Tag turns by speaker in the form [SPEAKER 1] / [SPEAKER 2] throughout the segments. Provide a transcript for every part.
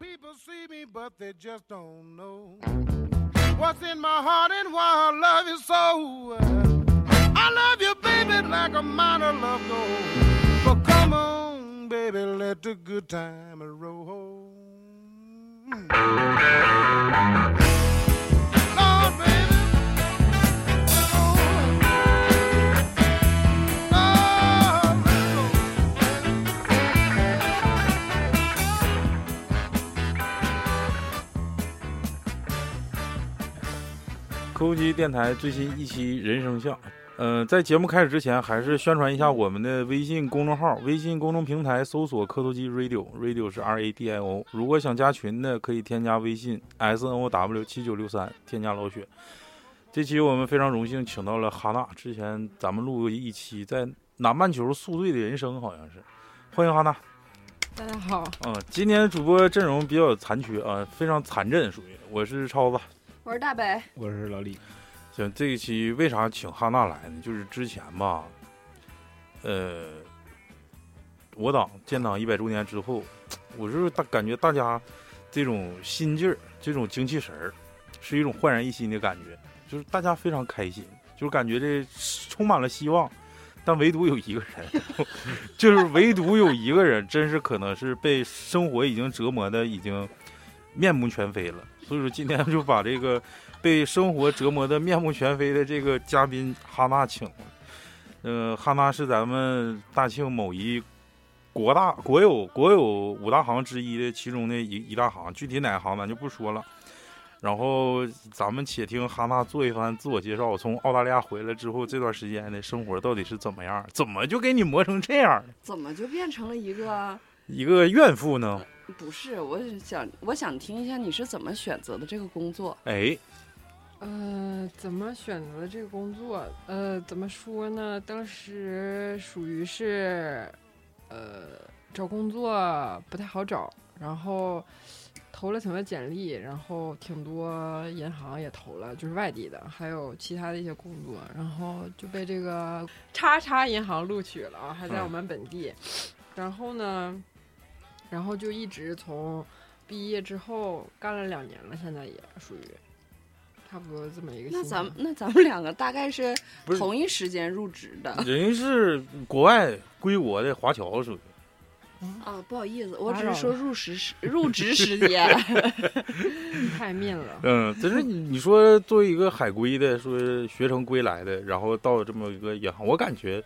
[SPEAKER 1] People see me, but they just don't know what's in my heart and why I love you so. I love you, baby, like a minor love goes. But come on, baby, let the good time roll. Lord, baby. Oh, Lord, baby.
[SPEAKER 2] 科技电台最新一期《人生相》。嗯、在节目开始之前，还是宣传一下我们的微信公众号。微信公众平台搜索“磕头机 radio”，radio 是 R A D I O。如果想加群的，可以添加微信 S N O W 七九六三，添加老雪。这期我们非常荣幸请到了哈娜，之前咱们录过一期在南半球宿醉的人生，好像是。欢迎哈娜。
[SPEAKER 3] 大家好，
[SPEAKER 2] 嗯，今天主播阵容比较残缺啊、非常残阵，属于我是超子。
[SPEAKER 3] 我是大白。
[SPEAKER 4] 我是老李，
[SPEAKER 2] 行，这一期为啥请哈娜来呢？就是之前吧，呃，我党建党一百周年之后，我就是大感觉大家这种心劲儿、这种精气神儿，是一种焕然一新的感觉，就是大家非常开心，就是感觉这充满了希望。但唯独有一个人， 就是唯独有一个人，真是可能是被生活已经折磨的已经面目全非了。所以说今天就把这个被生活折磨的面目全非的这个嘉宾哈娜请了。呃，哈娜是咱们大庆某一国大国有国有五大行之一的其中的一一大行，具体哪行咱就不说了。然后咱们且听哈娜做一番自我介绍，从澳大利亚回来之后这段时间的生活到底是怎么样？怎么就给你磨成这样呢
[SPEAKER 3] 怎么就变成了一个？
[SPEAKER 2] 一个怨妇呢？
[SPEAKER 3] 不是，我是想，我想听一下你是怎么选择的这个工作。
[SPEAKER 2] 哎，
[SPEAKER 5] 呃，怎么选择的这个工作？呃，怎么说呢？当时属于是，呃，找工作不太好找，然后投了挺多简历，然后挺多银行也投了，就是外地的，还有其他的一些工作，然后就被这个叉叉银行录取了啊，还在我们本地。然后呢，然后就一直从毕业之后干了两年了，现在也属于差不多这么一个心态。
[SPEAKER 3] 那咱们那咱们两个大概是
[SPEAKER 2] 不是
[SPEAKER 3] 同一时间入职的
[SPEAKER 2] 人家是国外归国的华侨属于。
[SPEAKER 3] 啊？不好意思，我
[SPEAKER 5] 打
[SPEAKER 3] 只
[SPEAKER 5] 扰
[SPEAKER 3] 是
[SPEAKER 5] 了
[SPEAKER 3] 说入时时入职时 间。
[SPEAKER 5] 太面 了。
[SPEAKER 2] 嗯，只是你你说作为一个海归的，说学成归来的，然后到这么一个银行，我感觉，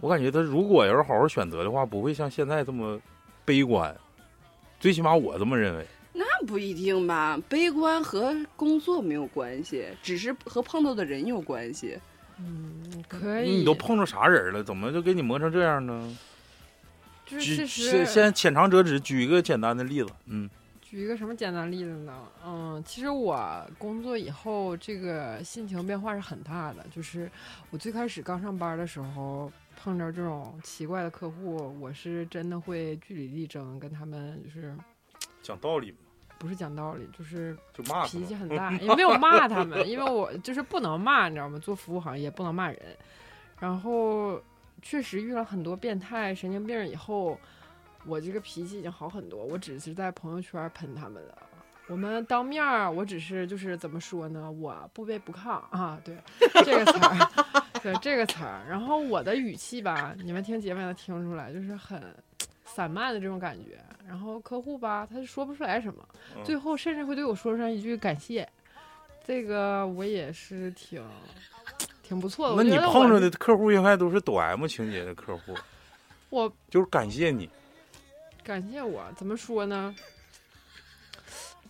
[SPEAKER 2] 我感觉他如果要是好好选择的话，不会像现在这么悲观。最起码我这么认为。
[SPEAKER 3] 那不一定吧？悲观和工作没有关系，只是和碰到的人有关系。
[SPEAKER 5] 嗯，可以。
[SPEAKER 2] 你都碰着啥人了，怎么就给你磨成这样呢？
[SPEAKER 5] 就是
[SPEAKER 2] 举
[SPEAKER 5] 事
[SPEAKER 2] 先
[SPEAKER 5] 实。
[SPEAKER 2] 先浅尝辄止，举一个简单的例子。嗯，
[SPEAKER 5] 举一个什么简单例子呢？嗯，其实我工作以后，这个心情变化是很大的。就是我最开始刚上班的时候，碰着这种奇怪的客户，我是真的会据理力争，跟他们就是
[SPEAKER 2] 讲道理嘛，
[SPEAKER 5] 不是讲道理，就是
[SPEAKER 2] 就骂他
[SPEAKER 5] 脾
[SPEAKER 2] 嘛
[SPEAKER 5] 气很大，也没有骂他们，因为我就是不能骂，你知道吗？做服务行业不能骂人。然后确实遇了很多变态神经病以后，我这个脾气已经好很多，我只是在朋友圈喷他们了。我们当面儿，我只是就是怎么说呢？我不卑不亢啊，对这个词儿， 对这个词儿。然后我的语气吧，你们听节目也能听出来，就是很散漫的这种感觉。然后客户吧，他说不出来什么，
[SPEAKER 2] 嗯
[SPEAKER 5] 最后甚至会对我说上一句感谢。这个我也是挺挺不错的。
[SPEAKER 2] 那
[SPEAKER 5] 我觉
[SPEAKER 2] 你
[SPEAKER 5] 得我
[SPEAKER 2] 碰上
[SPEAKER 5] 是
[SPEAKER 2] 的客户应该都是抖 M 情节的客户，
[SPEAKER 5] 我
[SPEAKER 2] 就是感谢你。
[SPEAKER 5] 感谢我，怎么说呢？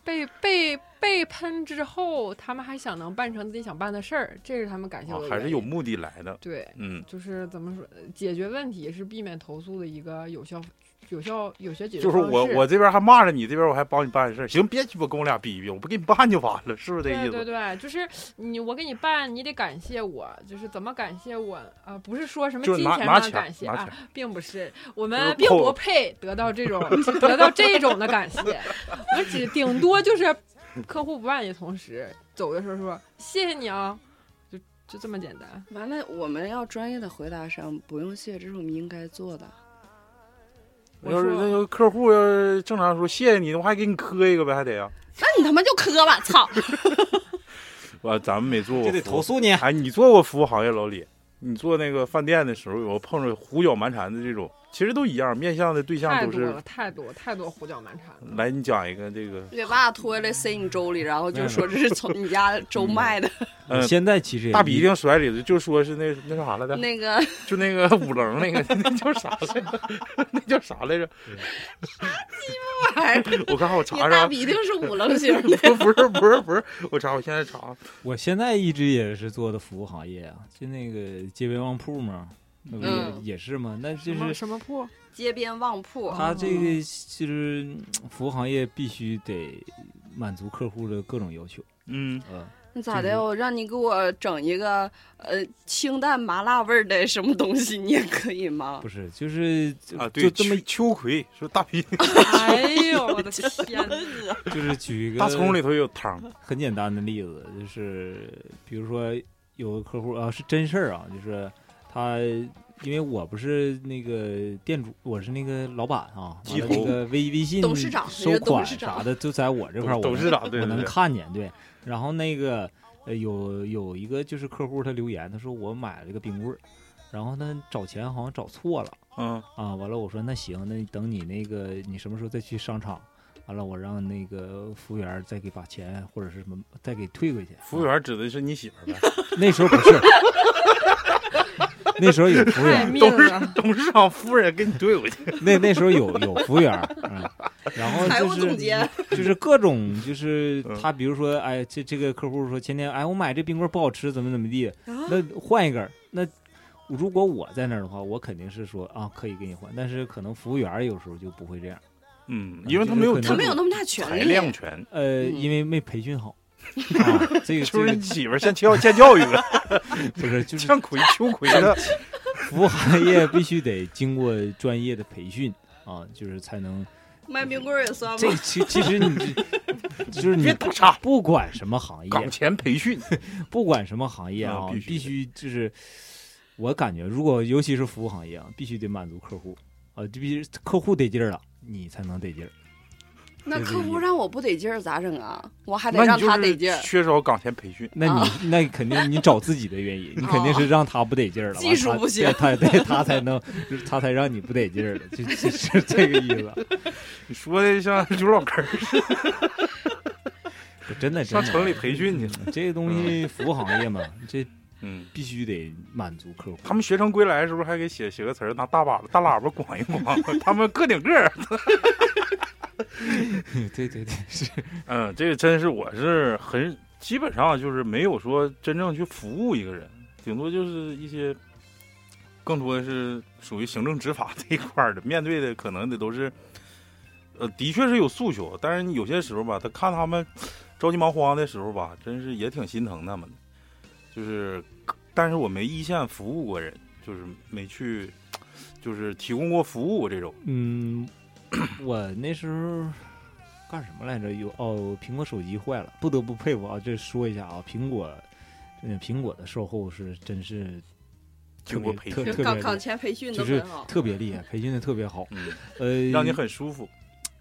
[SPEAKER 5] 被被被喷之后，他们还想能办成自己想办的事儿，这是他们感谢
[SPEAKER 2] 啊
[SPEAKER 5] 我的、，
[SPEAKER 2] 还是有目的来的。
[SPEAKER 5] 对，
[SPEAKER 2] 嗯，
[SPEAKER 5] 就是怎么说，呃解决问题是避免投诉的一个有效、有效、有效解决
[SPEAKER 2] 就是我我这边还骂着你，这边我还帮你办事儿行，别鸡巴跟我俩逼逼，我不给你办就完了，是不是这意
[SPEAKER 5] 对
[SPEAKER 2] 思？
[SPEAKER 5] 对对，就是你我给你办，你得感谢我，就是怎么感谢我啊、不是说什么
[SPEAKER 2] 就
[SPEAKER 5] 金
[SPEAKER 2] 是
[SPEAKER 5] 钱
[SPEAKER 2] 拿拿
[SPEAKER 5] 上的
[SPEAKER 2] 钱
[SPEAKER 5] 感谢
[SPEAKER 2] 拿
[SPEAKER 5] 啊，
[SPEAKER 2] 钱，
[SPEAKER 5] 并不是，我
[SPEAKER 2] 就是
[SPEAKER 5] 们并
[SPEAKER 2] 扣
[SPEAKER 5] 不配得到这种 得到这种的感谢，我们只顶多就是客户不办也同时走的时候说谢谢你啊，就就这么简单。
[SPEAKER 3] 完了，我们要专业的回答上，不用谢，这是我们应该做的。
[SPEAKER 5] 我
[SPEAKER 2] 要是
[SPEAKER 5] 说
[SPEAKER 2] 那个客户要是正常说谢谢你，我还给你磕一个呗，还得啊，
[SPEAKER 3] 那你他妈就磕吧，操！
[SPEAKER 2] 我咱们没做过，
[SPEAKER 4] 就得投。诉你。啊
[SPEAKER 2] 哎，你做过服务行业老李，你做那个饭店的时候，我碰着胡搅蛮缠的这种，其实都一样，面向的对象
[SPEAKER 5] 太
[SPEAKER 2] 都
[SPEAKER 5] 多
[SPEAKER 2] 是
[SPEAKER 5] 了，。太多太多胡搅蛮缠了。
[SPEAKER 2] 来，你讲一个这个，
[SPEAKER 3] 给把拖下来塞你粥里，然后就说这是从你家 粥卖的。
[SPEAKER 2] 嗯
[SPEAKER 4] 现在其实也
[SPEAKER 2] 大鼻涕甩里头，就说是那那啥来的，
[SPEAKER 3] 那个
[SPEAKER 2] 就那个 五棱那个，那叫啥来着？ 那叫啥来着？
[SPEAKER 3] 玩意儿，啊
[SPEAKER 2] 我刚好我
[SPEAKER 3] 你
[SPEAKER 2] 查
[SPEAKER 3] 大
[SPEAKER 2] 查，
[SPEAKER 3] 鼻涕是五棱形的。
[SPEAKER 2] 不是不是不是，我查我现在查，啊
[SPEAKER 4] 我现在一直也是做的服务行业啊，就那个街边旺铺嘛，那不
[SPEAKER 3] 嗯
[SPEAKER 4] 也也是嘛？那就
[SPEAKER 5] 什么
[SPEAKER 4] 是
[SPEAKER 5] 什么铺？
[SPEAKER 3] 街边旺铺，
[SPEAKER 4] 他这个就是嗯服务行业必须得满足客户的各种要求，
[SPEAKER 2] 嗯，
[SPEAKER 4] 嗯，
[SPEAKER 3] 那咋
[SPEAKER 4] 就是
[SPEAKER 3] 的？我让你给我整一个呃清淡麻辣味儿的什么东西，你也可以吗？
[SPEAKER 4] 不是就是就
[SPEAKER 2] 啊，对，
[SPEAKER 4] 就这么
[SPEAKER 2] 秋秋葵说大鼻涕，
[SPEAKER 5] 哎呦我的天哪！
[SPEAKER 4] 就是举一个
[SPEAKER 2] 大葱里头有汤，
[SPEAKER 4] 很简单的例子，就是比如说有个客户啊，是真事儿啊，就是他，因为我不是那个店主，我是那个老板啊，
[SPEAKER 2] 鸡
[SPEAKER 4] 完了
[SPEAKER 2] 头
[SPEAKER 4] 那个微微信
[SPEAKER 3] 董事长
[SPEAKER 4] 收
[SPEAKER 3] 人家董
[SPEAKER 4] 款
[SPEAKER 3] 事长
[SPEAKER 4] 啥的都在我这块儿，我
[SPEAKER 2] 董
[SPEAKER 4] 能
[SPEAKER 2] 事长对
[SPEAKER 4] 我
[SPEAKER 2] 对
[SPEAKER 4] 能
[SPEAKER 2] 对，
[SPEAKER 4] 看见，对。然后那个呃，有有一个就是客户他留言，他说我买了个冰棍儿，然后他找钱好像找错了。
[SPEAKER 2] 嗯，
[SPEAKER 4] 啊，完了，我说那行，那等你那个你什么时候再去商场？完了，我让那个服务员儿再给把钱或者是什么再给退回去。
[SPEAKER 2] 服务员指的是你媳妇儿呗，
[SPEAKER 4] 那时候不是，那时候有服务员
[SPEAKER 5] 太
[SPEAKER 4] 儿，
[SPEAKER 5] 密
[SPEAKER 2] 董事
[SPEAKER 5] 了，
[SPEAKER 2] 董事长夫人给你怼回去，
[SPEAKER 4] 那那时候有有服务员儿，嗯，然后
[SPEAKER 3] 财务
[SPEAKER 4] 就是
[SPEAKER 3] 总监
[SPEAKER 4] 就是各种就是
[SPEAKER 2] 嗯
[SPEAKER 4] 他比如说哎这这个客户说前天哎我买这冰棍儿不好吃怎么怎么地，
[SPEAKER 3] 啊
[SPEAKER 4] 那换一根儿那。如果我在那儿的话，我肯定是说啊，可以给你换，但是可能服务员儿有时候就不会这样。
[SPEAKER 2] 嗯，因为他没有
[SPEAKER 3] 他没有那么大
[SPEAKER 2] 裁
[SPEAKER 3] 权
[SPEAKER 2] 量
[SPEAKER 3] 利，
[SPEAKER 2] 权，
[SPEAKER 4] 呃，
[SPEAKER 3] 嗯
[SPEAKER 4] 因为没培 训好，啊、这个
[SPEAKER 2] 就是你
[SPEAKER 4] 这个
[SPEAKER 2] 媳妇儿先教先教育 了，
[SPEAKER 4] 不 是就是
[SPEAKER 2] 像葵秋葵的，
[SPEAKER 4] 服务行业必须得经过专业的培训啊，就是 才能
[SPEAKER 3] 卖冰棍儿也算
[SPEAKER 4] 这
[SPEAKER 3] 吗？
[SPEAKER 4] 其其实你这就是你
[SPEAKER 2] 别打岔
[SPEAKER 4] 不管什么行业，
[SPEAKER 2] 岗前培训，
[SPEAKER 4] 不管什么行业啊
[SPEAKER 2] 啊，必须
[SPEAKER 4] 必须就是我感觉，如果尤其是服务行业啊，必须得满足客户啊，这必须客户得劲儿了，你才能得劲儿。
[SPEAKER 3] 那
[SPEAKER 4] 这是
[SPEAKER 3] 客户
[SPEAKER 4] 一
[SPEAKER 3] 让我不得劲儿咋整啊？我还得
[SPEAKER 2] 那
[SPEAKER 3] 让
[SPEAKER 2] 你就
[SPEAKER 3] 他得劲
[SPEAKER 2] 是
[SPEAKER 3] 儿，
[SPEAKER 2] 缺少岗前培训，
[SPEAKER 4] 那你、
[SPEAKER 3] 啊哦
[SPEAKER 4] 那肯定你找自己的原因，你肯定是让他不得劲儿了，
[SPEAKER 3] 技术不行
[SPEAKER 4] 完他对他对他才能，就是他才让你不得劲儿了，就就是这个 意思。
[SPEAKER 2] 你说的像 刘老根儿
[SPEAKER 4] 不真的真
[SPEAKER 2] 上城
[SPEAKER 4] 的，
[SPEAKER 2] 里培训去了，
[SPEAKER 4] 这个 东西服务行业嘛，这
[SPEAKER 2] 嗯。
[SPEAKER 4] 必须得满足客户。
[SPEAKER 2] 他们学成归来的时候还给写写个词儿，拿大粑大喇叭咣一咣， 他们个顶个儿。
[SPEAKER 4] 对对对，是
[SPEAKER 2] 嗯，这个真是我是很基本上就是没有说真正去服务一个人，顶多就是一些，更多的是属于行政执法 这一块儿的，面对的可能得都是，呃，的确是有诉求，但是你有些时候吧，他看他们着急忙慌的时候吧，真是也挺心疼他们的，就是，但是我没一线服务过人，就是没去，就是提供过服务这种，
[SPEAKER 4] 嗯，我那时候干什么来着？有哦，苹果手机坏了，不得不佩服啊！这说一下啊，苹果，嗯，苹果的售后是真是特
[SPEAKER 2] 经过
[SPEAKER 4] 别
[SPEAKER 2] 培
[SPEAKER 4] 特
[SPEAKER 2] 训
[SPEAKER 4] 特别
[SPEAKER 3] 岗
[SPEAKER 4] 厉
[SPEAKER 3] 岗前培训
[SPEAKER 4] 就
[SPEAKER 3] 都
[SPEAKER 4] 是
[SPEAKER 3] 很好。
[SPEAKER 4] 特别厉害，培训的特别好。
[SPEAKER 2] 嗯，
[SPEAKER 4] 呃，
[SPEAKER 2] 让你很舒服，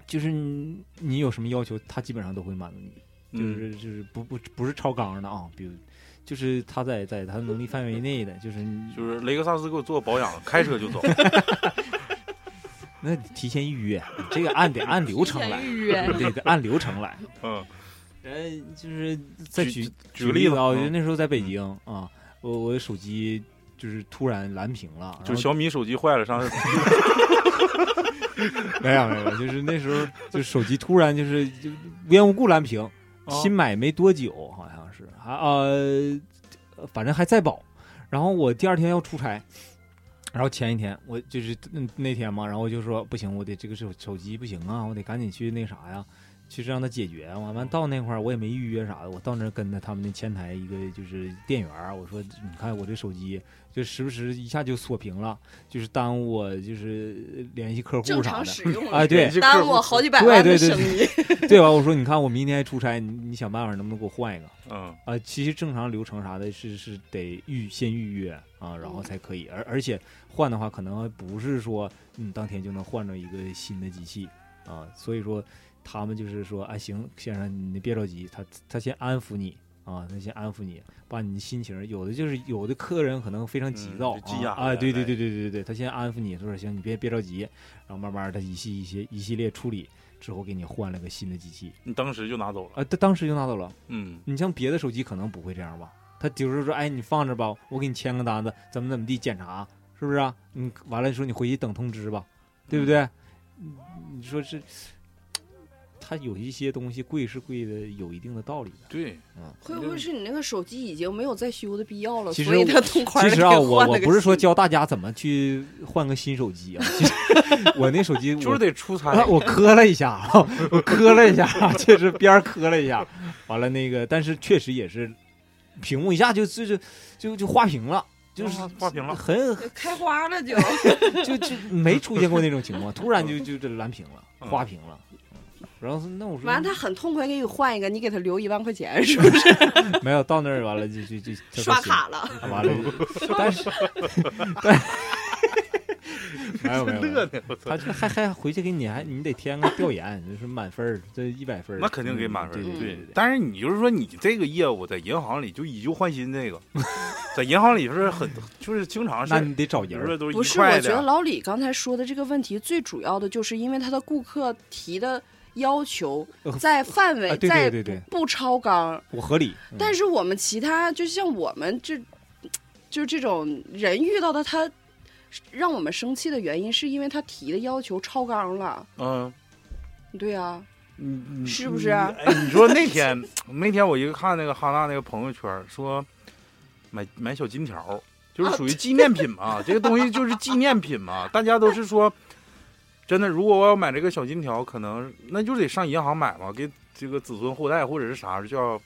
[SPEAKER 4] 就是你你有什么要求，他基本上都会满足你，
[SPEAKER 2] 嗯
[SPEAKER 4] 就是就是不不不是超纲的啊，比如就是他在在他能力范围内的，就是你
[SPEAKER 2] 就是雷克萨斯给我做保养，开车 就走。
[SPEAKER 4] 那提前预约，你这个按得按流程来，
[SPEAKER 5] 预 约
[SPEAKER 4] 得得按流程来。
[SPEAKER 2] 嗯，
[SPEAKER 4] 人就是再
[SPEAKER 2] 举
[SPEAKER 4] 举
[SPEAKER 2] 举个例子
[SPEAKER 4] 啊，我觉得
[SPEAKER 2] 嗯
[SPEAKER 4] 那时候在北京啊，我我的手机就是突然蓝屏了，然后
[SPEAKER 2] 就是小米手机坏了，上
[SPEAKER 4] 没有没有，就是那时候就手机突然就是就无缘无故蓝屏，新买没多久好像是，还呃，反正还在保。然后我第二天要出差，然后前一天我就是嗯那天嘛，然后我就说不行，我得这个手手机不行啊，我得赶紧去那啥呀，其实让他解决。完完到那块儿我也没预约啥的，我到那儿跟他他们那前台一个就是店员儿，我说你看我这手机就时不时一下就锁屏了，就是耽误我就是联系客
[SPEAKER 3] 正
[SPEAKER 4] 户啥
[SPEAKER 3] 常
[SPEAKER 4] 的。
[SPEAKER 3] 使用
[SPEAKER 4] 啊对
[SPEAKER 3] 耽误我好几百万的
[SPEAKER 4] 对对
[SPEAKER 3] 生
[SPEAKER 4] 对
[SPEAKER 3] 意。
[SPEAKER 4] 对完我说你看我明天还出差，你你想办法能不能给我换一个？
[SPEAKER 2] 嗯，
[SPEAKER 4] 啊、其实正常流程啥的是是得预先预约啊，然后
[SPEAKER 3] 嗯
[SPEAKER 4] 才可以。而而且换的话，可能不是说嗯当天就能换着一个新的机器啊，所以说他们就是说，哎行，先生你别着急，他他先安抚你。啊，他先安抚你，把你的心情儿。有的就是有的客人可能非常急
[SPEAKER 2] 嗯
[SPEAKER 4] 躁、
[SPEAKER 2] 就积压
[SPEAKER 4] 啊，啊
[SPEAKER 2] 了
[SPEAKER 4] 对对
[SPEAKER 2] 来
[SPEAKER 4] 对对对对对，他先安抚你，他说行，你别别着急，然后慢慢儿他一系一些一系列处理之后，给你换了个新的机器
[SPEAKER 2] 你当时就拿走了，
[SPEAKER 4] 啊，他当时就拿走了。
[SPEAKER 2] 嗯，
[SPEAKER 4] 你像别的手机可能不会这样吧？他就是说，哎，你放着吧，我给你签个单子，怎么怎么地检查，是不是啊？你完了说你回去等通知吧，对不对？嗯你说是，他有一些东西贵是贵的，有一定的道理的。
[SPEAKER 2] 对，
[SPEAKER 3] 会不会是你那个手机已经没有再修的必要了，
[SPEAKER 4] 其实
[SPEAKER 3] 所以他痛快
[SPEAKER 4] 其
[SPEAKER 3] 地
[SPEAKER 4] 实啊，
[SPEAKER 3] 给
[SPEAKER 4] 我
[SPEAKER 3] 换了
[SPEAKER 4] 我
[SPEAKER 3] 个
[SPEAKER 4] 不是说
[SPEAKER 3] 新
[SPEAKER 4] 教大家怎么去换个新手机啊，其实 我那手 机我
[SPEAKER 2] 就是得出差，
[SPEAKER 4] 啊，我磕了一下啊，我磕了一下，确实边儿磕了一下，完了那个，但是确实也是，屏幕一下就就就就就画屏了，就是
[SPEAKER 2] 啊画屏了
[SPEAKER 4] 很
[SPEAKER 3] 的开花了就。
[SPEAKER 4] 就就没出现过那种情况，突然就就这蓝屏了，
[SPEAKER 2] 嗯
[SPEAKER 4] 花屏了，然后那我说
[SPEAKER 3] 完了，他很痛快给你换一个，你给他留一万块钱，是不是？
[SPEAKER 4] 没有到那儿，完了就就就他 说
[SPEAKER 3] 刷
[SPEAKER 4] 行
[SPEAKER 3] 卡了，
[SPEAKER 4] 啊完了，但是但没有没有没
[SPEAKER 2] 乐
[SPEAKER 4] 有，
[SPEAKER 2] 的，我操
[SPEAKER 4] 他，这还还回去给你还你得填个调研，就是满分儿，这一百分儿
[SPEAKER 2] 那肯定给满分儿，
[SPEAKER 4] 嗯对对对对。
[SPEAKER 2] 但是你就是说，你这个业务在银行里就以旧换新，这个在银行里是很，就是经常
[SPEAKER 4] 那
[SPEAKER 2] 是，
[SPEAKER 4] 你得找
[SPEAKER 2] 比
[SPEAKER 4] 人
[SPEAKER 2] 如
[SPEAKER 4] 儿
[SPEAKER 2] 说，都
[SPEAKER 3] 不
[SPEAKER 2] 一
[SPEAKER 3] 是，我
[SPEAKER 2] 块
[SPEAKER 3] 觉得
[SPEAKER 2] 的，
[SPEAKER 3] 老李刚才说的这个问题，最主要的就是因为他的顾客提的要求
[SPEAKER 4] 呃
[SPEAKER 3] 在范围
[SPEAKER 4] 啊对
[SPEAKER 3] 在
[SPEAKER 4] 对对对
[SPEAKER 3] 不超纲，
[SPEAKER 4] 我合理。嗯
[SPEAKER 3] 但
[SPEAKER 4] 是
[SPEAKER 3] 是我们其他就像我们这，就这种人遇到的他。让我们生气的原因是因为他提的要求超纲了，
[SPEAKER 2] 嗯，
[SPEAKER 3] 对啊，
[SPEAKER 2] 你你
[SPEAKER 3] 是不是啊
[SPEAKER 2] 你嗯哎，你说那天那天我一个看那个哈娜那个朋友圈说，买买小金条儿，就是属于纪念品嘛， 这个东西就是纪念品嘛，大家都是说，真的，如果我要买这个小金条，可能那就得上银行买嘛，给这个子孙后代或者是啥叫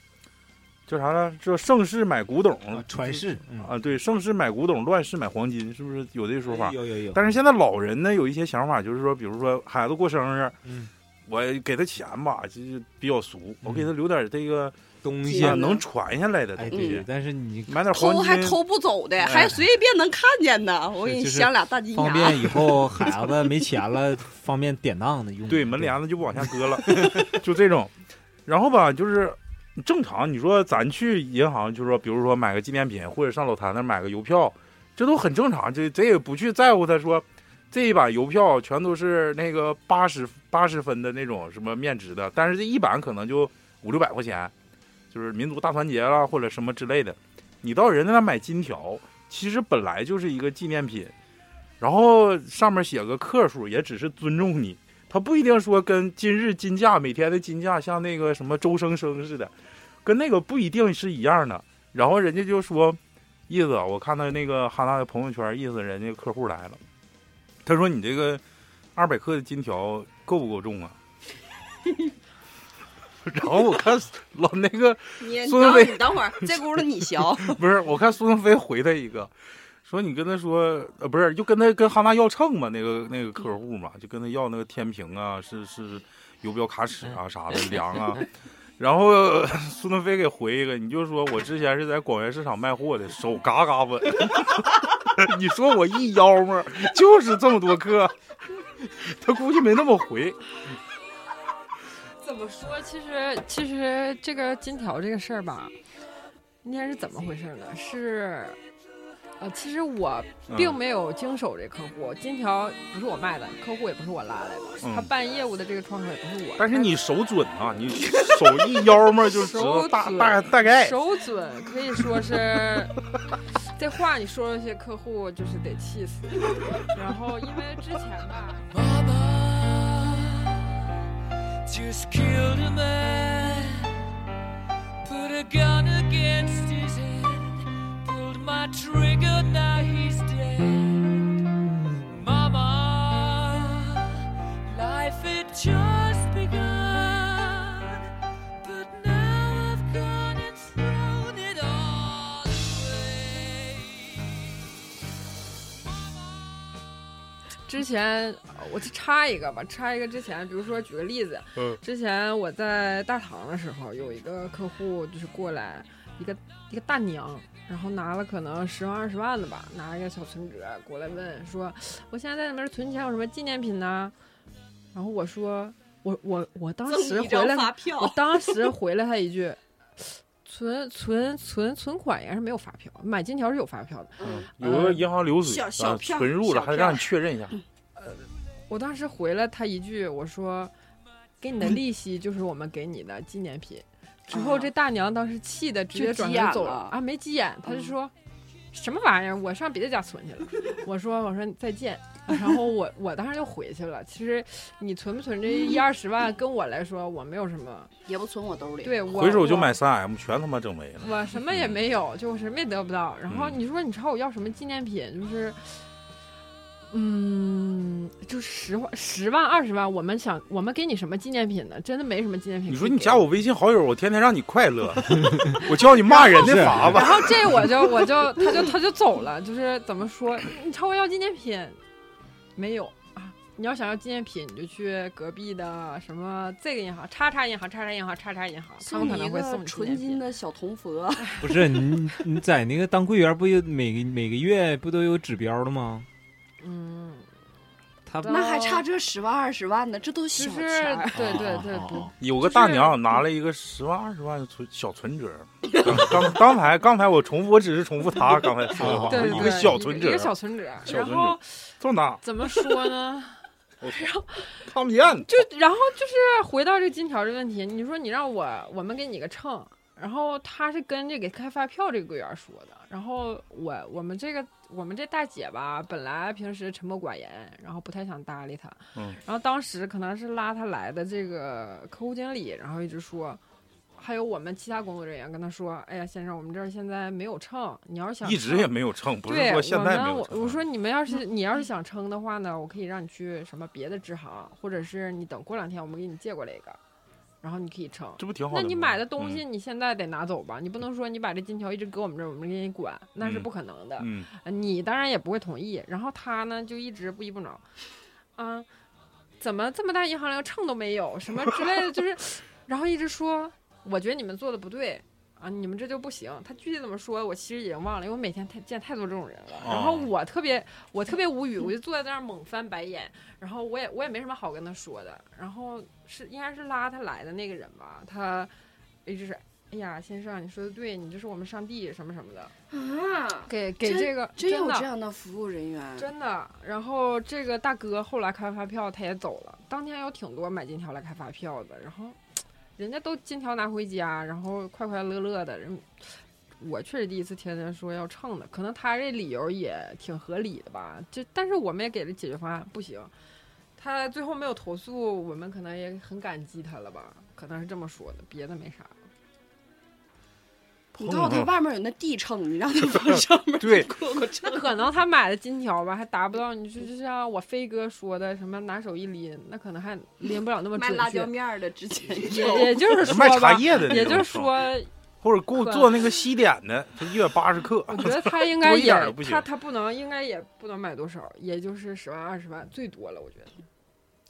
[SPEAKER 2] 叫啥来，叫盛世买古董，
[SPEAKER 4] 传世
[SPEAKER 2] 啊，对，盛世买古董，乱世买黄金，是不是有这说法？
[SPEAKER 4] 有有有，
[SPEAKER 2] 但是现在老人呢有一些想法，就是说，比如说孩子过生日，
[SPEAKER 4] 嗯
[SPEAKER 2] 我给他钱吧，就是比较俗，我
[SPEAKER 4] 嗯
[SPEAKER 2] 给他留点这个、
[SPEAKER 4] 东
[SPEAKER 3] 西
[SPEAKER 4] 西
[SPEAKER 3] 嗯
[SPEAKER 2] 啊能传下来的东
[SPEAKER 4] 哎
[SPEAKER 2] 西，
[SPEAKER 4] 对，但是你
[SPEAKER 2] 买点黄
[SPEAKER 3] 偷
[SPEAKER 2] 金，
[SPEAKER 3] 还偷不走的，
[SPEAKER 2] 哎
[SPEAKER 3] 还随便能看见呢。我给你
[SPEAKER 4] 就是
[SPEAKER 3] 镶俩大金
[SPEAKER 4] 方
[SPEAKER 3] 牙，
[SPEAKER 4] 便以后孩子没钱了， 方便典当的用。
[SPEAKER 2] 对，门帘子就不往下搁了， 就这种。然后吧，就是正常，你说咱去银行，就是说，比如说买个纪念品，或者上老谭那儿买个邮票，这都很正常，这这也不去在乎他说。这一版邮票全都是那个八十八十分的那种什么面值的，但是这一版可能就五六百块钱，就是民族大团结啦或者什么之类的。你到人家那买金条，其实本来就是一个纪念品，然后上面写个克数，也只是尊重你，他不一定说跟今日金价每天的金价像那个什么周生生似的，跟那个不一定是一样的。然后人家就说，意思我看到那个哈娜的朋友圈，意思人家客户来了，他说你这个二百克的金条够不够重啊？ 然后我看老那个
[SPEAKER 3] 你
[SPEAKER 2] 孙薇
[SPEAKER 3] 等你等会儿， 这轱辘你削，
[SPEAKER 2] 不是，我看苏东飞回他一个，说你跟他说，呃，不是，就跟他跟哈娜要秤嘛，那个那个客户嘛，就跟他要那个天平啊，是是游标卡尺啊啥的量啊。然后呃苏东飞给回一个，你就说我之前是在广元市场卖货的，手嘎嘎稳。 你说我一幺么儿，就是这么多克，他估计没那么回。
[SPEAKER 5] 怎么说？其实其实这个金条这个事儿吧，那天是怎么回事呢？是，呃，其实我
[SPEAKER 2] 嗯
[SPEAKER 5] 并没有经手这客户，金条不是我卖的，客户也不是我拉来的，
[SPEAKER 2] 嗯
[SPEAKER 5] 他办业务的这个窗口也不是我。
[SPEAKER 2] 但是你手准啊，你手一幺么儿就知道大大大概。
[SPEAKER 5] 手准可以说是， 这话你说出去，客户就是得气死。 然后因为之前吧。
[SPEAKER 6] Mama just killed a man, put a gun against his head, pulled my trigger, now he's dead. Mama, life had just begun.
[SPEAKER 5] 之前呃我就插一个吧，插一个之前，比如说举个例子，
[SPEAKER 2] 嗯
[SPEAKER 5] 之前我在大堂的时候，有一个客户就是过来，一个一个大娘，然后拿了可能十万二十万的吧，拿一个小存折过来问说，我现在在你们这儿存钱有什么纪念品呢？然后我说，我我我当时
[SPEAKER 7] 赠你一
[SPEAKER 5] 回
[SPEAKER 7] 张
[SPEAKER 5] 来
[SPEAKER 7] 发
[SPEAKER 5] 我
[SPEAKER 7] 票，
[SPEAKER 5] 当时回了他一句：“存存存存款应该是没有发票，买金条是有发票的。
[SPEAKER 3] 嗯
[SPEAKER 2] 有
[SPEAKER 5] 呃
[SPEAKER 2] 个银行流水
[SPEAKER 7] 小小
[SPEAKER 2] 啊，
[SPEAKER 7] 票
[SPEAKER 2] 存入
[SPEAKER 7] 小
[SPEAKER 2] 了，还得
[SPEAKER 7] 票
[SPEAKER 2] 让你确认一
[SPEAKER 5] 嗯
[SPEAKER 2] 下。”
[SPEAKER 5] 我当时回了他一句：“我说，给你的利息就是我们给你的纪念品。”之后
[SPEAKER 3] 啊
[SPEAKER 5] 这大娘当时气的直
[SPEAKER 3] 就
[SPEAKER 5] 接
[SPEAKER 3] 急
[SPEAKER 5] 转
[SPEAKER 3] 眼
[SPEAKER 5] 身走
[SPEAKER 3] 了
[SPEAKER 5] 啊，没急眼，她就说。什么玩意儿？我上别的家存去了。 我说，我说再见。然后我我当时就回去了。其实你存不存 这一二十万，跟我来说我没有什么。
[SPEAKER 3] 也不存我兜里。
[SPEAKER 5] 对我
[SPEAKER 2] 回手就
[SPEAKER 5] 我
[SPEAKER 2] 买三 M，全他妈整没了。
[SPEAKER 5] 我什么也没有，就我什么也得不到。然后
[SPEAKER 2] 嗯
[SPEAKER 5] 你说你朝我要什么纪念品，就是，嗯，就十万、十万、二十万，我们想我们给你什么纪念品呢？真的没什么纪念品。
[SPEAKER 2] 你说你加我。微信好友，我天天让你快 乐，我教你骂人的法
[SPEAKER 5] 然
[SPEAKER 2] 吧。
[SPEAKER 5] 后这我就我就他就他就走了，就是怎么说，你朝我要纪念品，没有啊？你要想要纪念品，你就去隔壁的什么这个银行、叉叉银行、叉叉银行、叉叉银行，他
[SPEAKER 3] 送
[SPEAKER 5] 们可
[SPEAKER 3] 你一
[SPEAKER 5] 能会送
[SPEAKER 3] 个
[SPEAKER 5] 你纪
[SPEAKER 3] 纯
[SPEAKER 5] 念品
[SPEAKER 3] 金的小铜佛，
[SPEAKER 4] 不是你你在那个当柜员不有每个每个月不都有指标的吗？
[SPEAKER 5] 嗯，
[SPEAKER 4] 他
[SPEAKER 5] 对
[SPEAKER 3] 那还差这十万二十万呢，这都
[SPEAKER 5] 就
[SPEAKER 3] 小
[SPEAKER 5] 是
[SPEAKER 3] 钱儿。
[SPEAKER 5] 对对对
[SPEAKER 4] 哦哦
[SPEAKER 5] 对
[SPEAKER 4] 哦，
[SPEAKER 2] 有个大娘拿了一个十万、二十万的存小存折，刚刚刚才刚才我重复，我只是重复他刚才说的话，
[SPEAKER 5] 对对，
[SPEAKER 2] 一个小存折
[SPEAKER 5] 一个，小存折。
[SPEAKER 2] 小存
[SPEAKER 5] 然
[SPEAKER 2] 折
[SPEAKER 5] 后
[SPEAKER 2] 这么大，
[SPEAKER 5] 怎么说呢？
[SPEAKER 2] 看不见。
[SPEAKER 5] 就然后就是回到这金条这问题，你说你让我我们给你个秤，然后他是跟这给开发票这个柜员说的，然后我我们这个我们这大姐吧，本来平时沉默寡言，然后不太想搭理他，
[SPEAKER 2] 嗯，
[SPEAKER 5] 然后当时可能是拉他来的这个客户经理，然后一直说。还有我们其他工作人员跟他说：“哎呀，先生，我们这儿现在没有秤，你要是想
[SPEAKER 2] 一直
[SPEAKER 5] 称
[SPEAKER 2] 也没有称，不是
[SPEAKER 5] 对，
[SPEAKER 2] 说现在没
[SPEAKER 5] 我们
[SPEAKER 2] 有啊嗯
[SPEAKER 5] 我
[SPEAKER 2] 称。
[SPEAKER 5] 我说你们要是你要是想称的话呢，我可以让你去什么别的支行，或者是你等过两天我们给你借过来一个，然后你可以称。
[SPEAKER 2] 这不挺好
[SPEAKER 5] 那
[SPEAKER 2] 的吗？
[SPEAKER 5] 你买的东西
[SPEAKER 2] 嗯，
[SPEAKER 5] 你现在得拿走吧，你不能说你把这金条一直搁我们这儿，我们给你管，那是
[SPEAKER 2] 嗯
[SPEAKER 5] 不可能的。
[SPEAKER 2] 嗯，
[SPEAKER 5] 呃你当然也不会同意。然后他呢就一直不依不饶，啊，怎么这么大银行连个秤都没有，什么之类的，就是，然后一直说，我觉得你们做的不对啊，你们这就不行。他具体怎么说，我其实已经忘了，因为我每天太见太多这种人了。然后
[SPEAKER 2] 哦
[SPEAKER 5] 我特别我特别无语，我就坐在那儿猛翻白眼，然后我也我也没什么好跟他说的。然后是应该是拉他来的那个人吧，他一直是。哎呀，先生，你说的对，你就是我们上帝什么什么的，
[SPEAKER 3] 啊，
[SPEAKER 5] 给给
[SPEAKER 3] 真
[SPEAKER 5] 这个
[SPEAKER 3] 真有
[SPEAKER 5] 的
[SPEAKER 3] 这样的服务人员，
[SPEAKER 5] 真的。然后这个大哥后来开发票他也走了，当天有挺多买金条来开发票的，然后人家都金条拿回家，然后快快乐乐的。人我确实第一次听人说要秤的，可能他这理由也挺合理的吧。就但是我们也给了解决方案，不行。他最后没有投诉，我们可能也很感激他了吧，可能是这么说的，别的没啥。
[SPEAKER 3] 你告诉他外面有那地秤，你让他往上面
[SPEAKER 2] 对
[SPEAKER 3] 过过秤
[SPEAKER 5] 那。可能他买的金条吧，还达不到你，就就像我飞哥说的什么拿手一拎，那可能还拎不了那么
[SPEAKER 3] 卖
[SPEAKER 5] 准
[SPEAKER 3] 辣椒
[SPEAKER 5] 确。
[SPEAKER 3] 面儿的之前
[SPEAKER 5] 也也就是说
[SPEAKER 2] 卖茶
[SPEAKER 5] 吧，
[SPEAKER 2] 叶的那种秤，
[SPEAKER 5] 也 就是说，
[SPEAKER 2] 或者给我做那个西点的，就一百八十 克。
[SPEAKER 5] 我觉得他应该
[SPEAKER 2] 多一点
[SPEAKER 5] 也
[SPEAKER 2] 儿都不行
[SPEAKER 5] 他他不能应该也不能买多少，也就是十万二十万最多了，我觉得。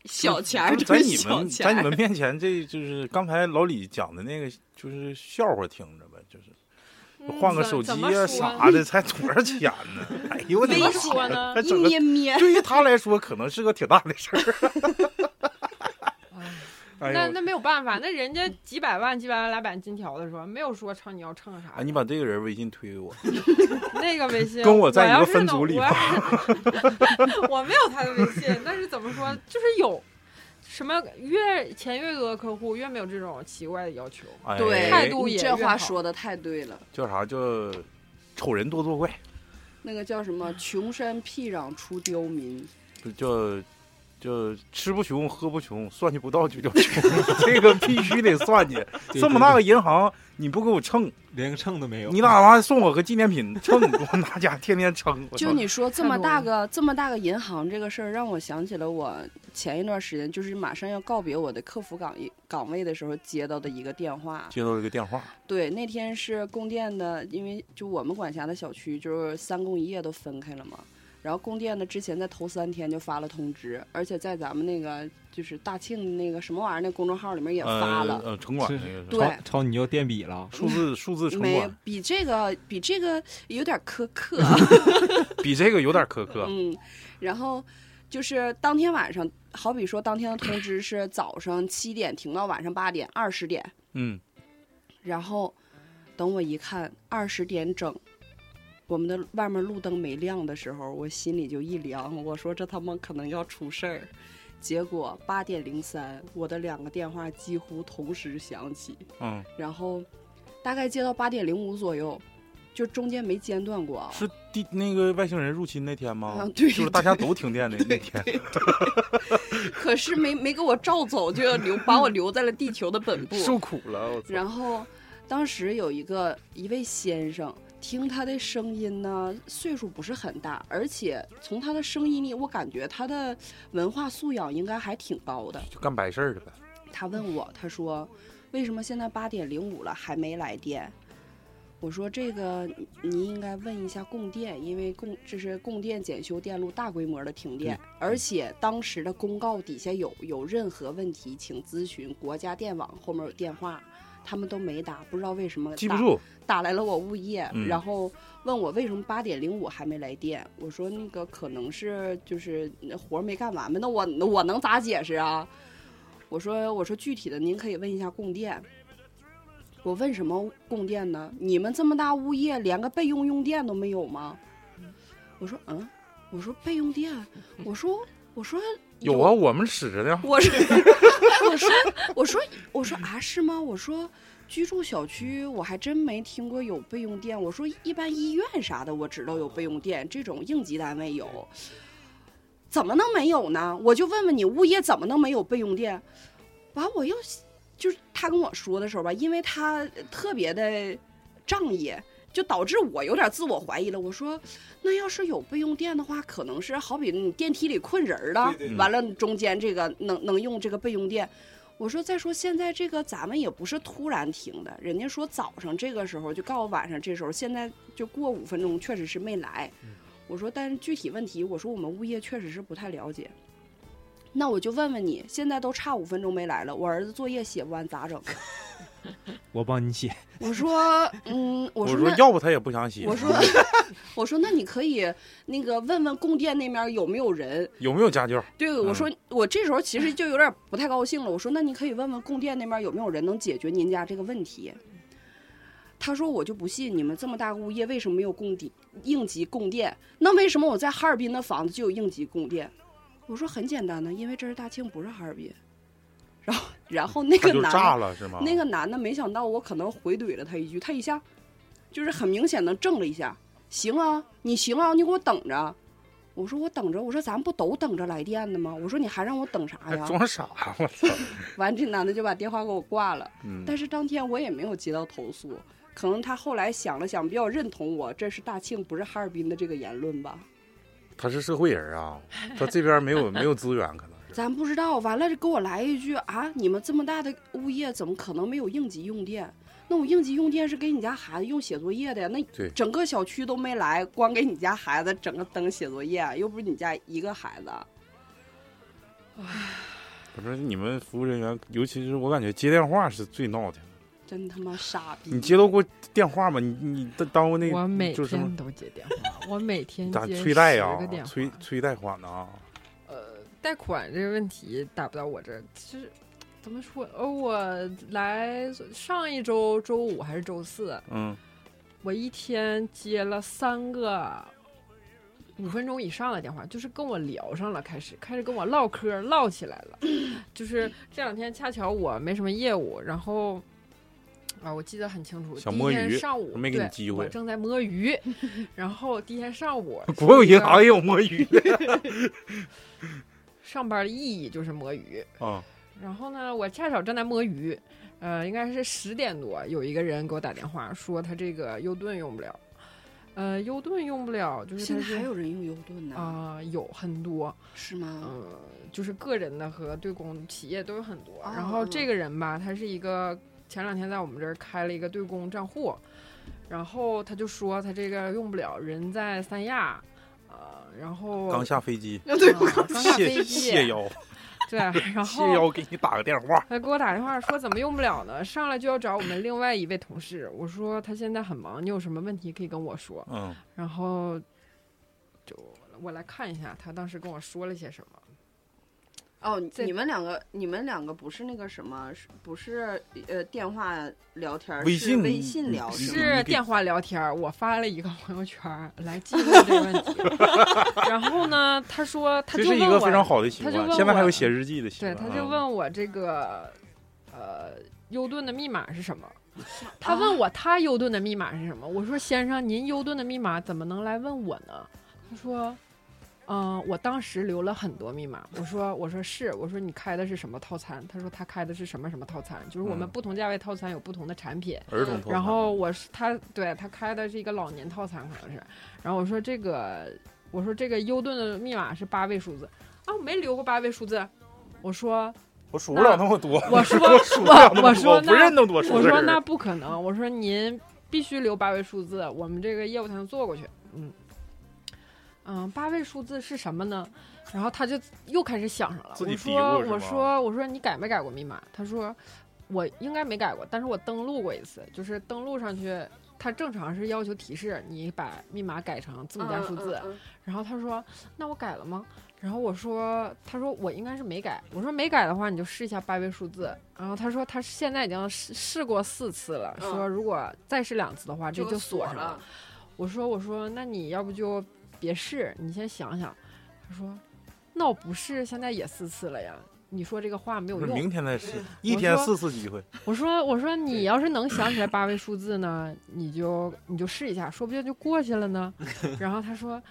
[SPEAKER 7] 小钱儿
[SPEAKER 2] 就
[SPEAKER 7] 都
[SPEAKER 2] 在
[SPEAKER 7] 是
[SPEAKER 2] 你
[SPEAKER 7] 小
[SPEAKER 2] 们
[SPEAKER 7] 钱
[SPEAKER 2] 在你
[SPEAKER 7] 儿。
[SPEAKER 2] 们面前，这就是刚才老李讲的那个，就是笑话听着呗，就是换个手机呀、
[SPEAKER 5] 啊
[SPEAKER 2] 啥的，才多少钱呢？哎呦我的
[SPEAKER 5] 怎
[SPEAKER 2] 妈
[SPEAKER 5] 么！说呢
[SPEAKER 2] 还？
[SPEAKER 3] 一
[SPEAKER 2] 整个
[SPEAKER 3] 咩咩，
[SPEAKER 2] 对于他来说，可能是个挺大的事 儿。哎
[SPEAKER 5] 那
[SPEAKER 2] 呦，
[SPEAKER 5] 那没有办法，那人家几百万、几百万来买金条的时候，没有说称你要称啥
[SPEAKER 2] 哎，。你把这个人微信推给我，
[SPEAKER 5] 那个微信
[SPEAKER 2] 跟我在一个
[SPEAKER 5] 要是
[SPEAKER 2] 分
[SPEAKER 5] 能
[SPEAKER 2] 组里
[SPEAKER 5] 我要是 我没有他的微信， 但是怎么说，就是有什么越钱越多的客户，越没有这种奇怪的要求。
[SPEAKER 2] 哎、
[SPEAKER 3] 对，
[SPEAKER 5] 态度
[SPEAKER 3] 你
[SPEAKER 5] 也
[SPEAKER 3] 这
[SPEAKER 5] 越
[SPEAKER 3] 话
[SPEAKER 5] 好
[SPEAKER 3] 说的太对了。
[SPEAKER 2] 叫啥叫丑人多作怪，
[SPEAKER 3] 那个叫什么？穷山僻壤出刁民，
[SPEAKER 2] 就叫。叫吃不穷，喝不穷，算计不到就叫穷， 这个必须得算计。
[SPEAKER 4] 对
[SPEAKER 2] 这么
[SPEAKER 4] 对
[SPEAKER 2] 大
[SPEAKER 4] 对
[SPEAKER 2] 个银行，你不给我称，
[SPEAKER 4] 连个秤都没有，
[SPEAKER 2] 你哪怕送我个纪念品秤， 我拿家天天称。我
[SPEAKER 3] 就
[SPEAKER 2] 操
[SPEAKER 3] 你说这么
[SPEAKER 5] 太多
[SPEAKER 3] 大
[SPEAKER 5] 了
[SPEAKER 3] 个这么大个银行这个事儿，让我想起了我前一段时间就是马上要告别我的客服岗一岗位的时候接到的一个电话。
[SPEAKER 2] 接到一个电话，
[SPEAKER 3] 对，那天是供电的，因为就我们管辖的小区就是三供一业都分开了嘛，然后供电呢，之前在头三天就发了通知，而且在咱们那个就是大庆那个什么玩意儿那公众号里面也发了
[SPEAKER 2] 呃，呃，城管
[SPEAKER 4] 是
[SPEAKER 2] 那个是吧
[SPEAKER 3] 对
[SPEAKER 4] 超超你要垫笔了，
[SPEAKER 2] 数字数字城
[SPEAKER 3] 没
[SPEAKER 2] 管
[SPEAKER 3] 比这个比这个有点苛 刻，
[SPEAKER 2] 比这个有点苛刻，
[SPEAKER 3] 嗯，然后就是当天晚上，好比说当天的通知是早上七点停到晚上八点二十点，
[SPEAKER 2] 嗯，
[SPEAKER 3] 然后等我一看二十点整，我们的外面路灯没亮的时候，我心里就一凉，我说这他妈可能要出事儿。结果八点零三，我的两个电话几乎同时响起，
[SPEAKER 2] 嗯，
[SPEAKER 3] 然后大概接到八点零五左右，就中间没间断过啊。
[SPEAKER 2] 是地那个外星人入侵那天吗？
[SPEAKER 3] 啊对
[SPEAKER 2] 就是大家都停 电的那天，
[SPEAKER 3] 可是没没给我照走，就要留把我留在了地球的本部。
[SPEAKER 2] 受苦了，我操！
[SPEAKER 3] 然后，当时有一个一位先生，听他的声音呢，岁数不是很大，而且从他的声音里，我感觉他的文化素养应该还挺高的。
[SPEAKER 2] 就干白事儿了呗，
[SPEAKER 3] 他问我，他说：“为什么现在八点零五了还没来电？”我说：“这个你你应该问一下供电，因为供这是供电检修电路大规模的停电，而且当时的公告底下有有任何问题，请咨询国家电网，后面有电话。”他们都没打，不知道为什么
[SPEAKER 2] 记不
[SPEAKER 3] 打
[SPEAKER 2] 住，
[SPEAKER 3] 打来了我物业，
[SPEAKER 2] 嗯
[SPEAKER 3] 然后问我为什么八点零五还没来电。我说那个可能是就是呃活儿没干完吧，那我我能咋解释啊？我说我说具体的您可以问一下供电。我问什么供电呢？你们这么大物业连个备用用电都没有吗？我说嗯，我说备用电，我说我说
[SPEAKER 2] 有啊，我们使着呢，
[SPEAKER 3] 我说，我说，我说，我说啊，是吗？我说，居住小区我还真没听过有备用电。我说，一般医院啥的我知道有备用电，这种应急单位有，怎么能没有呢？我就问问你，物业怎么能没有备用电？完，我又就是他跟我说的时候吧，因为他特别的仗义。就导致我有点自我怀疑了。我说，那要是有备用电的话，可能是好比你电梯里困人儿了，
[SPEAKER 4] 对
[SPEAKER 2] 对
[SPEAKER 3] 完了中间这个能能用这个备用电。我说，再说现在这个咱们也不是突然停的，人家说早上这个时候就告诉晚上这时候，现在就过五分钟确实是没来。
[SPEAKER 2] 嗯
[SPEAKER 3] 我说，但是具体问题，我说我们物业确实是不太了解。那我就问问你，现在都差五分钟没来了，我儿子作业写不完咋整？啊
[SPEAKER 4] 我帮你写，
[SPEAKER 3] 我说，嗯，我
[SPEAKER 2] 我
[SPEAKER 3] 说
[SPEAKER 2] 说
[SPEAKER 3] 那
[SPEAKER 2] 要不他也不想写，
[SPEAKER 3] 我说 我说那你可以那个问问供电那边有没有人？
[SPEAKER 2] 有没有家教？
[SPEAKER 3] 对，我
[SPEAKER 2] 嗯
[SPEAKER 3] 说我这时候其实就有点不太高兴了。我说那你可以问问供电那边有没有人能解决您家这个问题。他说我就不信你们这么大个物业为什么没有供电应急供电？那为什么我在哈尔滨的房子就有应急供电？我说很简单呢，因为这是大庆，不是哈尔滨。然后然后那
[SPEAKER 2] 他
[SPEAKER 3] 个
[SPEAKER 2] 就
[SPEAKER 3] 男的
[SPEAKER 2] 炸了是吗？
[SPEAKER 3] 那个男的没想到我可能回怼了他一句，他一下就是很明显的怔了一下。行啊，你行啊，你给我等着。我说我等着，我说咱不都等着来电呢吗？我说你还让我等啥
[SPEAKER 2] 还
[SPEAKER 3] 呀？
[SPEAKER 2] 哎装 傻，我操！
[SPEAKER 3] 完，这男的就把电话给我挂了。
[SPEAKER 2] 嗯，
[SPEAKER 3] 但是当天我也没有接到投诉，可能他后来想了想，比较认同我这是大庆不是哈尔滨的这个言论吧。
[SPEAKER 2] 他是社会人啊，他这边没有没有资源，可能是。
[SPEAKER 3] 咱不知道，完了就给我来一句啊！你们这么大的物业，怎么可能没有应急用电？那我应急用电是给你家孩子用写作业的呀，那
[SPEAKER 2] 对
[SPEAKER 3] 整个小区都没来，光给你家孩子整个灯写作业，又不是你家一个孩子。
[SPEAKER 2] 反正你们服务人员，尤其是我感觉接电话是最闹的。
[SPEAKER 3] 真他妈傻逼！
[SPEAKER 2] 你接到过电话吗？你你当当过那个
[SPEAKER 5] 我每
[SPEAKER 2] 就是什么
[SPEAKER 5] 天都接电话，我每天
[SPEAKER 2] 咱
[SPEAKER 5] 接
[SPEAKER 2] 催贷
[SPEAKER 5] 十
[SPEAKER 2] 呀、
[SPEAKER 5] 个电话
[SPEAKER 2] 催催贷款呐、啊
[SPEAKER 5] 呃，贷款这个问题打不到我这儿，其实怎么说？呃，我来上一周周五还是周四，
[SPEAKER 2] 嗯，
[SPEAKER 5] 我一天接了三个五分钟以上的电话，就是跟我聊上了，开始开始跟我唠嗑唠起来了。就是这两天恰巧我没什么业务，然后。啊，我记得很清楚。
[SPEAKER 2] 想
[SPEAKER 5] 第一
[SPEAKER 2] 摸
[SPEAKER 5] 天
[SPEAKER 2] 鱼
[SPEAKER 5] 上午
[SPEAKER 2] 没给你
[SPEAKER 5] 对
[SPEAKER 2] 机
[SPEAKER 5] 我
[SPEAKER 2] 会
[SPEAKER 5] 正在摸 鱼，然后第一天上午，
[SPEAKER 2] 国有银行也有摸鱼的
[SPEAKER 5] 上班的意义就是摸鱼。
[SPEAKER 2] 啊。
[SPEAKER 5] 然后呢，我恰巧正在摸鱼，呃，应该是十点多，有一个人给我打电话说他这个优盾用不了，呃，优盾用不了，就是
[SPEAKER 3] 现在
[SPEAKER 5] 他是
[SPEAKER 3] 还有人用油盾呢？嗯
[SPEAKER 5] 啊、有很多，
[SPEAKER 3] 是吗？
[SPEAKER 5] 呃，就是个人的和对公企业都有很多。
[SPEAKER 3] 哦
[SPEAKER 5] 然后这个人吧，他是一个前两天在我们这儿开了一个对公账户，然后他就说他这个用不了，人在三亚，呃，然后
[SPEAKER 2] 刚下飞机，
[SPEAKER 5] 啊
[SPEAKER 3] 对，
[SPEAKER 5] 刚下
[SPEAKER 2] 谢
[SPEAKER 5] 飞机，
[SPEAKER 2] 谢邀，
[SPEAKER 5] 对，然
[SPEAKER 2] 谢
[SPEAKER 5] 后
[SPEAKER 2] 邀给你打个电话。
[SPEAKER 5] 他给我打电话说怎么用不了呢？上来就要找我们另外一位同事。我说他现在很忙，你有什么问题可以跟我说。
[SPEAKER 2] 嗯，
[SPEAKER 5] 然后就我来看一下他当时跟我说了些什么。
[SPEAKER 3] 哦，
[SPEAKER 5] 这
[SPEAKER 3] 你们两个，你们两个不是那个什么，是不是呃电话聊天儿，
[SPEAKER 2] 微
[SPEAKER 3] 是
[SPEAKER 2] 信
[SPEAKER 3] 微信聊
[SPEAKER 2] 嗯
[SPEAKER 3] 是吗？
[SPEAKER 2] 你
[SPEAKER 5] 是
[SPEAKER 2] 给
[SPEAKER 5] 电话聊天儿，我发了一个朋友圈儿来记录这个问题。 然后呢，他说他
[SPEAKER 2] 这
[SPEAKER 5] 就问
[SPEAKER 2] 是
[SPEAKER 5] 我，
[SPEAKER 2] 一个非常好的习
[SPEAKER 5] 他就
[SPEAKER 2] 惯，
[SPEAKER 5] 问
[SPEAKER 2] 现在还
[SPEAKER 5] 我
[SPEAKER 2] 有写日记的习
[SPEAKER 5] 对，
[SPEAKER 2] 惯。
[SPEAKER 5] 他就
[SPEAKER 2] 嗯
[SPEAKER 5] 问我这个呃优盾的密码是什么。他问我他优盾的密码是什么，我说先生，您优盾的密码怎么能来问我呢？他说，嗯、我当时留了很多密码。我说，我说是，我说你开的是什么套餐？他说他开的是什么什么套餐，就是我们
[SPEAKER 2] 嗯
[SPEAKER 5] 不同价位套餐有不同的产品。
[SPEAKER 2] 儿童套餐，
[SPEAKER 5] 然后我是他对他开的是一个老年套餐，可能是。然后我说这个，我说这个优盾的密码是八位数字啊，我没留过八位数字。我说，
[SPEAKER 2] 我数不了
[SPEAKER 5] 那
[SPEAKER 2] 那么多，
[SPEAKER 5] 我说，
[SPEAKER 2] 数不了那么多，
[SPEAKER 5] 我说
[SPEAKER 2] 不认
[SPEAKER 5] 那，
[SPEAKER 2] 那么多数字儿。
[SPEAKER 5] 我说那不可能，我说您必须留八位数字，我们这个业务才能做过去。嗯嗯，八位数字是什么呢？然后他就又开始想上了。
[SPEAKER 2] 自
[SPEAKER 5] 我
[SPEAKER 2] 己嘀
[SPEAKER 5] 说
[SPEAKER 2] 咕是
[SPEAKER 5] 我
[SPEAKER 2] 吗
[SPEAKER 5] 说我说你改没改过密码？他说我应该没改过，但是我登录过一次，就是登录上去，它正常是要求提示你把密码改成字母加数字。
[SPEAKER 3] 嗯，嗯
[SPEAKER 5] 然后他说那我改了吗？然后我说他说我应该是没改，我说没改的话你就试一下八位数字。然后他说他现在已经试试过四次了，
[SPEAKER 3] 嗯
[SPEAKER 5] 说如果再试两次的话
[SPEAKER 3] 嗯
[SPEAKER 5] 这就
[SPEAKER 3] 锁
[SPEAKER 5] 锁上了
[SPEAKER 3] 了。。
[SPEAKER 5] 我说我说那你要不就别试，你先想想。他说那我不试，现在也四次了呀。你说这个话没有
[SPEAKER 2] 不是
[SPEAKER 5] 用
[SPEAKER 2] 明。天再试，一天四次机会。
[SPEAKER 5] 我说我说你要是能想起来八位数字呢，你就你就试一下，说不定就过去了呢。然后他说，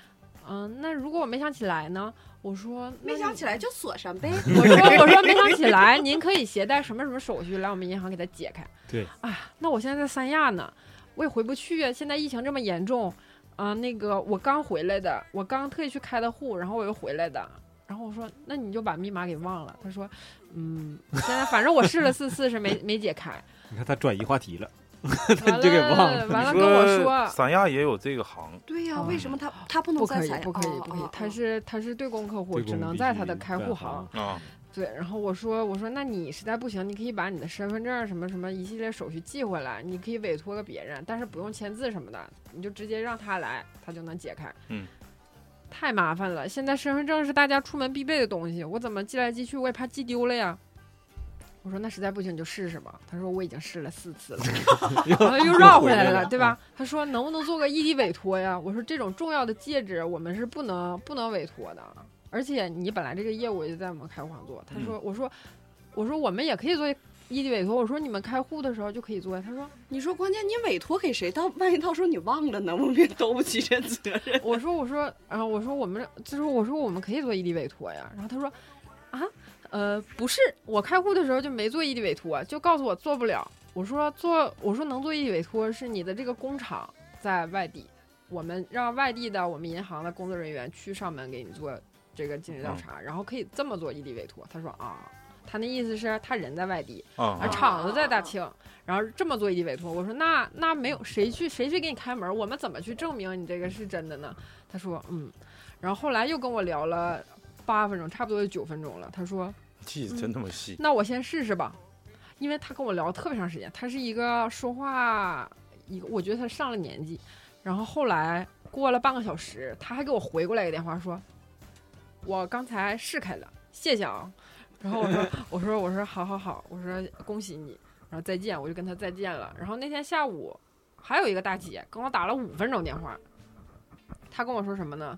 [SPEAKER 5] 嗯、那如果我没想起来呢？我说
[SPEAKER 3] 没想起
[SPEAKER 5] 来。
[SPEAKER 3] 来就锁上呗。
[SPEAKER 5] 我说我说没想起 来，您可以携带什么什么手续来我们银行给它解开。
[SPEAKER 4] 对
[SPEAKER 5] 啊，那我现在在三亚呢，我也回不去啊，现在疫情这么严重啊、那个我刚回来的，我刚特意去开的户，然后我又回来的。然后我说，那你就把密码给忘了。他说，嗯，现在反正我试了四次是没没解开，
[SPEAKER 4] 你看他转移话题了，
[SPEAKER 5] 完
[SPEAKER 4] 就给忘
[SPEAKER 5] 了
[SPEAKER 4] 了
[SPEAKER 5] 完了
[SPEAKER 2] 你
[SPEAKER 5] 跟我
[SPEAKER 2] 说，
[SPEAKER 5] 说
[SPEAKER 2] 三亚也有这个行，
[SPEAKER 3] 对呀，
[SPEAKER 5] 哦
[SPEAKER 3] 为什么他他啊不能
[SPEAKER 5] 不可
[SPEAKER 3] 再
[SPEAKER 5] 以
[SPEAKER 3] 采？
[SPEAKER 5] 不可以不可以
[SPEAKER 3] 哦，
[SPEAKER 5] 他是他是对公客户，
[SPEAKER 4] 对
[SPEAKER 5] 只
[SPEAKER 4] 公
[SPEAKER 5] 能
[SPEAKER 4] 必
[SPEAKER 5] 在
[SPEAKER 4] 须
[SPEAKER 5] 他的开
[SPEAKER 4] 在
[SPEAKER 5] 户
[SPEAKER 4] 行
[SPEAKER 5] 行。
[SPEAKER 2] 啊，
[SPEAKER 5] 对，然后我说我说那你实在不行，你可以把你的身份证儿什么什么一系列手续寄回来，你可以委托个别人，但是不用签字什么的，你就直接让他来，他就能解开。
[SPEAKER 2] 嗯，
[SPEAKER 5] 太麻烦了，现在身份证是大家出门必备的东西，我怎么寄来寄去，我也怕寄丢了呀。我说那实在不行你就试试吧。他说我已经试了四次了，然后又绕回来了，嗯对吧？他说能不能做个异地委托呀？我说这种重要的戒指我们是不能不能委托的，啊而且你本来这个业务就在我们开户上做。他说、我说我说我们也可以做异地委托，我说你们开户的时候就可以做呀。他说
[SPEAKER 3] 你说关键你委托给谁？到万一到时候你忘了呢，我们也兜不起这责任。
[SPEAKER 5] 我说我说，然后我说我们就是我说我们可以做异地委托呀。然后他说啊，呃，不是，我开户的时候就没做异地委托，就告诉我做不了。我说做，我说能做异地委托是你的这个工厂在外地，我们让外地的我们银行的工作人员去上门给你做这个尽职调查，然后可以这么做异地委托。他说啊，他那意思是他人在外地，
[SPEAKER 2] 啊
[SPEAKER 5] 啊，
[SPEAKER 2] 啊，
[SPEAKER 5] 厂子在大庆，然后这么做异地委托。我说那那没有谁去谁去给你开门，我们怎么去证明你这个是真的呢？他说嗯，然后后来又跟我聊了八分钟，差不多有九分钟了。他说
[SPEAKER 2] 记得真他妈细，
[SPEAKER 5] 那我先试试吧，因为他跟我聊了特别长时间，他是一个说话一个，我觉得他上了年纪。然后后来过了半个小时，他还给我回过来一个电话说，我刚才试开了，谢谢啊。然后我说我说我说好好好，我说恭喜你，然后再见，我就跟他再见了。然后那天下午还有一个大姐跟我打了五分钟电话，她跟我说什么呢？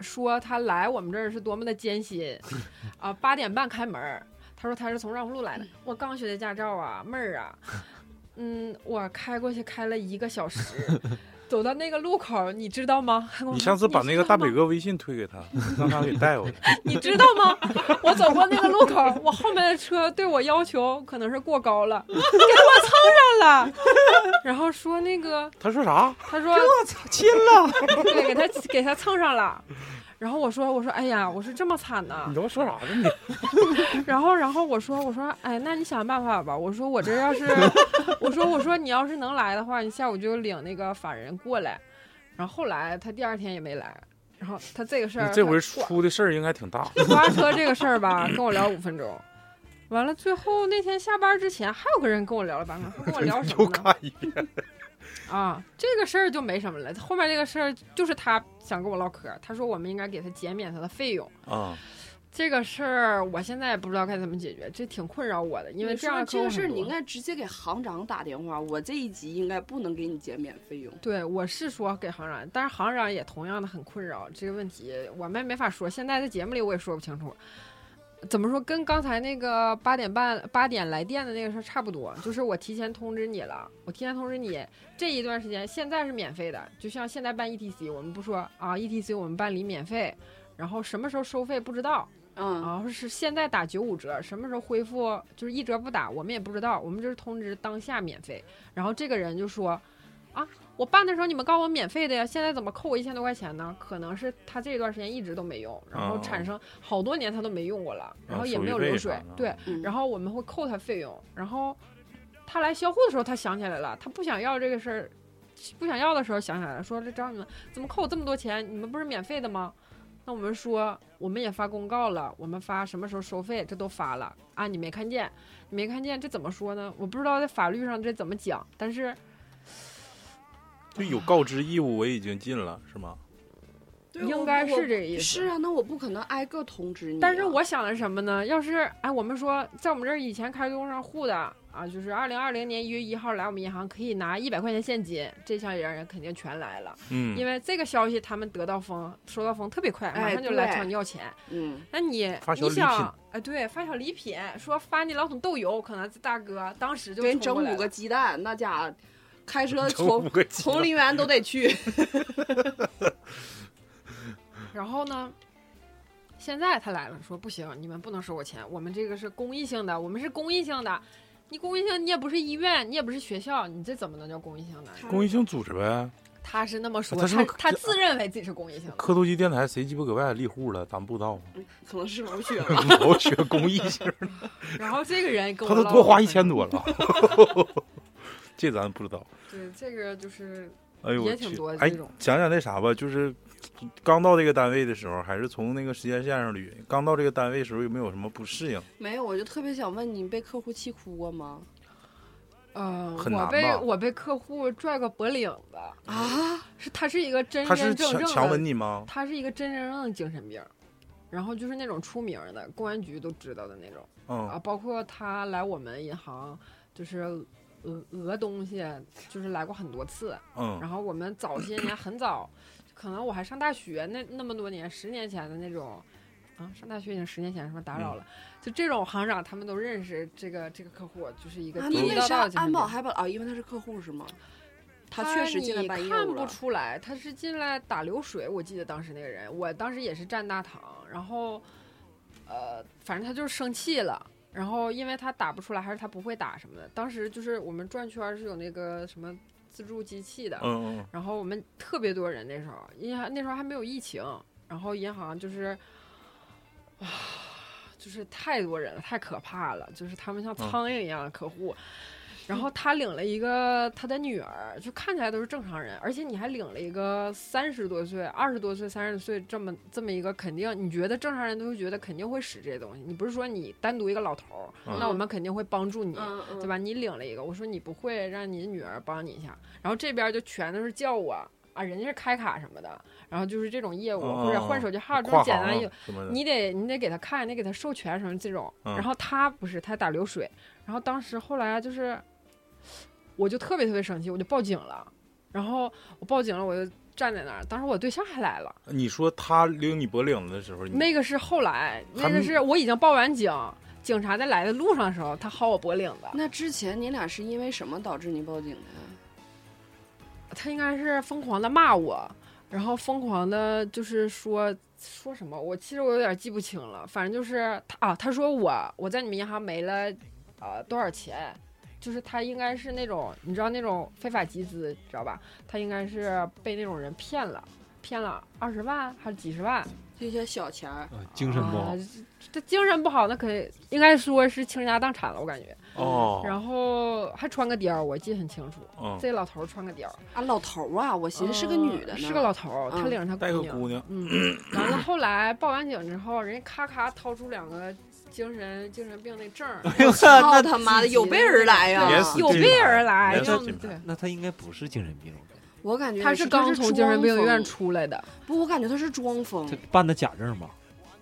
[SPEAKER 5] 说她来我们这儿是多么的艰辛， 啊，八点半开门儿。他说他是从绕口路来的，我刚学的驾照啊，妹 儿啊，嗯，我开过去开了一个小时，走到那个路口，你知道吗？ 还跟我
[SPEAKER 2] 你
[SPEAKER 5] 说
[SPEAKER 2] 下次把那个大
[SPEAKER 5] 知道
[SPEAKER 2] 北
[SPEAKER 5] 吗
[SPEAKER 2] 哥微信推给 他，让他给带回来。
[SPEAKER 5] 你知道吗？我走过那个路口，我后面的车对我要求可能是过高了，给我蹭上了，然后说那个，
[SPEAKER 2] 他说啥？
[SPEAKER 5] 他说
[SPEAKER 4] 亲了，
[SPEAKER 5] 对，给他给他蹭上了。然后我说，我说，哎呀，我说这么惨呢、
[SPEAKER 2] 你他妈说啥呢？你
[SPEAKER 5] 然后，然后我说，我说，哎，那你想办法吧。我说，我这要是， 我说，我说你要是能来的话，你下午就领那个法人过来。然后后来他第二天也没来，然后他这个事儿，
[SPEAKER 2] 这回
[SPEAKER 5] 啊他
[SPEAKER 2] 出的事儿应该挺 大。
[SPEAKER 5] 刮车这个事儿吧，跟我聊五分钟，完了最后那天下班之前还有个人跟我聊了半分钟，他跟我聊什 么
[SPEAKER 2] 又
[SPEAKER 5] 呢？
[SPEAKER 2] 看一遍，
[SPEAKER 5] 啊，这个事儿就没什么了。后面这个事儿就是他想跟我唠嗑，他说我们应该给他减免他的费用。
[SPEAKER 2] 啊，
[SPEAKER 5] 这个事儿我现在也不知道该怎么解决，这挺困扰我的，因为
[SPEAKER 3] 你
[SPEAKER 5] 这样
[SPEAKER 3] 说
[SPEAKER 5] 的
[SPEAKER 3] 这个
[SPEAKER 5] 客户
[SPEAKER 3] 事儿
[SPEAKER 5] 很
[SPEAKER 3] 你
[SPEAKER 5] 多
[SPEAKER 3] 应该直接给行长打电话，我这一集应该不能给你减免费用。
[SPEAKER 5] 对，我是说给行长，但是行长也同样的很困扰这个问题，我们没法说。现在在节目里我也说不清楚，怎么说跟刚才那个八点半八点来电的那个事儿差不多，就是我提前通知你了，我提前通知你这一段时间现在是免费的，就像现在办 ETC，我们不说啊 ETC 我们办理免费，然后什么时候收费不知道，
[SPEAKER 3] 嗯，
[SPEAKER 5] 啊，是现在打九五折，什么时候恢复就是一折不打，我们也不知道，我们就是通知当下免费。然后这个人就说，啊，我办的时候你们告诉我免费的呀，现在怎么扣我一千多块钱呢？可能是他这段时间一直都没用，然后
[SPEAKER 2] 哦
[SPEAKER 5] 产生好多年他都没用过了，然
[SPEAKER 2] 啊
[SPEAKER 5] 后也
[SPEAKER 2] 手
[SPEAKER 5] 没
[SPEAKER 2] 续
[SPEAKER 5] 有
[SPEAKER 2] 费
[SPEAKER 5] 流
[SPEAKER 2] 啥
[SPEAKER 5] 水
[SPEAKER 2] 的，
[SPEAKER 5] 对
[SPEAKER 2] 啊，
[SPEAKER 3] 嗯
[SPEAKER 5] 然后我们会扣他费用，然后他来销户的时候，他想起来了，他不想要这个事儿，不想要的时候想起来了，说这找你们怎么扣我这么多钱？你们不是免费的吗？那我们说我们也发公告了，我们发什么时候收费，这都发了啊，你没看见？你没看见？这怎么说呢？我不知道在法律上这怎么讲，但是
[SPEAKER 2] 就有告知义务，我已经尽了，是吗？
[SPEAKER 3] 对
[SPEAKER 5] 应该是。这个
[SPEAKER 3] 我
[SPEAKER 5] 意
[SPEAKER 3] 我
[SPEAKER 5] 思。
[SPEAKER 3] 是啊，那我不可能挨个通知你啊。
[SPEAKER 5] 但是我想的是什么呢？要是哎，我们说在我们这儿以前开工商户的啊，就是二零二零年一月一号来我们银行可以拿一百块钱现金，这项人肯定全来了，因
[SPEAKER 2] 嗯，
[SPEAKER 5] 为这个消息他们得到风收到风特别快，
[SPEAKER 3] 哎
[SPEAKER 5] 马上就来
[SPEAKER 3] 对
[SPEAKER 5] 找你要钱。
[SPEAKER 3] 嗯，
[SPEAKER 5] 那你
[SPEAKER 2] 发小
[SPEAKER 5] 你
[SPEAKER 2] 礼
[SPEAKER 5] 想哎，对，发小礼品，说发你老桶豆油，可能这大哥当时就
[SPEAKER 3] 给你
[SPEAKER 5] 冲
[SPEAKER 3] 整
[SPEAKER 5] 过来
[SPEAKER 3] 五个
[SPEAKER 5] 了
[SPEAKER 3] 鸡蛋，那家开 车
[SPEAKER 2] 整
[SPEAKER 3] 从
[SPEAKER 2] 五个鸡
[SPEAKER 3] 从
[SPEAKER 2] 蛋
[SPEAKER 3] 林园都得去。
[SPEAKER 5] 然后呢，现在他来了，说不行，你们不能收我钱，我们这个是公益性的，我们是公益性的。你公益性，你也不是医院，你也不是学校，你这怎么能叫公益性呢？
[SPEAKER 2] 公益性组织呗。
[SPEAKER 5] 他是那么说，
[SPEAKER 2] 啊他是
[SPEAKER 5] 他
[SPEAKER 2] 不是
[SPEAKER 5] 他自认为自己是公益性的。
[SPEAKER 2] 磕头机电台谁鸡巴搁外立户了？咱不知道 吗？
[SPEAKER 3] 可能是流血了。
[SPEAKER 2] 老学公益性，
[SPEAKER 5] 然后这个人跟
[SPEAKER 2] 他
[SPEAKER 5] 我
[SPEAKER 2] 都
[SPEAKER 5] 唠
[SPEAKER 2] 多花
[SPEAKER 5] 了
[SPEAKER 2] 一千多了， 这咱不知道。
[SPEAKER 5] 对，这个就是
[SPEAKER 2] 哎呦，
[SPEAKER 5] 也
[SPEAKER 2] 我
[SPEAKER 5] 挺
[SPEAKER 2] 去
[SPEAKER 5] 多的
[SPEAKER 2] 哎
[SPEAKER 5] 这种，
[SPEAKER 2] 讲讲那啥吧，就是刚到这个单位的时候，还是从那个时间线上捋。刚到这个单位的时候，有没有什么不适应？
[SPEAKER 3] 没有，我就特别想问你，被客户气哭过吗？
[SPEAKER 5] 呃，
[SPEAKER 2] 很
[SPEAKER 5] 我
[SPEAKER 2] 难
[SPEAKER 5] 被
[SPEAKER 2] 吧
[SPEAKER 5] 我被客户拽过脖领子，
[SPEAKER 3] 啊，
[SPEAKER 5] 是他是一个真
[SPEAKER 2] 他是
[SPEAKER 5] 真正
[SPEAKER 2] 强
[SPEAKER 5] 正
[SPEAKER 2] 强
[SPEAKER 5] 的
[SPEAKER 2] 吻你吗？
[SPEAKER 5] 他是一个真真正正的精神病儿，然后就是那种出名儿的，公安局都知道的那种啊，
[SPEAKER 2] 嗯，
[SPEAKER 5] 包括他来我们银行，就是讹讹东西，就是来过很多次。
[SPEAKER 2] 嗯
[SPEAKER 5] 然后我们早些年很早，可能我还上大学那那么多年，十年前的那种。啊，上大学已经十年前，什么打
[SPEAKER 2] 嗯
[SPEAKER 5] 扰了？就这种行长，他们都认识这个这个客户，就是一个
[SPEAKER 3] 啊，
[SPEAKER 5] 地
[SPEAKER 3] 那
[SPEAKER 5] 地
[SPEAKER 3] 为
[SPEAKER 5] 道道
[SPEAKER 3] 啥
[SPEAKER 5] 的精
[SPEAKER 3] 安
[SPEAKER 5] 神病
[SPEAKER 3] 保
[SPEAKER 5] 儿。
[SPEAKER 3] 还把啊？因为他是客户是吗？确实进来办
[SPEAKER 5] 你
[SPEAKER 3] 业
[SPEAKER 5] 看
[SPEAKER 3] 务
[SPEAKER 5] 不
[SPEAKER 3] 了。
[SPEAKER 5] 出来，他是进来打流水。我记得当时那个人，我当时也是站大堂，然后，呃，反正他就是生气了。然后因为他打不出来，还是他不会打什么的。当时就是我们转圈儿是有那个什么自助机器的，
[SPEAKER 2] 嗯
[SPEAKER 5] 然后我们特别多人那时候，银行那时候还没有疫情，然后银行就是，哇，就是太多人了，太可怕了，就是他们像苍蝇一样的客户。然后他领了一个他的女儿，就看起来都是正常人，而且你还领了一个三十多岁、二十多岁、三十岁这么这么一个，肯定你觉得正常人都会觉得肯定会使这些东西。你不是说你单独一个老头儿，
[SPEAKER 2] 嗯
[SPEAKER 5] 那我们肯定会帮助你，
[SPEAKER 3] 嗯嗯，
[SPEAKER 5] 对？吧？你领了一个，我说你不会，让你女儿帮你一下。然后这边就全都是叫我啊，人家是开卡什么的，然后就是这种业务、
[SPEAKER 2] 嗯
[SPEAKER 5] 或者
[SPEAKER 2] 嗯嗯
[SPEAKER 5] 换手机号
[SPEAKER 2] 嗯，
[SPEAKER 5] 这种
[SPEAKER 2] 跨
[SPEAKER 5] 简
[SPEAKER 2] 行
[SPEAKER 5] 单业
[SPEAKER 2] 啊
[SPEAKER 5] 务，
[SPEAKER 2] 什么的，
[SPEAKER 5] 你得你得给他看，你得给他授权什么这种。
[SPEAKER 2] 嗯
[SPEAKER 5] 然后他不是他打流水，然后当时后来啊就是，我就特别特别生气，我就报警了。然后我报警了，我就站在那儿。当时我对象还来了，
[SPEAKER 2] 你说他拎你脖领子的时候，你
[SPEAKER 5] 那个是后来，那
[SPEAKER 2] 还
[SPEAKER 5] 个
[SPEAKER 2] 没
[SPEAKER 5] 是我已经报完警，警察在来的路上的时候，他薅我脖领子。
[SPEAKER 3] 那之前你俩是因为什么导致你报警的？
[SPEAKER 5] 他应该是疯狂的骂我，然后疯狂的就是说说什么，我其实我有点记不清了，反正就是他啊，他说我我在你们银行没了呃多少钱。就是他应该是那种，你知道那种非法集资，知道吧？他应该是被那种人骗了，骗了二十万还是几十万，
[SPEAKER 3] 这些小钱儿，
[SPEAKER 4] 啊精神不好
[SPEAKER 5] 啊，这精神不好，那可以应该说是倾家荡产了，我感觉。
[SPEAKER 2] 哦，
[SPEAKER 5] 然后还穿个貂儿，我记得很清
[SPEAKER 4] 哦
[SPEAKER 5] 楚。
[SPEAKER 2] 嗯，
[SPEAKER 5] 这老头儿穿个貂儿，
[SPEAKER 3] 啊，老头儿啊，我寻思是个
[SPEAKER 5] 嗯
[SPEAKER 3] 女的呢，
[SPEAKER 5] 是个老头儿，他
[SPEAKER 3] 嗯
[SPEAKER 5] 领着他
[SPEAKER 2] 带个
[SPEAKER 5] 姑娘。
[SPEAKER 2] 姑娘，
[SPEAKER 5] 嗯，完了后来报完警之后，人家咔咔掏出两个精神精神病那 证儿，
[SPEAKER 4] 哎呦
[SPEAKER 3] 操
[SPEAKER 4] 那
[SPEAKER 3] 他妈的，有备而来呀、
[SPEAKER 2] 连死
[SPEAKER 5] 有
[SPEAKER 2] 金
[SPEAKER 5] 备
[SPEAKER 2] 牌
[SPEAKER 5] 而来，
[SPEAKER 2] 连
[SPEAKER 5] 要
[SPEAKER 2] 死
[SPEAKER 5] 么
[SPEAKER 2] 金牌
[SPEAKER 5] 对。
[SPEAKER 4] 那他应该不是精神病，
[SPEAKER 3] 我感觉
[SPEAKER 5] 他
[SPEAKER 3] 是
[SPEAKER 5] 是刚从精神病院
[SPEAKER 3] 装疯，
[SPEAKER 5] 出来的，
[SPEAKER 3] 不，我感觉他是装疯
[SPEAKER 4] 他，办的假证吧？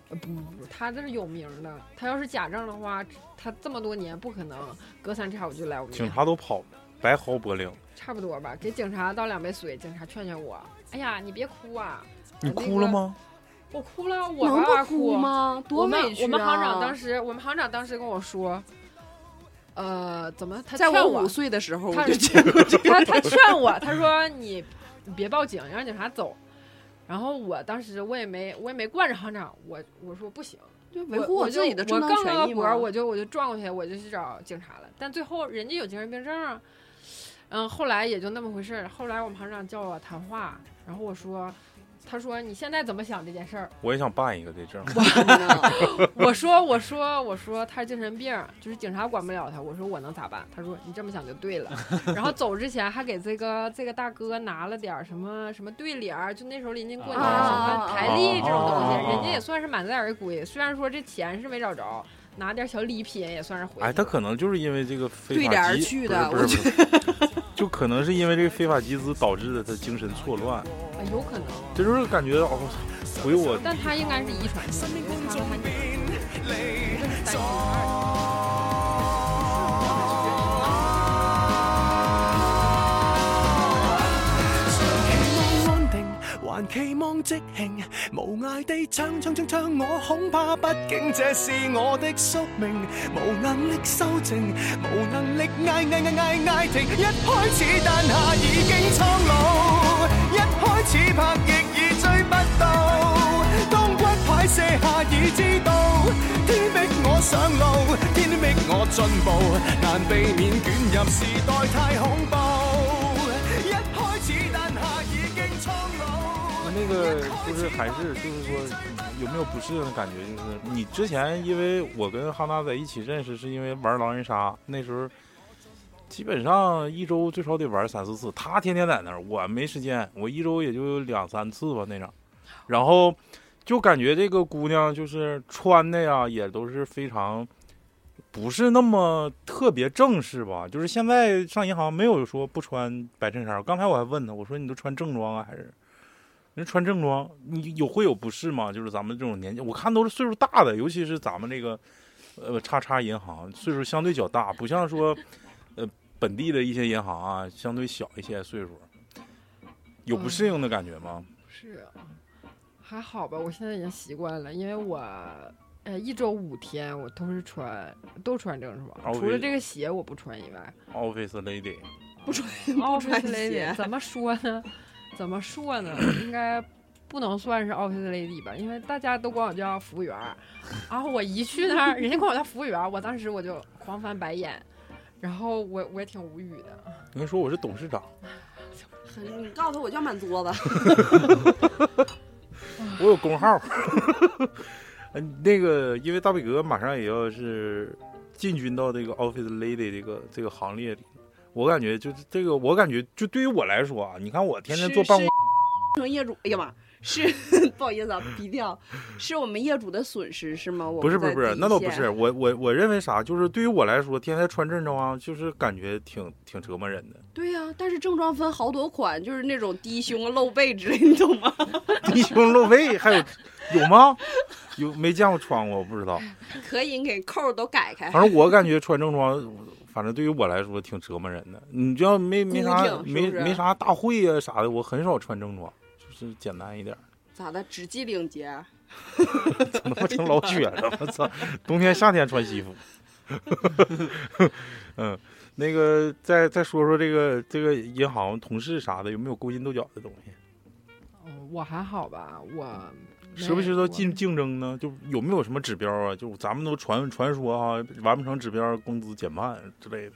[SPEAKER 5] 呃不不不，他这是有名儿的。他要是假证的话，他这么多年不可能隔三差五就来我们
[SPEAKER 2] 警
[SPEAKER 5] 家，
[SPEAKER 2] 察都跑了，白毫脖领，
[SPEAKER 5] 差不多吧。给警察倒两杯水，警察劝劝我。哎呀，你别哭啊！
[SPEAKER 2] 你
[SPEAKER 5] 呃那
[SPEAKER 2] 哭了
[SPEAKER 5] 个
[SPEAKER 2] 吗？
[SPEAKER 5] 我哭了，我
[SPEAKER 3] 能
[SPEAKER 5] 哇
[SPEAKER 3] 不
[SPEAKER 5] 哇哭？
[SPEAKER 3] 吗？多
[SPEAKER 5] 我们
[SPEAKER 3] 委屈啊！
[SPEAKER 5] 我们行长当时，我们行长当时跟我说，呃，怎么他
[SPEAKER 3] 在
[SPEAKER 5] 劝
[SPEAKER 3] 我
[SPEAKER 5] 我
[SPEAKER 3] 五岁的时候，
[SPEAKER 5] 他
[SPEAKER 3] 我就见过这
[SPEAKER 5] 他
[SPEAKER 3] 个。
[SPEAKER 5] 他劝我，他说你你别报警，让警察走。然后我当时我也没我也没惯着行长，我我说不行，
[SPEAKER 3] 就维
[SPEAKER 5] 我
[SPEAKER 3] 护
[SPEAKER 5] 我
[SPEAKER 3] 自己的
[SPEAKER 5] 就我
[SPEAKER 3] 正
[SPEAKER 5] 刚
[SPEAKER 3] 当权
[SPEAKER 5] 刚
[SPEAKER 3] 益
[SPEAKER 5] 脖儿
[SPEAKER 3] 嘛。
[SPEAKER 5] 我就我就转过去，我就去找警察了。但最后人家有精神病证啊，嗯，后来也就那么回事儿。后来我们行长叫我谈话，然后我说。他说：“你现在怎么想这件事儿
[SPEAKER 2] 我也想办一个这证，
[SPEAKER 3] 真的？”
[SPEAKER 5] 我说：“我说我说他精神病，就是警察管不了他。”我说：“我能咋办？”他说：“你这么想就对了。”然后走之前还给这个这个大哥拿了点儿什么什么对联儿，就那时候临近过年
[SPEAKER 3] 啊
[SPEAKER 5] 什么台历这种东
[SPEAKER 2] 啊啊
[SPEAKER 5] 西，
[SPEAKER 2] 啊
[SPEAKER 5] 人家也算是满载而归。虽然说这钱是没找着，拿点小礼品也算是回去了。
[SPEAKER 2] 哎，他可能就是因为这个非
[SPEAKER 3] 对联
[SPEAKER 2] 法
[SPEAKER 3] 儿
[SPEAKER 2] 集
[SPEAKER 3] 去
[SPEAKER 2] 不
[SPEAKER 3] 的
[SPEAKER 2] 是不是不是就可能是因为这个非法集资导致了他精神错乱，
[SPEAKER 5] 哎有可能，
[SPEAKER 2] 这就是感觉哦，回我
[SPEAKER 5] 但他应该是遗传性的，因为他和他女儿这是单亲二
[SPEAKER 8] 安定，還期望即興，無涯地唱唱唱唱，我恐怕畢竟這是我的宿命，無能力修正，無能力嗌嗌嗌嗌嗌停，一開始誕下已經蒼老，一開始拍翼已追不到，當骨牌卸下已知道，天逼我上路，天逼我進步，難避免捲入時代太恐怖。一開始但下已經蒼老。
[SPEAKER 2] 那个就是还是就是说有没有不适应的感觉？就是你之前因为我跟哈娜在一起认识，是因为玩狼人杀，那时候基本上一周最少得玩三四次，他天天在那儿，我没时间，我一周也就两三次吧那场，然后就感觉这个姑娘就是穿的呀，也都是非常。不是那么特别正式吧？就是现在上银行没有说不穿白衬衫。刚才我还问他，我说你都穿正装啊，还是人穿正装，你有会有不适吗？就是咱们这种年纪，我看都是岁数大的，尤其是咱们这个，呃，叉叉银行岁数相对较大，不像说，呃，本地的一些银行啊，相对小一些岁数，有不适应的感觉吗？
[SPEAKER 5] 是啊，还好吧，我现在已经习惯了，因为我呃一周五天我都是穿都穿正
[SPEAKER 2] 哦
[SPEAKER 5] 装，除了这个鞋我不穿以外。
[SPEAKER 2] Office lady，
[SPEAKER 5] 奥菲
[SPEAKER 3] 穿
[SPEAKER 5] 斯雷
[SPEAKER 3] 鞋
[SPEAKER 5] 迪怎么说呢？怎么说呢？应该不能算是奥菲斯雷迪吧，因为大家都管我叫服务员儿。然后我一去那儿，人家管我叫服务员儿，我当时我就狂翻白眼，然后我我也挺无语的。
[SPEAKER 2] 你还说我是董事长，
[SPEAKER 3] 很你告诉他我叫满桌子，
[SPEAKER 2] 我有工号。 嗯，那个，因为大北哥马上也要是进军到这个 Office Lady 这个这个行列里，我感觉就是这个，我感觉就对于我来说啊，你看我天天坐办公，
[SPEAKER 3] 成业主，哎呀妈，是 不好意思啊，低调，是我们业主的损失是吗？我
[SPEAKER 2] 不是
[SPEAKER 3] 们
[SPEAKER 2] 不是不是，
[SPEAKER 3] 在第一
[SPEAKER 2] 那倒不
[SPEAKER 3] 线
[SPEAKER 2] 是，，我我我认为啥，就是对于我来说，天天穿正装啊，就是感觉挺挺折磨人的。
[SPEAKER 3] 对呀、但是正装分好多款，就是那种低胸露背之类，你懂吗？
[SPEAKER 2] 低胸露背还有有吗？有没见过穿过，我不知道。
[SPEAKER 3] 可以，你给扣儿都改开。
[SPEAKER 2] 反正我感觉穿正装，反正对于我来说挺折磨人的。你就要没没啥
[SPEAKER 3] 固定是
[SPEAKER 2] 没
[SPEAKER 3] 不是啊
[SPEAKER 2] 没啥大会呀、啥的，我很少穿正装，就是简单一点儿。
[SPEAKER 3] 咋的？只系领结？
[SPEAKER 2] 怎么他妈成老雪了？我 操！冬天夏天穿西服。 嗯，那个再再说说这个这个银行同事啥的，有没有勾心斗角的东西？
[SPEAKER 5] 嗯，我还好吧，我
[SPEAKER 2] 时不时
[SPEAKER 3] 啊
[SPEAKER 2] 都竞
[SPEAKER 5] 进。
[SPEAKER 2] 竞争呢？就有没有什么指标啊？就咱们都传传说啊，完不成指标，工资减半之类的。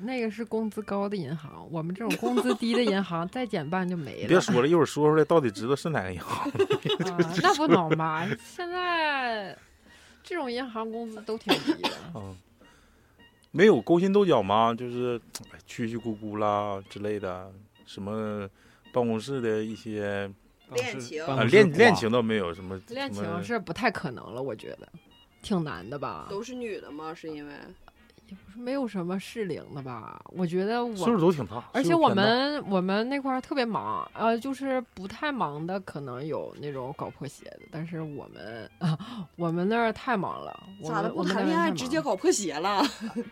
[SPEAKER 5] 那个是工资高的银行，我们这种工资低的银行再减半就没
[SPEAKER 2] 你
[SPEAKER 5] 了。
[SPEAKER 2] 别说了，一会儿说出来到底知道是哪个银行。
[SPEAKER 5] 啊，那不能吧？现在这种银行工资都挺低的。
[SPEAKER 2] 嗯，没有勾心斗角吗？就是哎曲曲咕咕啦之类的，什么办公室的一些
[SPEAKER 3] 恋情
[SPEAKER 2] 啊恋恋情倒没有什么
[SPEAKER 5] 恋
[SPEAKER 2] 什么
[SPEAKER 5] 情是不太可能了，我觉得挺难的吧，
[SPEAKER 3] 都是女的吗？是因为
[SPEAKER 5] 也不是没有什么适龄的吧。我觉得我
[SPEAKER 2] 岁数都挺大，
[SPEAKER 5] 而且
[SPEAKER 2] 岁数
[SPEAKER 5] 我
[SPEAKER 2] 偏大
[SPEAKER 5] 们我们那块儿特别忙，呃，就是不太忙的可能有那种搞破鞋的，但是我们、 啊、我们那儿太忙了，我
[SPEAKER 3] 咋的
[SPEAKER 5] 们
[SPEAKER 3] 不谈恋爱直接
[SPEAKER 5] 搞，
[SPEAKER 3] 搞破 鞋了？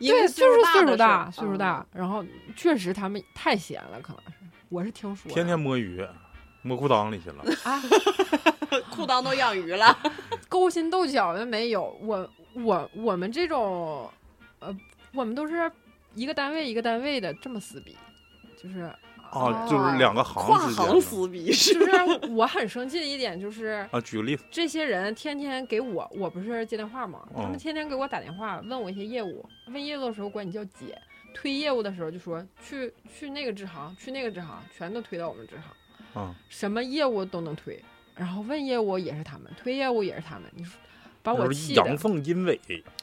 [SPEAKER 3] 因为
[SPEAKER 5] 对，就是
[SPEAKER 3] 岁
[SPEAKER 5] 岁数大，
[SPEAKER 3] 的事嗯
[SPEAKER 5] 岁数大，，然后确实他们太闲了，可能是我是听说的
[SPEAKER 2] 天天摸鱼，摸裤裆里去 了。
[SPEAKER 5] 啊
[SPEAKER 3] 嗯裤裆都养鱼了。
[SPEAKER 5] 勾心斗角的没有，我我我们这种呃，我们都是一个单位一个单位的这么撕逼，就是哦
[SPEAKER 2] 啊，就是两个行
[SPEAKER 3] 跨
[SPEAKER 2] 之间
[SPEAKER 3] 行
[SPEAKER 2] 的
[SPEAKER 3] 撕逼是
[SPEAKER 5] 就是我很生气的一点就是。
[SPEAKER 2] 啊。举个例子，
[SPEAKER 5] 这些人天天给我，我不是接电话吗？
[SPEAKER 2] 嗯
[SPEAKER 5] 他们天天给我打电话，问我一些业务，问业务的时候管你叫姐，推业务的时候就说去去那个支行，去那个支行，全都推到我们支行，
[SPEAKER 2] 啊，
[SPEAKER 5] 什么业务都能推，然后问业务也是他们，推业务也是他们，你说把我
[SPEAKER 2] 就是
[SPEAKER 5] 气的
[SPEAKER 2] 阳，奉阴违，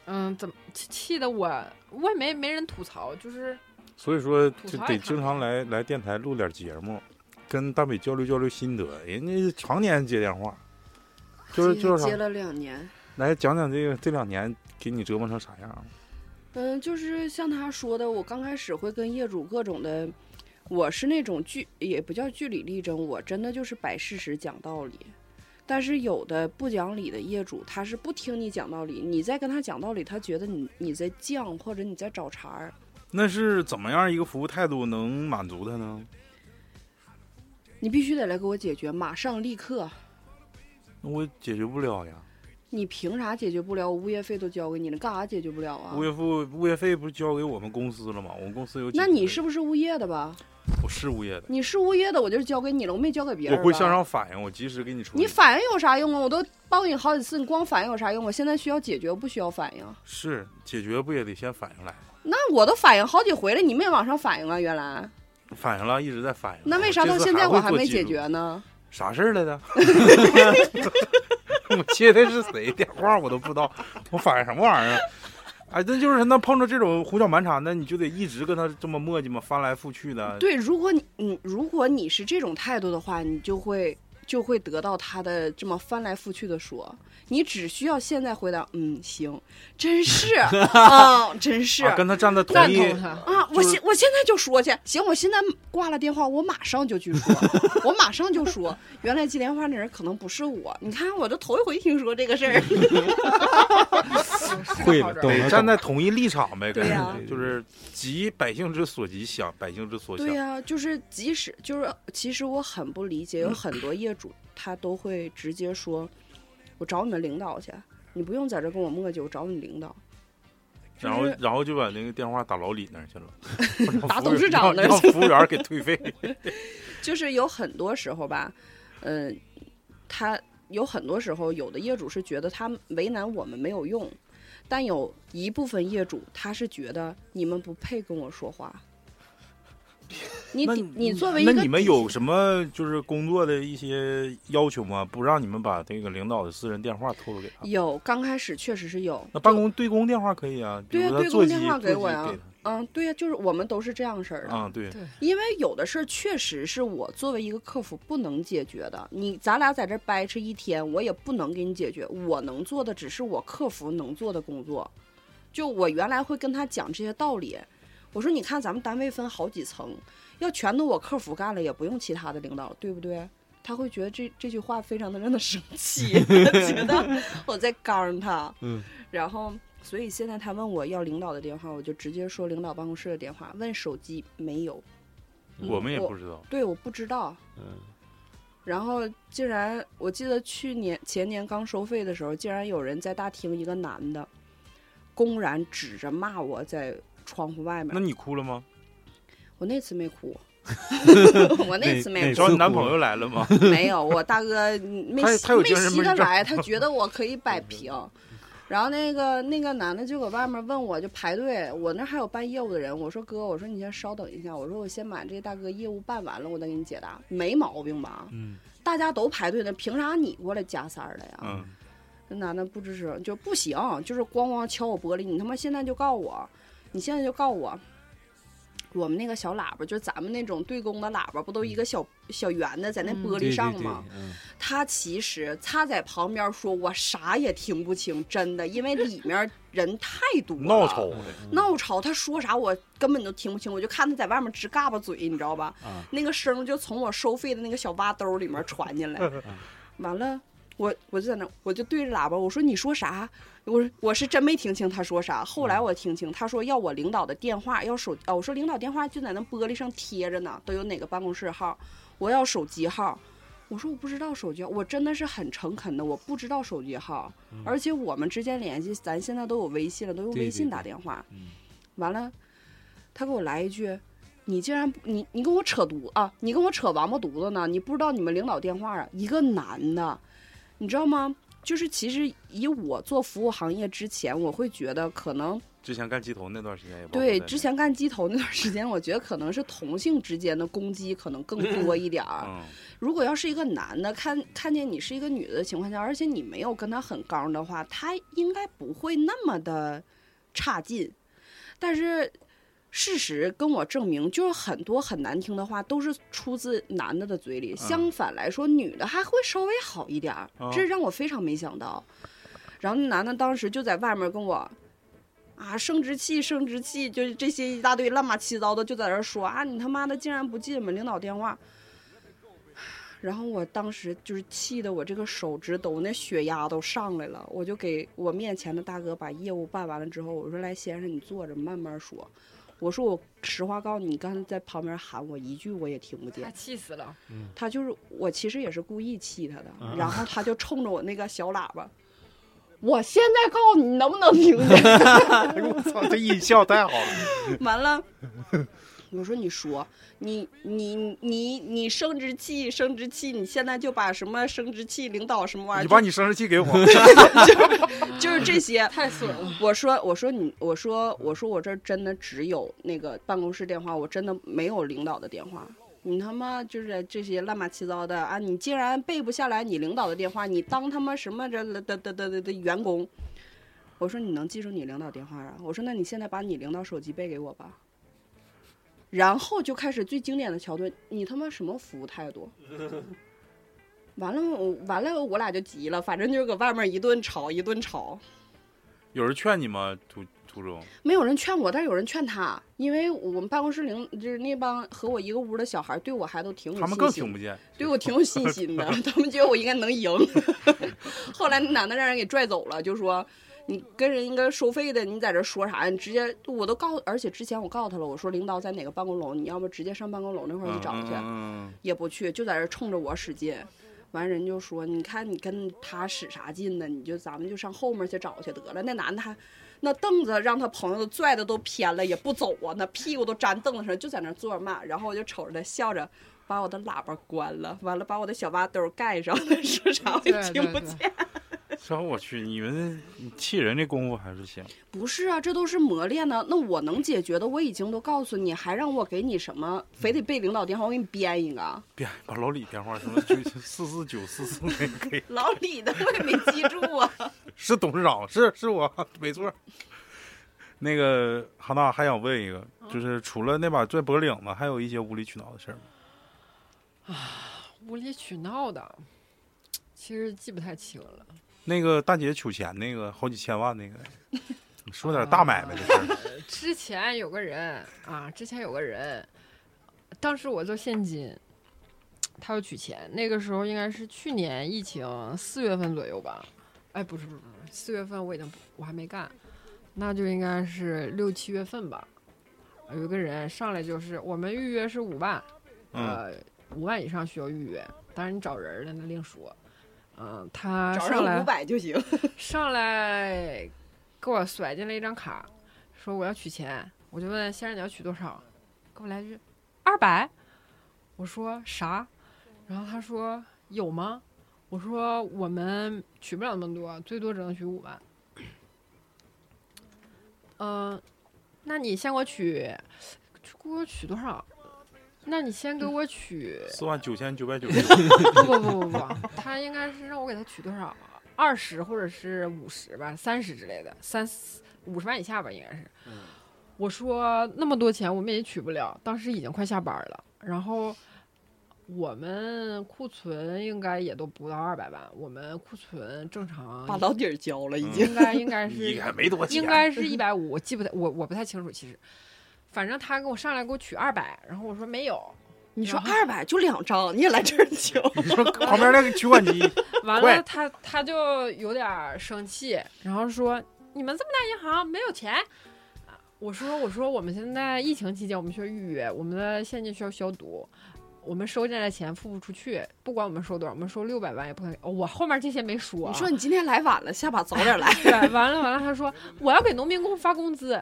[SPEAKER 5] 嗯，怎么气气的我我也没没人吐槽，就是
[SPEAKER 2] 所以说
[SPEAKER 5] 吐
[SPEAKER 2] 就
[SPEAKER 5] 槽
[SPEAKER 2] 得
[SPEAKER 5] 也看
[SPEAKER 2] 经常来来电台录点节目，跟大北交流交流心得。人家常年接电话，就是就是啥
[SPEAKER 3] 接了两年。
[SPEAKER 2] 来讲讲这个这两年给你折磨成啥样？啊
[SPEAKER 3] 嗯，就是像他说的，我刚开始会跟业主各种的，我是那种据也不叫据理力争，我真的就是摆事实讲道理。但是有的不讲理的业主，他是不听你讲道理，你再跟他讲道理，他觉得你你在犟或者你在找茬儿。
[SPEAKER 2] 那是怎么样一个服务态度能满足他呢？
[SPEAKER 3] 你必须得来给我解决，马上立刻！
[SPEAKER 2] 那我解决不了呀，
[SPEAKER 3] 你凭啥解决不了？我物业费都交给你了，干啥解决不了啊
[SPEAKER 2] 物？业费物业费不是交给我们公司了吗？我们公司有几
[SPEAKER 3] 那
[SPEAKER 2] 个
[SPEAKER 3] 你
[SPEAKER 2] 人
[SPEAKER 3] 是不是物业的吧？
[SPEAKER 2] 我是物业的，
[SPEAKER 3] 你是物业的，我就是交给你了，我没交给别人
[SPEAKER 2] 我
[SPEAKER 3] 吧。
[SPEAKER 2] 会向上反映，我及时给你处理。
[SPEAKER 3] 你反应有啥用啊？我都报给你好几次，你光反应有啥用？我现在需要解决，我不需要反应。
[SPEAKER 2] 是解决不也得先反应来吗？
[SPEAKER 3] 那我都反应好几回了，你没往上反应啊？原来
[SPEAKER 2] 反应了，一直在反应。
[SPEAKER 3] 那为啥到
[SPEAKER 2] 这次
[SPEAKER 3] 现在
[SPEAKER 2] 会
[SPEAKER 3] 我还
[SPEAKER 2] 做
[SPEAKER 3] 没
[SPEAKER 2] 记
[SPEAKER 3] 解
[SPEAKER 2] 录？
[SPEAKER 3] 决呢？
[SPEAKER 2] 啥事儿来 的？我接的是谁电话我都不知道，我反应什么玩意儿啊？ 哎，那就是那碰着这种胡搅蛮缠的，你就得一直跟他这么磨叽嘛，翻来覆去的。
[SPEAKER 3] 对，如果你你如果你是这种态度的话，你就会就会得到他的这么翻来覆去的说，你只需要现在回答，嗯，行，真 是，啊，真是。
[SPEAKER 2] 啊，跟他站在同
[SPEAKER 5] 赞
[SPEAKER 2] 一
[SPEAKER 5] 同他。
[SPEAKER 3] 啊，我现我现在就说去，行，我现在挂了电话，我马上就去说，我马上就说，原来接电话那人可能不是我，你看我都头一回听说这个事儿，
[SPEAKER 4] 会了，懂
[SPEAKER 2] 得
[SPEAKER 4] 了，
[SPEAKER 2] 站在同一立场呗，跟
[SPEAKER 3] 对
[SPEAKER 2] 人
[SPEAKER 3] 呀
[SPEAKER 2] 家就是急百姓之所急，想百姓之所想
[SPEAKER 3] 对。呀、就是即使就是其实我很不理解，有很多业主他都会直接说，我找你们领导去，你不用在这跟我磨叽，我找你领导，
[SPEAKER 2] 然后
[SPEAKER 3] 就是
[SPEAKER 2] 然后就把那个电话打老李那儿去了，
[SPEAKER 3] 打
[SPEAKER 2] 让服务
[SPEAKER 3] 董事长
[SPEAKER 2] 员
[SPEAKER 3] 那儿
[SPEAKER 2] 让
[SPEAKER 3] 去
[SPEAKER 2] 让服务员给退费。
[SPEAKER 3] 就是有很多时候吧，嗯、他有很多时候，有的业主是觉得他为难我们没有用，但有一部分业主他是觉得你们不配跟我说话。 你
[SPEAKER 2] 那
[SPEAKER 3] 底你作为一
[SPEAKER 2] 那
[SPEAKER 3] 个
[SPEAKER 2] 你们
[SPEAKER 3] 底
[SPEAKER 2] 有什么就是工作的一些要求吗？不让你们把这个领导的私人电话透露给他？
[SPEAKER 3] 有刚开始确实是有
[SPEAKER 2] 那办公对公电话可以啊，比
[SPEAKER 3] 对呀
[SPEAKER 2] 如他
[SPEAKER 3] 对
[SPEAKER 2] 座
[SPEAKER 3] 公
[SPEAKER 2] 机
[SPEAKER 3] 电话
[SPEAKER 2] 座
[SPEAKER 3] 给
[SPEAKER 2] 机
[SPEAKER 3] 我呀
[SPEAKER 2] 给
[SPEAKER 3] 嗯对呀、就是我们都是这样式儿
[SPEAKER 2] 他
[SPEAKER 3] 的、
[SPEAKER 2] 啊，对
[SPEAKER 5] 对
[SPEAKER 3] 因为有的事儿确实是我作为一个客服不能解决的，你咱俩在这儿掰扯一天，我也不能给你解决。我能做的只是我客服能做的工作。就我原来会跟他讲这些道理，我说你看咱们单位分好几层，要全都我客服干了，也不用其他的领导，对不对？他会觉得这这句话非常的让他生气， 觉得我在刚他。
[SPEAKER 4] 嗯，
[SPEAKER 3] 然后所以现在他问我要领导的电话，我就直接说领导办公室的电话，问手机没有。
[SPEAKER 2] 我们也不知道。
[SPEAKER 3] 对，我不知道。
[SPEAKER 4] 嗯，
[SPEAKER 3] 然后竟然，我记得去年前年刚收费的时候，竟然有人在大厅，一个男的，公然指着骂我在窗户外
[SPEAKER 2] 那
[SPEAKER 3] 面。
[SPEAKER 2] 你哭了吗？
[SPEAKER 3] 我那次没 哭，我那次没
[SPEAKER 4] 那
[SPEAKER 3] 哭
[SPEAKER 2] 找，你
[SPEAKER 4] 次
[SPEAKER 2] 男
[SPEAKER 4] 哭了
[SPEAKER 2] 朋友来了吗？
[SPEAKER 3] 没有。我大哥没
[SPEAKER 2] 他
[SPEAKER 3] 吸
[SPEAKER 2] 他有
[SPEAKER 3] 没
[SPEAKER 2] 精神
[SPEAKER 3] 吸
[SPEAKER 2] 病
[SPEAKER 3] 他
[SPEAKER 2] 症
[SPEAKER 3] 来，他觉得我可以摆平。然后那个那个男的就搁外面问我，就排队，我那还有办业务的人，我说哥，我说你先稍等一下，我说我先把这大哥业务办完了，我再给你解答，没毛病吧？
[SPEAKER 9] 嗯，
[SPEAKER 3] 大家都排队呢，凭啥你过来加塞儿了呀？
[SPEAKER 2] 嗯，
[SPEAKER 3] 那男的不吱声，就不行，就是咣咣敲我玻璃，你他妈现在就告我，你现在就告我。我们那个小喇叭，就是咱们那种对公的喇叭，不都一个小小圆的在那
[SPEAKER 5] 嗯
[SPEAKER 3] 玻璃
[SPEAKER 4] 对
[SPEAKER 3] 上
[SPEAKER 4] 对
[SPEAKER 3] 吗？
[SPEAKER 4] 对嗯
[SPEAKER 3] 他其实他在旁边说，我啥也听不清，真的，因为里面人太多了，
[SPEAKER 2] 闹吵的，
[SPEAKER 3] 闹吵，他说啥我根本就听不清，我就看他在外面直嘎巴嘴，你知道吧？
[SPEAKER 4] 啊
[SPEAKER 3] 那个声儿就从我收费的那个小挖兜里面传进来，
[SPEAKER 2] 嗯
[SPEAKER 3] 完了。我我就在那，我就对着喇叭我说你说啥？我说我是真没听清他说啥。后
[SPEAKER 4] 嗯
[SPEAKER 3] 来我听清他说要我领导的电话，要手啊，我说领导电话就在那玻璃上贴着呢，都有哪个办公室号，我要手机号。我说我不知道手机号，我真的是很诚恳的，我不知道手机号，而且我们之间联系，咱现在都有微信了，都用
[SPEAKER 4] 嗯对
[SPEAKER 3] 微信
[SPEAKER 4] 对
[SPEAKER 3] 打
[SPEAKER 4] 对
[SPEAKER 3] 电话。
[SPEAKER 4] 嗯
[SPEAKER 3] 完了，他给我来一句：“你竟然不你你跟我扯犊啊，你跟我扯王八犊子呢？你不知道你们领导电话啊？一个男的，你知道吗？就是其实以我做服务行业之前，我会觉得可能
[SPEAKER 2] 之前干鸡头那段时间也包括
[SPEAKER 3] 对
[SPEAKER 2] 在
[SPEAKER 3] 之
[SPEAKER 2] 内
[SPEAKER 3] 前干鸡头那段时间，我觉得可能是同性之间的攻击可 能更多一点儿。
[SPEAKER 2] 嗯
[SPEAKER 3] 如果要是一个男的看看见你是一个女的情况下，而且你没有跟他很刚的话，他应该不会那么的差劲。但是事实跟我证明，就是很多很难听的话都是出自男的的嘴里。相反来说，女的还会稍微好一点儿，
[SPEAKER 2] 哦
[SPEAKER 3] 这让我非常没想到。然后那男的当时就在外面跟我。啊，生殖器，生殖器，就是这些一大堆乱码七糟的，就在那儿说啊，你他妈的竟然不记我们领导电话。然后我当时就是气得我这个手指抖，那血压都上来了。我就给我面前的大哥把业务办完了之后，我说：“来，先生，你坐着，慢慢说。”我说：“我实话告诉你，你刚才在旁边喊我一句我也听不见
[SPEAKER 5] 他。”气死了，
[SPEAKER 3] 他就是我其实也是故意气他的，
[SPEAKER 9] 啊
[SPEAKER 3] 然后他就冲着我那个小喇叭，我现在告诉你能不能听见？
[SPEAKER 9] 哎呦我操，这音效太好了，
[SPEAKER 3] 完了，我说你说你你你你生殖器生殖器，你现在就把什么生殖器领导什么玩意儿，
[SPEAKER 2] 你
[SPEAKER 3] 就
[SPEAKER 2] 把你生殖器给我，
[SPEAKER 3] 就是 这些。
[SPEAKER 5] 太损了，
[SPEAKER 3] 我说我说你我说我说我这儿真的只有那个办公室电话，我真的没有领导的电话。你他妈就是这些乱八七糟的啊！你竟然背不下来你领导的电话，你当他妈什么这的的的的的员工？我说你能记住你领导电话啊？我说那你现在把你领导手机背给我吧。然后就开始最经典的桥段，你他妈什么服务态度？完了，我完了，我俩就急了，反正就是搁外面一顿吵一顿吵。
[SPEAKER 2] 有人劝你吗？途途中，
[SPEAKER 3] 没有人劝我，但是有人劝他，因为我们办公室领就是那帮和我一个屋的小孩，对我还都挺有
[SPEAKER 2] 他
[SPEAKER 3] 信
[SPEAKER 2] 们
[SPEAKER 3] 心，
[SPEAKER 2] 更听不见。
[SPEAKER 3] 对我挺有信心 的，他们觉得我应该能赢。 后来那男的让人给拽走了，就说你跟人家收费的，你在这说啥呀？你直接我都告，而且之前我告诉他了，我说领导在哪个办公楼，你要不直接上办公楼那块儿去找去。
[SPEAKER 2] 嗯，
[SPEAKER 3] 也不去，就在这儿冲着我使劲。完，人就说：“你看你跟他使啥劲呢？你就咱们就上后面去找去得了。”那男的还，那凳子让他朋友拽的都偏了，也不走啊，那屁股都粘凳子上，就在那儿坐着骂。然后我就瞅着他笑着，把我的喇叭关了，完了把我的小挖兜盖上， 说啥我也
[SPEAKER 5] 对
[SPEAKER 3] 听不
[SPEAKER 5] 对
[SPEAKER 3] 见。
[SPEAKER 2] 这嗯我去，你们你气人这功夫还是行。
[SPEAKER 3] 不是啊，这都是磨练的。那我能解决的，我已经都告诉你，还让我给你什么？非得背领导电话，我给你编一个啊。
[SPEAKER 2] 别把老李电话什么九四四九四四那个
[SPEAKER 5] 嗯
[SPEAKER 2] 给，
[SPEAKER 3] 老李的我也没记住啊。
[SPEAKER 2] 是董事长，是是我，没错。那个哈娜还想问一个，就是除了那把拽脖领子，还有一些无理取闹的事儿吗？
[SPEAKER 5] 无理取闹的，其实记不太清了。
[SPEAKER 2] 那个大姐取钱那个好几千万那个，你说点大买卖的事儿。
[SPEAKER 5] 之前有个人啊，之前有个人，当时我做现金，他要取钱。那个时候应该是去年疫情四月份左右吧？哎，不是不是不是，四月份我已经不我还没干，那就应该是六七月份吧。有一个人上来就是我们预约是五万，
[SPEAKER 2] 嗯，
[SPEAKER 5] 呃，五万以上需要预约，当然你找人儿的那另说。嗯、他
[SPEAKER 3] 找
[SPEAKER 5] 上
[SPEAKER 3] 上
[SPEAKER 5] 来
[SPEAKER 3] 五百就行。
[SPEAKER 5] 上来给我甩进来一张卡，说我要取钱，我就问先生你要取多少，给我来句二百，我说啥，然后他说有吗？我说我们取不了那么多，最多只能取五万。嗯，那你先给我取，给我取多少？那你先给我取，
[SPEAKER 2] 四万九千九百九十九，
[SPEAKER 5] 不不不不不，他应该是让我给他取多少？二十或者是五十吧，三十之类的，三五十万以下吧，应该是。我说那么多钱我们也取不了，当时已经快下班了，然后我们库存应该也都不到二百万，我们库存正常
[SPEAKER 3] 把老底儿交了已经。
[SPEAKER 5] 应该应该是
[SPEAKER 2] 你还没多钱，
[SPEAKER 5] 应该是一百五，我记不太，我我不太清楚，其实，反正他给我上来给我取二百，然后我说没有，
[SPEAKER 3] 你说
[SPEAKER 5] 然后
[SPEAKER 3] 二百就两张，你也来这儿 交？
[SPEAKER 9] 你说旁边那个取款机，
[SPEAKER 5] 完
[SPEAKER 9] 快
[SPEAKER 5] 了他他就有点儿生气，然后说你们这么大银行没有钱。啊我说我说我们现在疫情期间我们需要预约，我们的现金需要消毒，我们收进来钱付不出去，不管我们收多少，我们收六百万也不可能。哦我后面这些没说、啊，
[SPEAKER 3] 你说你今天来晚了，下把早点来。
[SPEAKER 5] 对，完了完了，他说我要给农民工发工资，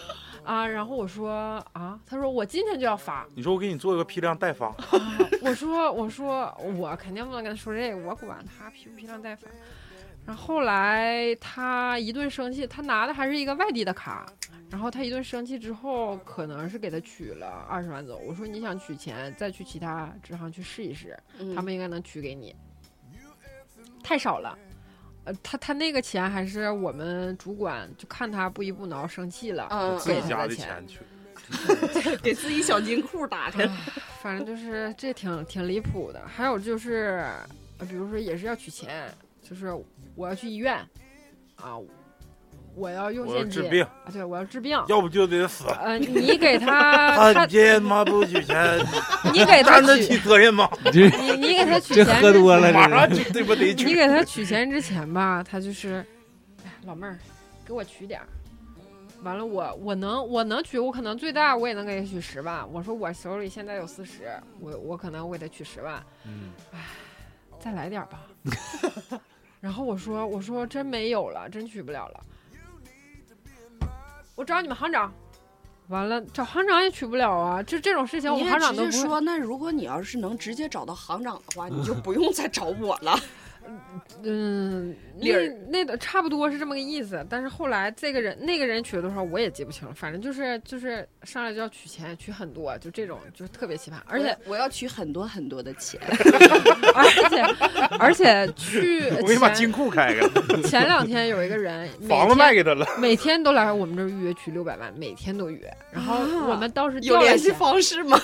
[SPEAKER 5] 啊，然后我说啊，他说我今天就要发，
[SPEAKER 2] 你说我给你做一个批量代发，
[SPEAKER 5] 我说我说我肯定不能跟他说这个，我管他批不批量代发。然后后来他一顿生气，他拿的还是一个外地的卡，然后他一顿生气之后，可能是给他取了二十万走。我说你想取钱，再去其他支行去试一试，
[SPEAKER 3] 嗯
[SPEAKER 5] 他们应该能取给你。太少了，呃，他他那个钱还是我们主管就看他不依不挠生气了，
[SPEAKER 3] 嗯
[SPEAKER 2] 自己
[SPEAKER 5] 给
[SPEAKER 3] 嗯
[SPEAKER 5] 他
[SPEAKER 2] 家的
[SPEAKER 5] 钱，
[SPEAKER 2] 去，
[SPEAKER 3] 给自己小金库打开。
[SPEAKER 5] 啊反正就是这挺挺离谱的。还有就是，呃比如说也是要取钱，就是我要去医院啊，我要用
[SPEAKER 2] 我要
[SPEAKER 5] 现
[SPEAKER 2] 治
[SPEAKER 5] 金
[SPEAKER 2] 病，
[SPEAKER 5] 啊，对我要治病。
[SPEAKER 2] 要不啊就得死。
[SPEAKER 5] 呃，你给他，
[SPEAKER 2] 他
[SPEAKER 5] 他
[SPEAKER 2] 爹妈不取钱，
[SPEAKER 5] 你给他
[SPEAKER 2] 担得
[SPEAKER 5] 取，
[SPEAKER 2] 起责任吗？
[SPEAKER 4] 你 这
[SPEAKER 5] 你你给他取
[SPEAKER 4] 这
[SPEAKER 5] 钱
[SPEAKER 4] 喝多了，
[SPEAKER 5] 之前
[SPEAKER 4] 这
[SPEAKER 2] 马
[SPEAKER 4] 个
[SPEAKER 2] 上就对不得
[SPEAKER 5] 你
[SPEAKER 2] 去。
[SPEAKER 5] 给他取钱之前吧，他就是，哎，老妹儿，给我取点儿。完了我，我能我能取，我可能最大我也能给他取十万。我说我手里现在有四十，我我可能我给他取十万，
[SPEAKER 2] 嗯
[SPEAKER 5] 再来点儿吧。 然后我说我说真没有了，真取不了了。我找你们行长，完了找行长也取不了啊，这这种事情我
[SPEAKER 3] 你
[SPEAKER 5] 们
[SPEAKER 3] 也
[SPEAKER 5] 行长都
[SPEAKER 3] 直
[SPEAKER 5] 不
[SPEAKER 3] 接
[SPEAKER 5] 会
[SPEAKER 3] 说，那如果你要是能直接找到行长的话，你 就不用再找我了。
[SPEAKER 5] 嗯，
[SPEAKER 3] 理
[SPEAKER 5] 那
[SPEAKER 3] 儿
[SPEAKER 5] 那个差不多是这么个意思，但是后来这个人那个人取了多少我也记不清了，反正就是就是上来就要取钱，取很多，就这种就是特别奇葩， 而且
[SPEAKER 3] 我要取很多很多的 钱。
[SPEAKER 5] 而且而且去
[SPEAKER 9] 我给你把金
[SPEAKER 5] 前
[SPEAKER 9] 库开开了，
[SPEAKER 5] 前两天有一个人每
[SPEAKER 9] 房子
[SPEAKER 5] 天
[SPEAKER 9] 卖给他了，
[SPEAKER 5] 每天都来我们这儿预约取六百万，每天都约，然后
[SPEAKER 3] 啊
[SPEAKER 5] 我们当时
[SPEAKER 3] 有
[SPEAKER 5] 掉了
[SPEAKER 3] 联系
[SPEAKER 5] 钱，
[SPEAKER 3] 方式吗？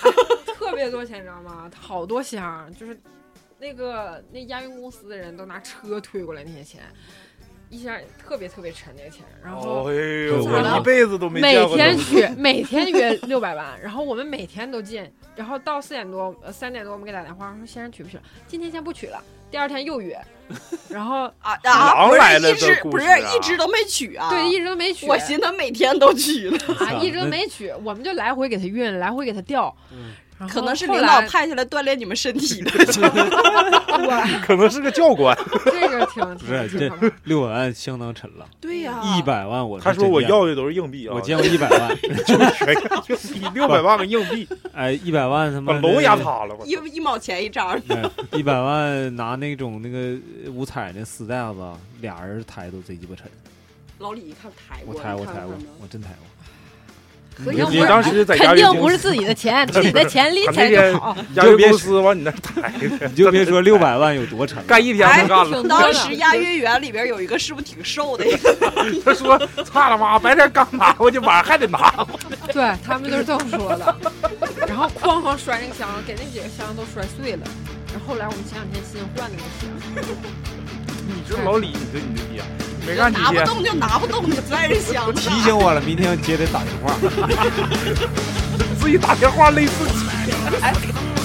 [SPEAKER 5] 特别多钱，你知道吗？好多箱，就是那个那押运公司的人都拿车推过来那些钱。一箱特别特别沉那个钱，然后、
[SPEAKER 2] 哎呦，
[SPEAKER 4] 咋了
[SPEAKER 2] 我一辈子都没
[SPEAKER 5] 每
[SPEAKER 2] 见过这
[SPEAKER 5] 天
[SPEAKER 2] 种
[SPEAKER 5] 取，每天约 六百万，然后我们每天都进，然后到四点多、呃三点多，我们给打电话说先生取不取了，今天先不取了，第二天又约，然后
[SPEAKER 3] 啊
[SPEAKER 2] 狼
[SPEAKER 3] 啊！不
[SPEAKER 2] 来
[SPEAKER 3] 是
[SPEAKER 2] 了
[SPEAKER 3] 一
[SPEAKER 2] 的
[SPEAKER 3] 直
[SPEAKER 2] 故
[SPEAKER 3] 不
[SPEAKER 2] 事
[SPEAKER 3] 是
[SPEAKER 2] 啊
[SPEAKER 3] 一直都没取啊。
[SPEAKER 5] 对，一直都没取，
[SPEAKER 3] 我寻思每天都取了，
[SPEAKER 5] 啊，一直都没取，我们就来回给他运，来回给他调，
[SPEAKER 2] 嗯
[SPEAKER 5] 然后
[SPEAKER 3] 可能是
[SPEAKER 5] 后
[SPEAKER 3] 领导
[SPEAKER 5] 来
[SPEAKER 3] 派下来锻炼你们身体的。
[SPEAKER 5] 我
[SPEAKER 9] 可能是个教官。
[SPEAKER 5] 这个挺
[SPEAKER 4] 不
[SPEAKER 5] 挺
[SPEAKER 4] 是这
[SPEAKER 5] 挺可怕的
[SPEAKER 4] 六百万相当沉了，
[SPEAKER 3] 对呀
[SPEAKER 4] 一百万我是
[SPEAKER 2] 他说
[SPEAKER 4] 真
[SPEAKER 2] 我
[SPEAKER 4] 见过
[SPEAKER 2] 要的都是硬币啊，
[SPEAKER 4] 我见过一 百万，
[SPEAKER 9] 六百万个硬 币，
[SPEAKER 4] 哎，一百万他
[SPEAKER 2] 把
[SPEAKER 4] 妈哎
[SPEAKER 2] 楼压塌了，我
[SPEAKER 3] 一一毛钱一张，
[SPEAKER 4] 一百万拿那种那个呃五彩那丝带子，俩人抬都贼鸡巴沉。
[SPEAKER 3] 老李一看抬
[SPEAKER 4] 我
[SPEAKER 3] 过，
[SPEAKER 4] 抬
[SPEAKER 3] 你
[SPEAKER 4] 我
[SPEAKER 3] 看
[SPEAKER 4] 抬
[SPEAKER 3] 看
[SPEAKER 4] 过
[SPEAKER 3] 吗，
[SPEAKER 4] 我真抬过。
[SPEAKER 5] 肯
[SPEAKER 2] 你
[SPEAKER 5] 定不
[SPEAKER 2] 你
[SPEAKER 5] 是
[SPEAKER 2] 当时在押
[SPEAKER 5] 肯
[SPEAKER 2] 运公
[SPEAKER 5] 定不
[SPEAKER 2] 司
[SPEAKER 5] 是自己的 钱，自己的钱理
[SPEAKER 2] 他那
[SPEAKER 5] 财
[SPEAKER 2] 天
[SPEAKER 5] 就好。
[SPEAKER 2] 押运公司往你那儿抬的，
[SPEAKER 4] 你就别说六百万有多沉了，
[SPEAKER 2] 干一天
[SPEAKER 3] 哎
[SPEAKER 2] 就干 了。
[SPEAKER 3] 当时押运员里边有一个是不是挺瘦的？
[SPEAKER 5] 哎
[SPEAKER 2] 他说：“操他妈，白天刚拿回去，晚上还得拿。
[SPEAKER 5] 对他们都是这么说的，然后哐哐摔那个箱，给那几个箱都摔碎了。然后后来我们前两天新换的那个箱，”
[SPEAKER 2] 你说老李，你这你这逼，啊没干几
[SPEAKER 3] 拿不
[SPEAKER 2] 天，
[SPEAKER 3] 动就拿不动，你在这想
[SPEAKER 4] 提醒我了，明天接着打电话。
[SPEAKER 2] 自己打电话累自己。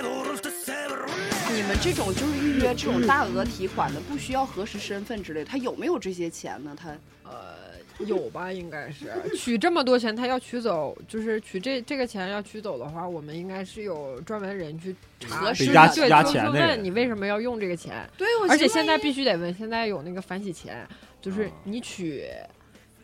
[SPEAKER 3] 你们这种就是预约这种大额提款的，不需要核实身份之类的，他有没有这些钱呢？他
[SPEAKER 5] 呃，有吧，应该是 取这么多钱，他要取走，就是取这这个钱要取走的话，我们应该是有专门人去查
[SPEAKER 3] 核实
[SPEAKER 5] 是
[SPEAKER 3] 的
[SPEAKER 5] 对，
[SPEAKER 4] 压
[SPEAKER 5] 就
[SPEAKER 4] 钱
[SPEAKER 5] 是
[SPEAKER 4] 的人
[SPEAKER 5] 问你为什么要用这个钱，
[SPEAKER 3] 对，我
[SPEAKER 5] 而且
[SPEAKER 3] 寻思
[SPEAKER 5] 现在
[SPEAKER 3] 万一
[SPEAKER 5] 必须得问，现在有那个反洗钱，就是
[SPEAKER 2] 啊
[SPEAKER 5] 你取，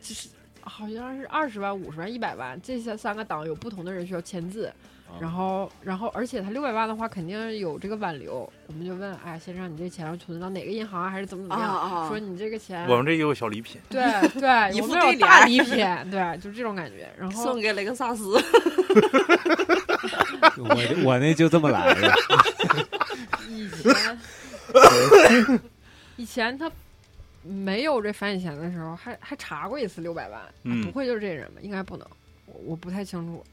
[SPEAKER 5] 就是好像是二十万、五十万、一百万，这些三个档有不同的人需要签字，
[SPEAKER 2] 啊
[SPEAKER 5] 然后，然后，而且他六百万的话，肯定有这个挽留。我们就问，哎，先生，你这钱要存到哪个银行啊，还是怎么怎么
[SPEAKER 3] 啊
[SPEAKER 5] 样？
[SPEAKER 3] 啊，
[SPEAKER 5] 说你这个钱，
[SPEAKER 2] 我们这也有小礼品，
[SPEAKER 5] 对对，
[SPEAKER 3] 一
[SPEAKER 5] 我
[SPEAKER 3] 副
[SPEAKER 5] 们有
[SPEAKER 3] 对联
[SPEAKER 5] 大
[SPEAKER 3] 儿
[SPEAKER 5] 礼品，对，就是这种感觉。然后
[SPEAKER 7] 送给雷克萨斯，
[SPEAKER 4] 我我那就这么来的，
[SPEAKER 5] 以前，以前他没有这反洗钱的时候，还还查过一次六百万，
[SPEAKER 2] 嗯
[SPEAKER 5] 不会就是这人吧？应该不能，我我不太清楚。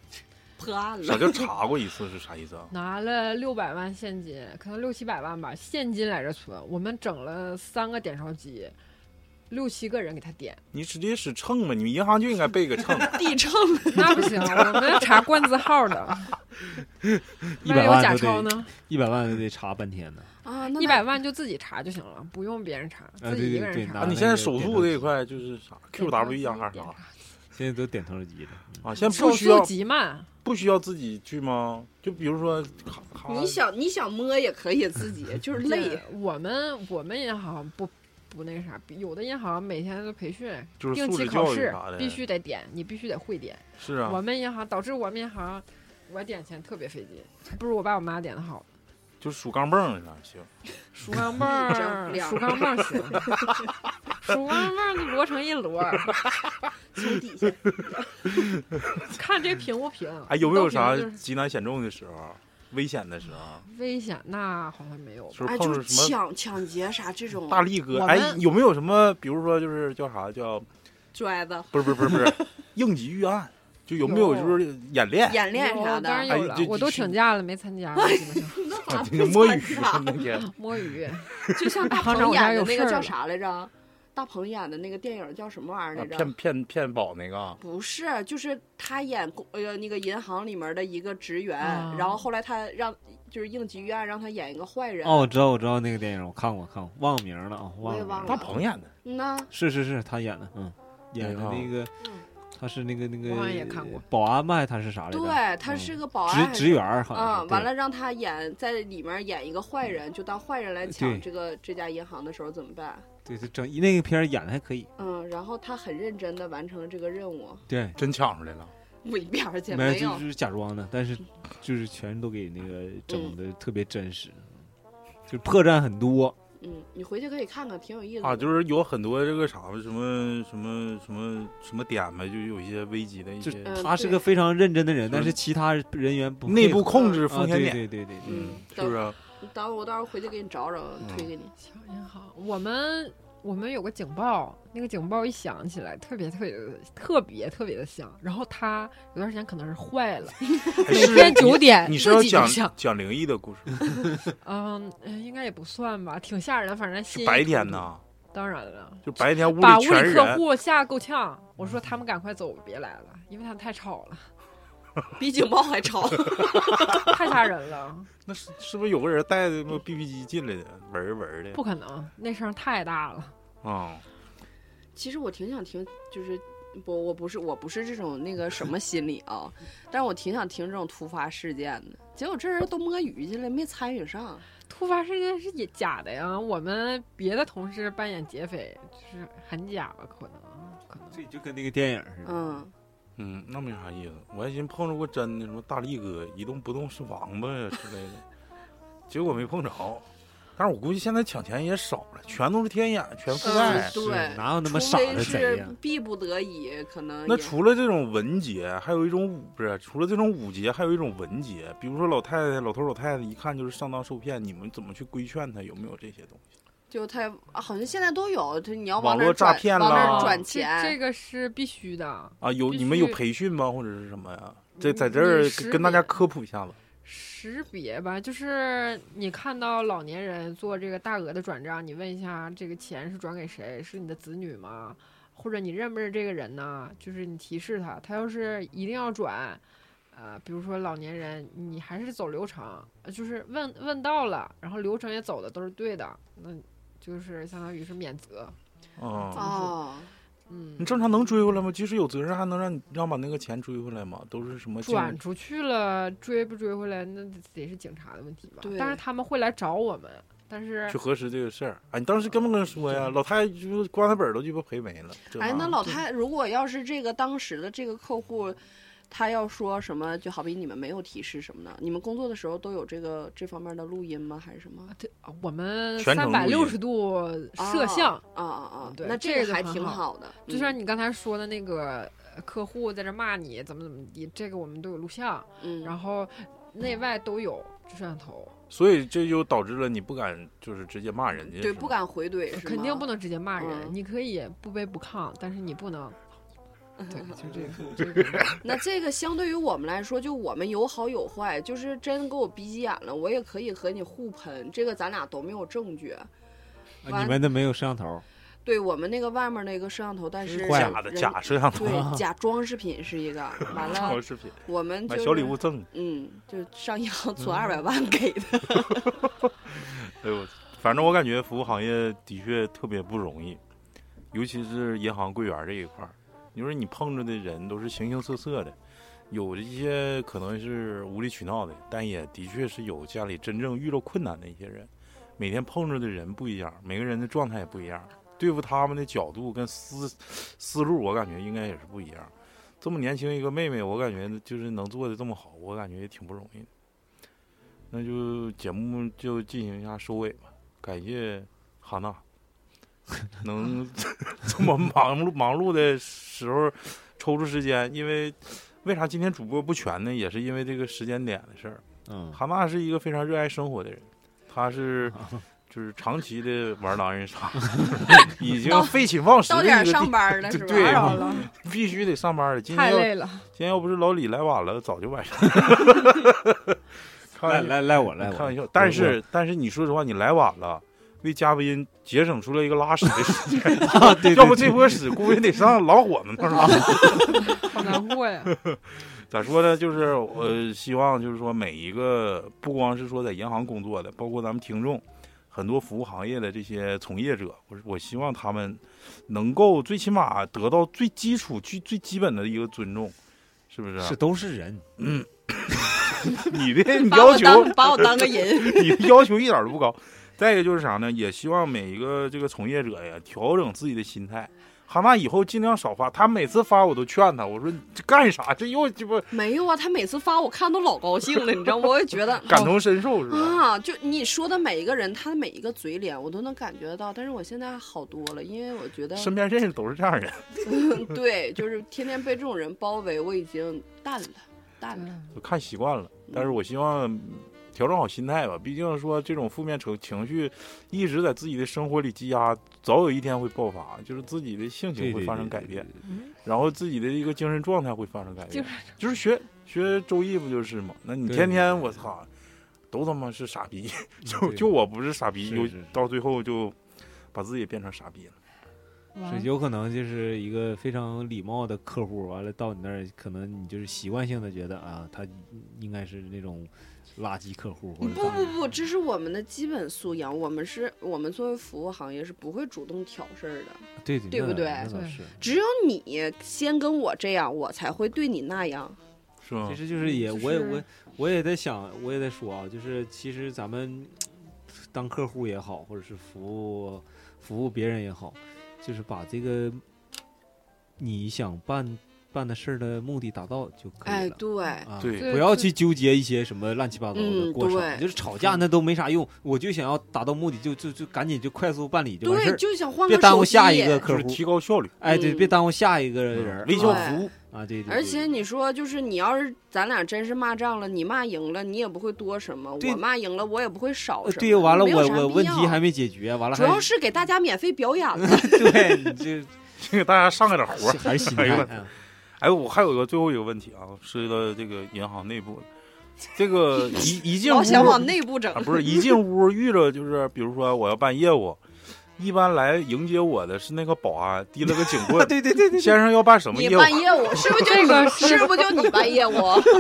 [SPEAKER 7] 破案
[SPEAKER 2] 啥
[SPEAKER 7] 了。
[SPEAKER 2] 叫查过一次是啥意思啊？
[SPEAKER 5] 拿了六百万现金，可能六七百万吧，现金来着存。我们整了三个点钞机，六七个人给他点，
[SPEAKER 2] 你直接使秤吧，你们银行就应该备个秤。啊
[SPEAKER 7] 地秤
[SPEAKER 5] 那不行，啊我们要查万字号的。
[SPEAKER 4] 一
[SPEAKER 5] 万
[SPEAKER 4] 百
[SPEAKER 5] 一有假
[SPEAKER 4] 万
[SPEAKER 5] 钞
[SPEAKER 4] 都得
[SPEAKER 5] 呢？
[SPEAKER 4] 一百万都得查半天呢。
[SPEAKER 3] 啊，那
[SPEAKER 5] 一百万就自己查就行了，不用别人查，
[SPEAKER 4] 啊
[SPEAKER 5] 自己一个
[SPEAKER 4] 对对
[SPEAKER 5] 人
[SPEAKER 4] 对
[SPEAKER 5] 查
[SPEAKER 2] 啊，
[SPEAKER 4] 拿。
[SPEAKER 2] 你现在手速这一块就是啥
[SPEAKER 5] 点钞
[SPEAKER 2] QW
[SPEAKER 5] 机
[SPEAKER 2] 呀还是
[SPEAKER 5] 点
[SPEAKER 2] 啥
[SPEAKER 5] 钞
[SPEAKER 4] 现在都点头机了，
[SPEAKER 2] 啊？现在
[SPEAKER 5] 手
[SPEAKER 2] 不需要
[SPEAKER 5] 速极慢，
[SPEAKER 2] 不需要自己去吗？就比如说，咔咔
[SPEAKER 3] 你想你想摸也可以，自己就是累
[SPEAKER 5] 对。我们我们银行不不那啥，有的银行每天都培训，
[SPEAKER 2] 就是
[SPEAKER 5] 定
[SPEAKER 2] 素
[SPEAKER 5] 期
[SPEAKER 2] 质
[SPEAKER 5] 考
[SPEAKER 2] 教育
[SPEAKER 5] 试
[SPEAKER 2] 啥的，
[SPEAKER 5] 必须得点，你必须得会点。
[SPEAKER 2] 是啊
[SPEAKER 5] 我。们银行导致我们银行我点钱特别费劲，不如我爸我妈点的好。
[SPEAKER 2] 就数钢镚儿那行，
[SPEAKER 5] 数钢镚儿
[SPEAKER 3] 整，两
[SPEAKER 5] 数钢镚 儿行，数钢镚儿摞成一摞儿，
[SPEAKER 3] 从 底下
[SPEAKER 5] 看这平不平？
[SPEAKER 2] 哎，有没有
[SPEAKER 5] 都平
[SPEAKER 2] 啥
[SPEAKER 5] 就是
[SPEAKER 2] 极难险中的时候，危险的时候，
[SPEAKER 5] 危险？那好像没有吧。
[SPEAKER 2] 就是
[SPEAKER 3] 哎，
[SPEAKER 2] 碰
[SPEAKER 3] 就
[SPEAKER 2] 着
[SPEAKER 3] 是
[SPEAKER 2] 什么
[SPEAKER 3] 抢抢劫啥这种，
[SPEAKER 2] 大力哥？
[SPEAKER 5] 我
[SPEAKER 2] 哎，
[SPEAKER 5] 们
[SPEAKER 2] 有没有什么，比如说就是叫啥叫
[SPEAKER 7] 拽子，
[SPEAKER 2] 不是不是不是不是应急预案，就有没有
[SPEAKER 5] 有
[SPEAKER 2] 就是演练
[SPEAKER 3] 演练
[SPEAKER 5] 有
[SPEAKER 3] 啥
[SPEAKER 5] 当然
[SPEAKER 3] 的，
[SPEAKER 5] 有
[SPEAKER 2] 哎
[SPEAKER 5] 了
[SPEAKER 2] 就，
[SPEAKER 5] 我都请假了，没参 加，基本上
[SPEAKER 2] 啊这个摸鱼那天啊
[SPEAKER 5] 摸鱼。
[SPEAKER 3] 就像 大
[SPEAKER 5] 行长
[SPEAKER 3] 鹏
[SPEAKER 5] 我家
[SPEAKER 3] 演的
[SPEAKER 5] 有
[SPEAKER 3] 那个
[SPEAKER 5] 事儿
[SPEAKER 3] 叫
[SPEAKER 5] 了
[SPEAKER 3] 啥来着？大鹏演的那个电影叫什么玩意
[SPEAKER 2] 啊
[SPEAKER 3] 儿来着
[SPEAKER 2] 骗？骗骗保那个啊
[SPEAKER 3] 不是，就是他演公呃那个银行里面的一个职员，
[SPEAKER 5] 啊
[SPEAKER 3] 然后后来他让就是应急预案让他演一个坏人。啊
[SPEAKER 4] 哦，我知道，我知道那个电影，我看过，看过，忘了名了啊，
[SPEAKER 3] 我
[SPEAKER 4] 忘
[SPEAKER 3] 也
[SPEAKER 4] 了
[SPEAKER 3] 忘
[SPEAKER 4] 名
[SPEAKER 3] 了。
[SPEAKER 2] 大鹏演的，
[SPEAKER 3] 嗯呐，
[SPEAKER 4] 是是是，他演的，嗯，演的
[SPEAKER 2] 哎呀
[SPEAKER 4] 那个
[SPEAKER 5] 嗯，
[SPEAKER 4] 他是那个那个，
[SPEAKER 5] 我好像也看过
[SPEAKER 4] 保安吧，他是啥来着？嗯
[SPEAKER 3] 对，他是个保安
[SPEAKER 4] 职，职员儿好像
[SPEAKER 3] 嗯，
[SPEAKER 4] 是。
[SPEAKER 3] 完
[SPEAKER 4] 对
[SPEAKER 3] 了，让他演在里面演一个坏人，就当坏人来抢
[SPEAKER 4] 对
[SPEAKER 3] 这个这家银行的时候怎么办？
[SPEAKER 4] 对对，整那个片儿演的还可以，
[SPEAKER 3] 嗯，然后他很认真的完成了这个任务，
[SPEAKER 4] 对，
[SPEAKER 2] 真抢出来了，
[SPEAKER 3] 我一边儿去
[SPEAKER 4] 没有
[SPEAKER 3] 没
[SPEAKER 4] 就
[SPEAKER 3] 有
[SPEAKER 4] 就。是假装的，但是就是全都给那个整的特别真实，就破绽很多。
[SPEAKER 3] 嗯，你回去可以看看，挺有意思的
[SPEAKER 2] 啊，就是有很多这个啥什么什么什么什么点吧，就有一些危机的一
[SPEAKER 4] 就
[SPEAKER 2] 些
[SPEAKER 3] 嗯
[SPEAKER 4] 他是
[SPEAKER 3] 对
[SPEAKER 4] 个非常认真的人，
[SPEAKER 2] 就是
[SPEAKER 4] 但是其他人员不
[SPEAKER 2] 内部
[SPEAKER 4] 配合
[SPEAKER 2] 控制
[SPEAKER 4] 啊
[SPEAKER 2] 风险
[SPEAKER 4] 对
[SPEAKER 2] 点，
[SPEAKER 4] 对对对对，
[SPEAKER 3] 嗯，
[SPEAKER 2] 是啊不
[SPEAKER 3] 等
[SPEAKER 2] 是？
[SPEAKER 3] 等会儿我到时候回去给你找找，
[SPEAKER 4] 嗯
[SPEAKER 3] 推给你。
[SPEAKER 5] 抢银行，我们我们有个警报，那个警报一响起来，特别特别的特别特别的响。然后它有段时间可能是坏了，
[SPEAKER 2] 哎
[SPEAKER 5] 每
[SPEAKER 2] 是
[SPEAKER 5] 天
[SPEAKER 2] 你
[SPEAKER 5] 九点
[SPEAKER 2] 你是要
[SPEAKER 5] 自己就
[SPEAKER 2] 讲
[SPEAKER 5] 响，
[SPEAKER 2] 讲灵异的故事，
[SPEAKER 5] 嗯，呃应该也不算吧，挺吓人的，反正心
[SPEAKER 2] 是
[SPEAKER 5] 里
[SPEAKER 2] 白
[SPEAKER 5] 突
[SPEAKER 2] 天
[SPEAKER 5] 突，
[SPEAKER 2] 呐，
[SPEAKER 5] 当然了，
[SPEAKER 2] 就白天屋
[SPEAKER 5] 把
[SPEAKER 2] 里
[SPEAKER 5] 屋
[SPEAKER 2] 全
[SPEAKER 5] 里
[SPEAKER 2] 是
[SPEAKER 5] 客
[SPEAKER 2] 人，
[SPEAKER 5] 户吓够呛。我说他们赶快走，别来了，因为他们太吵了，
[SPEAKER 7] 比警报还吵。
[SPEAKER 5] 太吓人 了，
[SPEAKER 2] 那是是不是有个人带着那 BB 机进来的，闻儿闻儿的
[SPEAKER 5] 不可能，那声太大了。
[SPEAKER 2] 啊？
[SPEAKER 3] 其实我挺想听，就是不，我不是我不是这种那个什么心理啊，但是我挺想听这种突发事件的。结果这人都摸鱼去了，没参与上。
[SPEAKER 5] 突发事件是也假的呀，我们别的同事扮演劫匪就是很假吧，可能可能。
[SPEAKER 4] 这就跟那个电影似的。
[SPEAKER 3] 嗯，
[SPEAKER 2] 嗯，那没啥意思。我还寻思碰着过真的，什么大力哥一动不动是王八呀之类的，结果没碰着。但是我估计现在抢钱也少了，全都是天眼，全覆盖。
[SPEAKER 3] 嗯对
[SPEAKER 4] 是哪有那么
[SPEAKER 3] 除
[SPEAKER 4] 傻
[SPEAKER 3] 非
[SPEAKER 4] 的啊贼
[SPEAKER 3] 是
[SPEAKER 4] 呀？
[SPEAKER 3] 逼不得已，可能
[SPEAKER 2] 那
[SPEAKER 3] 也
[SPEAKER 2] 除了这种文劫，还有一种武不是？除了这种武劫，还有一种文劫。比如说老太太、老头、老太太，一看就是上当受骗，你们怎么去规劝他？有没有这些东西？
[SPEAKER 3] 就他啊好像现在都有，他你要
[SPEAKER 2] 网
[SPEAKER 3] 往那
[SPEAKER 2] 络
[SPEAKER 3] 儿转
[SPEAKER 2] 诈骗
[SPEAKER 3] 往那
[SPEAKER 2] 啦
[SPEAKER 3] 儿转
[SPEAKER 5] 哦这
[SPEAKER 3] 钱。
[SPEAKER 5] 这个是必须的。
[SPEAKER 2] 啊，有
[SPEAKER 5] 必
[SPEAKER 2] 你们有
[SPEAKER 5] 须
[SPEAKER 2] 培训吗？或者是什么呀？这
[SPEAKER 5] 嗯
[SPEAKER 2] 在这儿
[SPEAKER 5] 你识
[SPEAKER 2] 跟大家
[SPEAKER 5] 别
[SPEAKER 2] 科普一下子。
[SPEAKER 5] 识别吧，就是你看到老年人做这个大额的转账，你问一下这个钱是转给谁？是你的子女吗？或者你认不认识这个人呢？就是你提示他，他要是一定要转，呃，比如说老年人，你还是走流程，呃就是问问到了，然后流程也走的都是对的，那就是相当于是免责。
[SPEAKER 2] 嗯，
[SPEAKER 5] 啊
[SPEAKER 3] 哦，
[SPEAKER 5] 嗯，
[SPEAKER 2] 你正常能追回来吗？即使有责任，还能让你让把那个钱追回来吗？都是什么经
[SPEAKER 5] 转出去了，追不追回来，那得是警察的问题吧？
[SPEAKER 3] 对
[SPEAKER 5] 但是他们会来找我们，但是
[SPEAKER 2] 去核实这个事儿？哎，你当时跟不跟人说呀？老太太就棺材本儿都鸡巴赔没了。这
[SPEAKER 3] 嗯哎，
[SPEAKER 2] 玩意
[SPEAKER 3] 那
[SPEAKER 2] 儿
[SPEAKER 3] 老太如果要是这个当时的这个客户，他要说什么，就好比你们没有提示什么的，你们工作的时候都有这个这方面的录音吗？还是什么？
[SPEAKER 5] 这我们
[SPEAKER 2] 全程
[SPEAKER 5] 三百
[SPEAKER 2] 录
[SPEAKER 5] 六
[SPEAKER 2] 音
[SPEAKER 5] 十度摄像，
[SPEAKER 3] 啊啊啊！
[SPEAKER 5] 嗯对
[SPEAKER 3] 那
[SPEAKER 5] 这
[SPEAKER 3] 这
[SPEAKER 5] 个就
[SPEAKER 3] 还
[SPEAKER 5] 很
[SPEAKER 3] 挺
[SPEAKER 5] 好
[SPEAKER 3] 好的，
[SPEAKER 5] 就
[SPEAKER 3] 嗯
[SPEAKER 5] 像你刚才说的那个呃客户在这骂你怎么怎么地，这个我们都有录像，
[SPEAKER 3] 嗯，
[SPEAKER 5] 然后内外都有摄像头，
[SPEAKER 2] 所以这就导致了你不敢就是直接骂人家，
[SPEAKER 3] 对
[SPEAKER 2] 是吗
[SPEAKER 3] 不。敢回怼，是
[SPEAKER 5] 呃肯定
[SPEAKER 3] 吗
[SPEAKER 5] 不能直接骂人，
[SPEAKER 3] 嗯
[SPEAKER 5] 你可以不卑不亢，但是你不能。
[SPEAKER 3] 嗯
[SPEAKER 5] 对，就这个。
[SPEAKER 3] 那这个相对于我们来说，就我们有好有坏，就是真给我逼急眼了，我也可以和你互喷，这个咱俩都没有证据。
[SPEAKER 4] 啊你们的没有摄像头，
[SPEAKER 3] 对我们那个外面那个摄像头，但是
[SPEAKER 4] 坏
[SPEAKER 2] 假
[SPEAKER 3] 人
[SPEAKER 2] 的假摄像 头，哦
[SPEAKER 3] 对嗯假装饰品是一个，完
[SPEAKER 2] 好
[SPEAKER 3] 了
[SPEAKER 2] 视频，
[SPEAKER 3] 我们就
[SPEAKER 2] 买
[SPEAKER 3] 是
[SPEAKER 2] 小礼物，赠你。
[SPEAKER 3] 嗯，就上银行
[SPEAKER 2] 嗯
[SPEAKER 3] 存二百万给 的，
[SPEAKER 2] 哎呦，反正我感觉服务行业的确特别不容易，尤其是银行柜员这一块儿，你说你碰着的人都是形形色色的，有一些可能是无理取闹的，但也的确是有家里真正遇到困难的一些人，每天碰着的人不一样，每个人的状态也不一样，对付他们的角度跟思思路，我感觉应该也是不一样。这么年轻一个妹妹，我感觉就是能做的这么好，我感觉也挺不容易的。那就节目就进行一下收尾吧，感谢哈娜，能 这么忙碌忙碌的时候抽出时间，因为为啥今天主播不全呢？也是因为这个时间点的事儿。
[SPEAKER 4] 嗯，
[SPEAKER 2] 哈娜是一个非常热爱生活的人，她 是就是长期的玩狼人杀，已经废寝忘食
[SPEAKER 3] 到
[SPEAKER 2] 的
[SPEAKER 3] 点儿
[SPEAKER 2] 一个
[SPEAKER 3] 上
[SPEAKER 2] 地，
[SPEAKER 3] 班了是吧？
[SPEAKER 2] 对
[SPEAKER 5] 打
[SPEAKER 2] 对
[SPEAKER 5] 扰了，
[SPEAKER 2] 必须得上班了。今天
[SPEAKER 5] 太
[SPEAKER 2] 要
[SPEAKER 5] 累了。
[SPEAKER 2] 今天要不是老李来晚了，早就晚上。 开
[SPEAKER 4] 来
[SPEAKER 2] 玩笑，
[SPEAKER 4] 来来，我来
[SPEAKER 2] 开玩
[SPEAKER 4] 我，
[SPEAKER 2] 笑。但是但是你说实话，你来晚了，为嘉宾节省出了一个拉屎的时间。
[SPEAKER 4] 啊对，对
[SPEAKER 2] 要不这
[SPEAKER 4] 对
[SPEAKER 2] 波屎估计得上老火们那儿了。
[SPEAKER 5] 好难过呀！
[SPEAKER 2] 咋说呢？就是我希望，就是说每一个不光是说在银行工作的，包括咱们听众，很多服务行业的这些从业者，我我希望他们能够最起码得到最基础、最最基本的一个尊重，是不啊是？
[SPEAKER 4] 是都是人，
[SPEAKER 2] 你的 你
[SPEAKER 3] 把
[SPEAKER 2] 要
[SPEAKER 3] 我
[SPEAKER 2] 求
[SPEAKER 3] 当把我 当个人，
[SPEAKER 2] 你的要求一点儿都不高。再一个就是啥呢？也希望每一个这个从业者呀，调整自己的心态。哈娜以后尽量少发，他每次发我都劝他，我说你这干啥？这又鸡巴
[SPEAKER 3] 没有啊，他每次发我看都老高兴了，你知道吗？我也觉 得哦
[SPEAKER 2] 感同身受是吧？
[SPEAKER 3] 啊，就你说的每一个人，他的每一个嘴脸，我都能感觉得到。但是我现在好多了，因为我觉得，
[SPEAKER 2] 身边认识都是这样人，
[SPEAKER 3] 对，就是天天被这种人包围，我已经淡了，淡了。
[SPEAKER 2] 就看习惯了。但是我希望调整好心态吧，毕竟说这种负面情情绪一直在自己的生活里积压，早有一天会爆发，就是自己的性
[SPEAKER 4] 对
[SPEAKER 2] 情会发生改变，，
[SPEAKER 4] 对
[SPEAKER 5] 嗯
[SPEAKER 2] 然后自己的一个精神状态会发生改
[SPEAKER 5] 就
[SPEAKER 2] 变
[SPEAKER 5] 是。
[SPEAKER 2] 就是学学周易不就是吗？那你
[SPEAKER 4] 对
[SPEAKER 2] 天天我操，都他妈是傻逼， 就
[SPEAKER 4] 对
[SPEAKER 2] 就我不是傻逼，
[SPEAKER 4] 是
[SPEAKER 2] 有
[SPEAKER 4] 是是
[SPEAKER 2] 到最后就把自己变成傻逼了。
[SPEAKER 5] 哇
[SPEAKER 4] 是有可能就是一个非常礼貌的客户，完了到你那儿，可能你就是习惯性的觉得啊，他应该是那种垃圾客户，或者
[SPEAKER 3] 不不
[SPEAKER 4] 怎么
[SPEAKER 3] 不，这是我们的基本素养。我们是，我们作为服务行业是不会主动挑事儿的。
[SPEAKER 4] 对
[SPEAKER 3] 对
[SPEAKER 4] 那
[SPEAKER 3] 不对
[SPEAKER 4] 那倒
[SPEAKER 5] 对
[SPEAKER 4] 是，
[SPEAKER 3] 只有你先跟我这样，我才会对你那样。
[SPEAKER 2] 是吗
[SPEAKER 4] 其？实就是
[SPEAKER 3] 嗯
[SPEAKER 4] 也，
[SPEAKER 5] 就
[SPEAKER 4] 我也
[SPEAKER 5] 是
[SPEAKER 4] 我我也在想，我也在说啊，就是其实咱们当客户也好，或者是服务服务别人也好，就是把这个你想办办的事儿的目的达到就可以
[SPEAKER 3] 哎，
[SPEAKER 4] 了。
[SPEAKER 3] 对，
[SPEAKER 4] 啊，
[SPEAKER 2] 对
[SPEAKER 5] 对
[SPEAKER 4] 不要
[SPEAKER 5] 就
[SPEAKER 4] 去纠结一些什么乱七八糟的
[SPEAKER 3] 嗯
[SPEAKER 4] 过程，
[SPEAKER 3] 对
[SPEAKER 4] 就是吵架那都没啥用。我就想要达到目的，就就就赶紧就快速办理就完事
[SPEAKER 3] 对，
[SPEAKER 4] 儿，
[SPEAKER 3] 就想换个
[SPEAKER 4] 别
[SPEAKER 3] 手机。
[SPEAKER 4] 耽误下一
[SPEAKER 2] 就
[SPEAKER 4] 个客
[SPEAKER 2] 是
[SPEAKER 4] 户。
[SPEAKER 2] 提高效率，嗯
[SPEAKER 4] 哎，对，
[SPEAKER 3] 嗯
[SPEAKER 4] 别耽误下一个人儿
[SPEAKER 2] 微笑服务。
[SPEAKER 4] 啊，对对对。
[SPEAKER 3] 而且你说，就是你要是咱俩真是骂仗了，你骂赢了，你也不会多什么；
[SPEAKER 4] 对
[SPEAKER 3] 我骂赢了，我也不会少
[SPEAKER 4] 呃
[SPEAKER 3] 什么。
[SPEAKER 4] 对，完了
[SPEAKER 3] 没有
[SPEAKER 4] 我
[SPEAKER 3] 啥
[SPEAKER 4] 我
[SPEAKER 3] 必
[SPEAKER 4] 问
[SPEAKER 3] 要
[SPEAKER 4] 题还没解决，完了
[SPEAKER 3] 主
[SPEAKER 4] 还
[SPEAKER 3] 要是给大家免费表演了。
[SPEAKER 4] 对，你这
[SPEAKER 2] 给 大家上个点活儿。
[SPEAKER 4] 还是心
[SPEAKER 2] 哎呦
[SPEAKER 4] 态
[SPEAKER 2] 我
[SPEAKER 4] 啊，
[SPEAKER 2] 哎，我还有一个最后一个问题啊，涉及到这个银行内部的，这个一一进屋
[SPEAKER 3] 老想往内部整
[SPEAKER 2] 啊，，不是一进屋遇着就是，比如说我要办业务，一般来迎接我的是那个保安提了个警棍，
[SPEAKER 4] 啊对对对 对，
[SPEAKER 2] 先生要办什么
[SPEAKER 3] 你
[SPEAKER 2] 业务？
[SPEAKER 3] 办业务是不是就
[SPEAKER 5] 这
[SPEAKER 3] 是
[SPEAKER 5] 个
[SPEAKER 3] 你？
[SPEAKER 5] 是
[SPEAKER 3] 啊是不是就是你办业务？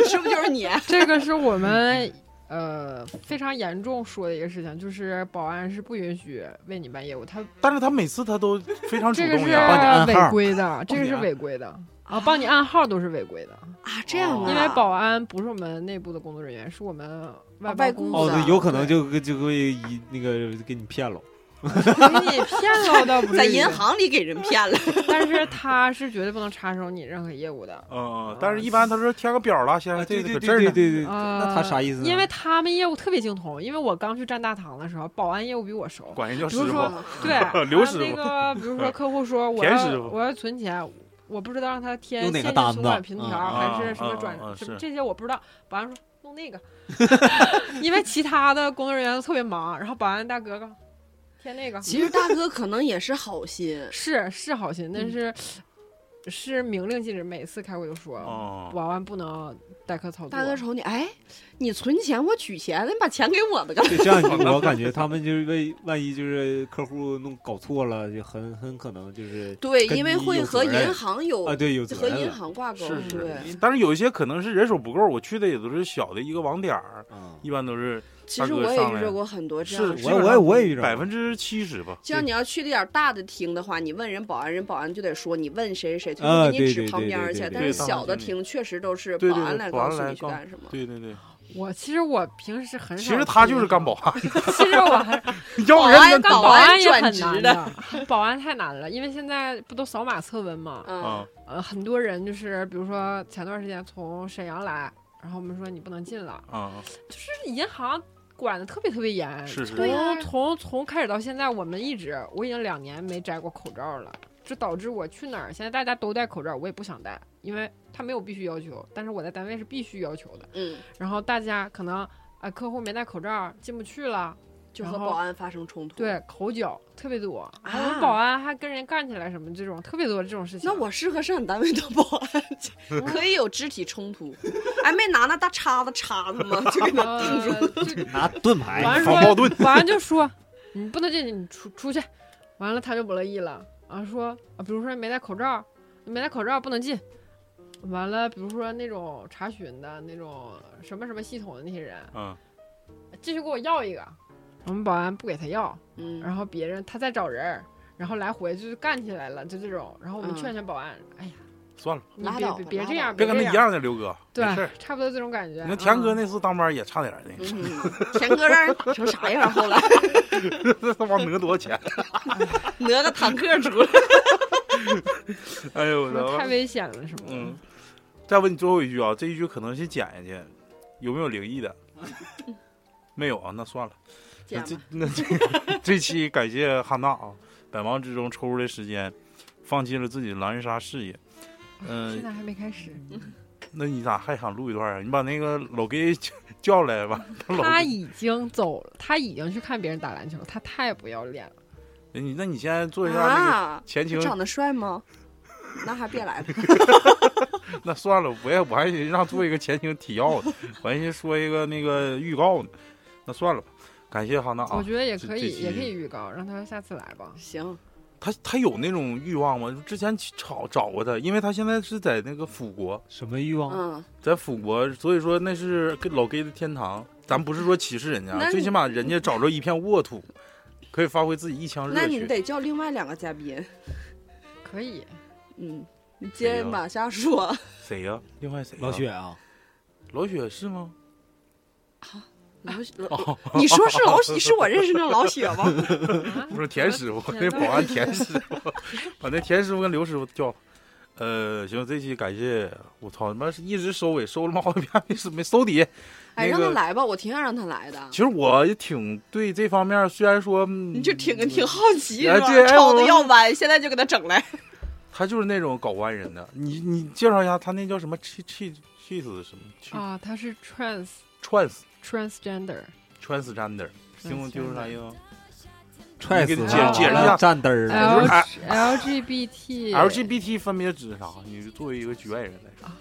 [SPEAKER 3] 是不是就是你？
[SPEAKER 5] 这个是我们呃非常严重说的一个事情，就是保安是不允许为你办业务，他
[SPEAKER 2] 但是他每次他都非常主
[SPEAKER 5] 这个
[SPEAKER 2] 动
[SPEAKER 5] 是
[SPEAKER 2] 呀，
[SPEAKER 4] 帮你按
[SPEAKER 5] 违
[SPEAKER 4] 号
[SPEAKER 5] 规的，这个是
[SPEAKER 2] 按
[SPEAKER 5] 违规的啊，帮你按号都是违规的，
[SPEAKER 3] 啊，这
[SPEAKER 4] 哦
[SPEAKER 3] 样啊，
[SPEAKER 5] 因为 保安不是我们内部的工作人员，是我们外
[SPEAKER 3] 啊外
[SPEAKER 5] 雇
[SPEAKER 3] 雇
[SPEAKER 4] 哦，
[SPEAKER 3] 的
[SPEAKER 4] 对，有可能就就会以那个给你骗了。
[SPEAKER 5] 给啊你骗了倒不
[SPEAKER 7] 在
[SPEAKER 5] 至于
[SPEAKER 7] 银，行里给人骗 了，
[SPEAKER 5] 但是他是绝对不能插手你任何业务的。
[SPEAKER 2] 嗯，但是一般他说贴个表了，先生，啊这个
[SPEAKER 4] 啊对
[SPEAKER 2] 搁
[SPEAKER 4] 对
[SPEAKER 2] 这儿
[SPEAKER 4] 对
[SPEAKER 2] 呢，
[SPEAKER 4] 对对，
[SPEAKER 5] 啊，
[SPEAKER 4] 那他啥意思呢？
[SPEAKER 5] 因为他们业务特别精通，因为我刚去站大堂的时候，保安业务比我熟。
[SPEAKER 2] 管人叫
[SPEAKER 5] 比
[SPEAKER 2] 师
[SPEAKER 5] 如
[SPEAKER 2] 傅
[SPEAKER 5] 说， 对
[SPEAKER 2] 刘
[SPEAKER 5] 他
[SPEAKER 2] 师
[SPEAKER 5] 那
[SPEAKER 2] 傅
[SPEAKER 5] 个，比如 说客户说我
[SPEAKER 2] 田
[SPEAKER 5] 要
[SPEAKER 2] 师傅
[SPEAKER 5] 我要存钱，我不知道让他填
[SPEAKER 4] 用哪
[SPEAKER 5] 现
[SPEAKER 4] 个
[SPEAKER 5] 金
[SPEAKER 4] 单
[SPEAKER 5] 存
[SPEAKER 4] 子
[SPEAKER 5] 款凭条
[SPEAKER 4] 嗯
[SPEAKER 5] 还是什
[SPEAKER 2] 嗯
[SPEAKER 5] 么
[SPEAKER 2] 嗯
[SPEAKER 5] 转
[SPEAKER 2] 嗯
[SPEAKER 5] 什么
[SPEAKER 2] 是
[SPEAKER 5] 这些我不知道。保安说弄那个， 因为其他的工作人员都特别忙，然后保安大哥哥填那个，
[SPEAKER 3] 其实大哥可能也是好心
[SPEAKER 5] 是是好心，但是是明令禁止，每次开会都说
[SPEAKER 2] 哦，
[SPEAKER 5] 保安不能代客操作。
[SPEAKER 3] 大哥瞅你，哎，你存钱，我取钱，你把钱给我的干嘛？
[SPEAKER 4] 对，这样 就我感觉他们就是为万一就是客户弄搞错了，就很很可能就是
[SPEAKER 3] 对，
[SPEAKER 4] 跟
[SPEAKER 3] 因为
[SPEAKER 4] 你
[SPEAKER 3] 会
[SPEAKER 4] 有
[SPEAKER 3] 和
[SPEAKER 4] 责任
[SPEAKER 3] 银行有
[SPEAKER 4] 啊，对，有责
[SPEAKER 3] 和
[SPEAKER 4] 任
[SPEAKER 3] 银
[SPEAKER 4] 了。
[SPEAKER 3] 行挂钩，
[SPEAKER 2] 是
[SPEAKER 3] 对
[SPEAKER 2] 是，但是有一些可能是人手不够，我去的也都是小的一个网点儿，
[SPEAKER 4] 嗯，
[SPEAKER 2] 一般都是
[SPEAKER 3] 其实
[SPEAKER 2] 大哥
[SPEAKER 3] 我也
[SPEAKER 2] 上
[SPEAKER 3] 遇
[SPEAKER 2] 来
[SPEAKER 3] 着过很多这
[SPEAKER 2] 是
[SPEAKER 3] 样的
[SPEAKER 2] 基
[SPEAKER 4] 我
[SPEAKER 2] 本
[SPEAKER 4] 也我也
[SPEAKER 2] 上
[SPEAKER 4] 我也遇着
[SPEAKER 2] 百分之七十吧，
[SPEAKER 3] 这样你要去点儿大的厅的话，你问人保安，人保安就得说你问谁谁谁，他
[SPEAKER 4] 啊
[SPEAKER 3] 就给
[SPEAKER 4] 对
[SPEAKER 3] 你指
[SPEAKER 4] 对
[SPEAKER 3] 旁
[SPEAKER 4] 对
[SPEAKER 3] 边
[SPEAKER 4] 对
[SPEAKER 3] 儿去
[SPEAKER 4] 对。
[SPEAKER 3] 但
[SPEAKER 2] 对
[SPEAKER 3] 是
[SPEAKER 2] 当
[SPEAKER 3] 小
[SPEAKER 2] 然
[SPEAKER 3] 的
[SPEAKER 2] 经
[SPEAKER 3] 厅确实都是
[SPEAKER 2] 对
[SPEAKER 3] 保
[SPEAKER 2] 对
[SPEAKER 3] 安
[SPEAKER 2] 对
[SPEAKER 3] 来
[SPEAKER 2] 保
[SPEAKER 3] 告
[SPEAKER 2] 安
[SPEAKER 3] 诉
[SPEAKER 2] 来
[SPEAKER 3] 你去
[SPEAKER 2] 告
[SPEAKER 3] 干什么。
[SPEAKER 2] 对对对，
[SPEAKER 5] 我其实我平时很少，
[SPEAKER 2] 其实他就是 干保。安，
[SPEAKER 5] 其实我还
[SPEAKER 2] 要
[SPEAKER 7] 保
[SPEAKER 2] 人
[SPEAKER 7] 安
[SPEAKER 2] 跟
[SPEAKER 5] 干
[SPEAKER 7] 保
[SPEAKER 5] 安也
[SPEAKER 7] 转
[SPEAKER 5] 很
[SPEAKER 7] 职
[SPEAKER 5] 难啊
[SPEAKER 7] 的，
[SPEAKER 5] 的，保安太难了，因为现在不都扫码测温嘛？
[SPEAKER 2] 啊
[SPEAKER 3] 嗯，，
[SPEAKER 5] 呃，很多人就是，比如说前段时间从沈阳来，然后我们说你不能进了，
[SPEAKER 2] 啊，
[SPEAKER 5] 就是银行管的特别特别严。
[SPEAKER 2] 是是，
[SPEAKER 3] 对呀
[SPEAKER 5] 从啊从从开始到现在，我们一直我已经两年没摘过口罩了，这导致我去哪儿现在大家都戴口罩，我也不想戴，因为他没有必须要求，但是我在单位是必须要求的。
[SPEAKER 3] 嗯，
[SPEAKER 5] 然后大家可能啊、呃客户没戴口罩进不去了，
[SPEAKER 3] 就
[SPEAKER 5] 然
[SPEAKER 3] 和
[SPEAKER 5] 后
[SPEAKER 3] 保安发生冲突。，
[SPEAKER 5] 对，口角特别
[SPEAKER 3] 啊
[SPEAKER 5] 多，然后保安还跟人干起来什么这种特别多这种事情。
[SPEAKER 3] 那我适合上你单位当保安，可以有肢体冲突。哎，没拿那大叉子叉他吗？就给 他定住。
[SPEAKER 5] 呃，就
[SPEAKER 4] 拿盾牌
[SPEAKER 5] 完
[SPEAKER 2] 防暴
[SPEAKER 5] 说
[SPEAKER 2] 哎盾，
[SPEAKER 5] 完就说你不能进去，你出出去。完了他就不乐意了啊，说啊，比如说没戴口罩，你没戴口罩不能进。完了，比如说那种查询的那种什么什么系统的那些人，
[SPEAKER 2] 嗯，
[SPEAKER 5] 继续给我要一个，我们保安不给他要，
[SPEAKER 3] 嗯，
[SPEAKER 5] 然后别人他再找人儿，然后来回就是干起来了，就这种。然后我们
[SPEAKER 3] 嗯
[SPEAKER 5] 劝劝保安，哎呀，
[SPEAKER 2] 算了，
[SPEAKER 5] 你
[SPEAKER 3] 拉
[SPEAKER 5] 别
[SPEAKER 3] 倒
[SPEAKER 5] 别
[SPEAKER 3] 吧
[SPEAKER 5] 别
[SPEAKER 3] 拉
[SPEAKER 5] 这
[SPEAKER 3] 倒
[SPEAKER 5] 样，
[SPEAKER 3] 吧
[SPEAKER 2] 别
[SPEAKER 5] 这
[SPEAKER 2] 跟他一
[SPEAKER 5] 样，
[SPEAKER 2] 样的，刘哥，
[SPEAKER 5] 对
[SPEAKER 2] 没事儿，
[SPEAKER 5] 差不多这种感觉。
[SPEAKER 2] 那田哥
[SPEAKER 5] 嗯
[SPEAKER 2] 那次当班也差点儿呢，
[SPEAKER 3] 嗯田哥让人打成啥样？后来
[SPEAKER 2] 这他妈讹多少钱？
[SPEAKER 7] 哪个坦克出来？
[SPEAKER 2] 哎呦我
[SPEAKER 5] 是不是太
[SPEAKER 2] 操！
[SPEAKER 5] 危险了，是吗？
[SPEAKER 2] 嗯，再问你最后一句啊，这一句可能先剪下去，有没有灵异的？没有啊，那算了。
[SPEAKER 3] 姐
[SPEAKER 2] 那
[SPEAKER 3] 们
[SPEAKER 2] 这那这这期感谢汉娜啊，百忙之中抽出来时间，放弃了自己的狼人杀事业。
[SPEAKER 5] 现
[SPEAKER 2] 嗯、
[SPEAKER 5] 在还没开始，
[SPEAKER 2] 那你咋还想录一段啊？你把那个老 gay 叫叫来吧，他老
[SPEAKER 5] 他已经走了，他已经去看别人打篮球了，他太不要脸了。
[SPEAKER 2] 你那你先做一下那个
[SPEAKER 3] 啊，
[SPEAKER 2] 前情，
[SPEAKER 3] 长得帅吗？那还别来 了。
[SPEAKER 2] 那算了，我也我还得让做一个前情提要呢，我还先说一个那个预告呢，那算了吧。感谢汉娜啊
[SPEAKER 5] 我，觉得也
[SPEAKER 2] 这
[SPEAKER 5] 可
[SPEAKER 2] 这
[SPEAKER 5] 以，
[SPEAKER 2] 期
[SPEAKER 5] 也可以预告，让他下次来吧。
[SPEAKER 3] 行，
[SPEAKER 2] 他他有那种欲望吗？之前去找找过他，因为他现在是在那个辅国，
[SPEAKER 4] 什么欲望？
[SPEAKER 3] 嗯，
[SPEAKER 2] 在辅国，所以说那是跟老 gay 的天堂。咱不是说歧视人家
[SPEAKER 3] 那，你
[SPEAKER 2] 最起码人家找着一片沃土，可以发挥自己一腔
[SPEAKER 3] 那
[SPEAKER 2] 热
[SPEAKER 3] 你
[SPEAKER 2] 血。
[SPEAKER 3] 得叫另外两个嘉宾。
[SPEAKER 5] 可以，
[SPEAKER 3] 嗯，你
[SPEAKER 2] 哎
[SPEAKER 3] 接
[SPEAKER 2] 呦
[SPEAKER 3] 着往下说。
[SPEAKER 2] 谁呀、另外谁、
[SPEAKER 4] 老，雪啊，
[SPEAKER 2] 老雪是吗？
[SPEAKER 3] 老许，老你说是老许，是我认识那老雪吗？
[SPEAKER 5] 啊
[SPEAKER 2] 不是田师傅，
[SPEAKER 5] 田
[SPEAKER 2] 那保 安田师傅，把那田师傅跟刘师傅叫。呃，行，这期感谢我操，他妈是一直收尾，收了妈好几遍没收没收底。那
[SPEAKER 3] 哎，让他
[SPEAKER 2] 个，
[SPEAKER 3] 来吧，我挺想让他来的
[SPEAKER 2] 其。实我也挺对这方面，虽然说嗯你
[SPEAKER 7] 你就挺挺好奇
[SPEAKER 2] 哎
[SPEAKER 7] 是吧
[SPEAKER 2] 对？哎
[SPEAKER 7] 抄的
[SPEAKER 2] 我
[SPEAKER 7] 要弯，现在就给他整来。
[SPEAKER 2] 他就是那种搞弯人的。你你介绍一下，他那叫什么气气气死什么气
[SPEAKER 5] 啊，他是 trans
[SPEAKER 2] trans
[SPEAKER 5] transgender，
[SPEAKER 2] transgender，听不听出啥意思吗？
[SPEAKER 4] 踹死
[SPEAKER 2] 你给
[SPEAKER 5] 解
[SPEAKER 4] 他
[SPEAKER 5] 解释一
[SPEAKER 2] 下
[SPEAKER 4] 站嘚儿
[SPEAKER 2] 哎不
[SPEAKER 4] 了
[SPEAKER 2] 是
[SPEAKER 5] L
[SPEAKER 2] 哎
[SPEAKER 5] LGBT。
[SPEAKER 2] LGBT 分别指啥？你作为一个局外人来说，
[SPEAKER 5] 啊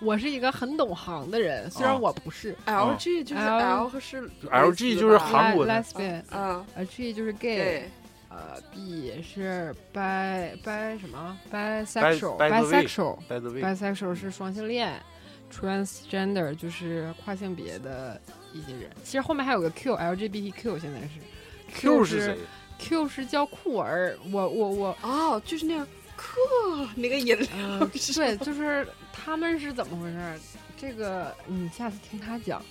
[SPEAKER 5] 我是一个很懂行的人，虽
[SPEAKER 2] 啊
[SPEAKER 5] 然我不是
[SPEAKER 3] L G 就是
[SPEAKER 5] L
[SPEAKER 3] 哦 L 和是
[SPEAKER 2] LG 就是韩
[SPEAKER 5] ，le-
[SPEAKER 2] 国的
[SPEAKER 5] lesbian，
[SPEAKER 3] 嗯，
[SPEAKER 5] 呃，G 就是 gay，
[SPEAKER 3] 对，
[SPEAKER 5] 呃，B 是 bi bi 什么
[SPEAKER 2] Bi-
[SPEAKER 5] bisexual
[SPEAKER 2] by the way
[SPEAKER 5] bisexual
[SPEAKER 2] 待着位
[SPEAKER 5] bisexual 是双性恋 transgender 就是跨性别的一些人。其实后面还有个 Q，LGBTQ 现在是
[SPEAKER 9] Q
[SPEAKER 5] 是
[SPEAKER 9] 是谁？
[SPEAKER 5] Q 是叫酷儿，我我我，
[SPEAKER 3] 哦，就是那样，
[SPEAKER 7] 那个音，
[SPEAKER 5] 嗯、对，就是他们是怎么回事儿？这个你下次听他讲，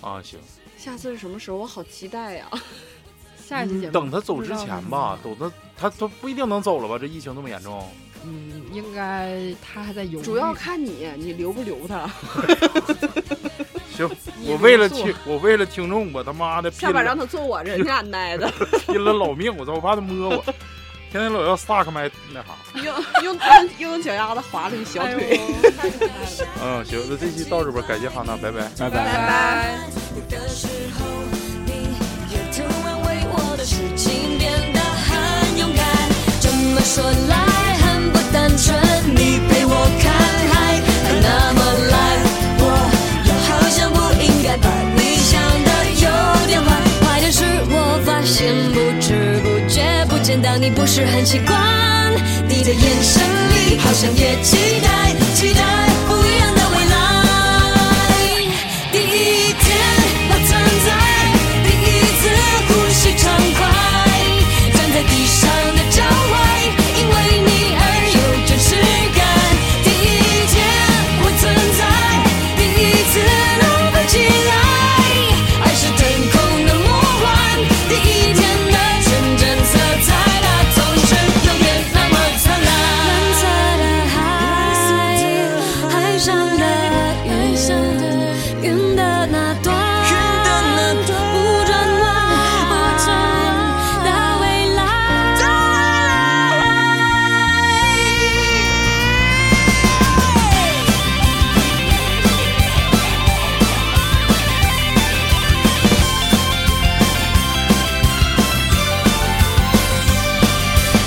[SPEAKER 2] 啊，行，
[SPEAKER 3] 下次是什么时候？我好期待呀！
[SPEAKER 5] 下一期节目、
[SPEAKER 2] 嗯等他走之前吧，，等他他他不一定能走了吧？这疫情这么严 重，
[SPEAKER 5] 嗯，应该他还在犹豫，
[SPEAKER 3] 主要看你，你留不留他？
[SPEAKER 2] 行，
[SPEAKER 5] 你
[SPEAKER 2] 我为了
[SPEAKER 5] 留宿
[SPEAKER 2] 听，我为了听众，我他妈的拼
[SPEAKER 7] 下
[SPEAKER 2] 了
[SPEAKER 7] 边让他坐我这，你俩奶的，
[SPEAKER 2] 拼了老命，我操，我怕他摸 我，天天老要 stack 麦那啥。
[SPEAKER 7] 用用他用脚丫子划了你小
[SPEAKER 5] 哎呦
[SPEAKER 7] 腿。
[SPEAKER 5] 太可爱了
[SPEAKER 2] 嗯，行，那这期到这边，感谢哈娜，拜 拜。
[SPEAKER 4] 拜
[SPEAKER 5] 拜
[SPEAKER 4] 拜。
[SPEAKER 5] 拜。
[SPEAKER 6] 的时候，你也突然为我的事情变得很勇敢。这么说来很不单纯，你陪我看海，还那么懒，我又好像不应该把你想的有点坏。坏的是我发现不知不觉不见到你不是很习惯，你的眼神里好像也期待，期待不一样的未来。第一天我存在，第一次呼吸畅快，站在地上的郊外，因为你而有真实感。第一天我存在，第一次能飞起来，爱是天空的魔幻，第一天的纯真色彩，它总是永远那么灿烂。蓝色的海，海上的云，云的那端，不转弯，不转弯到未来。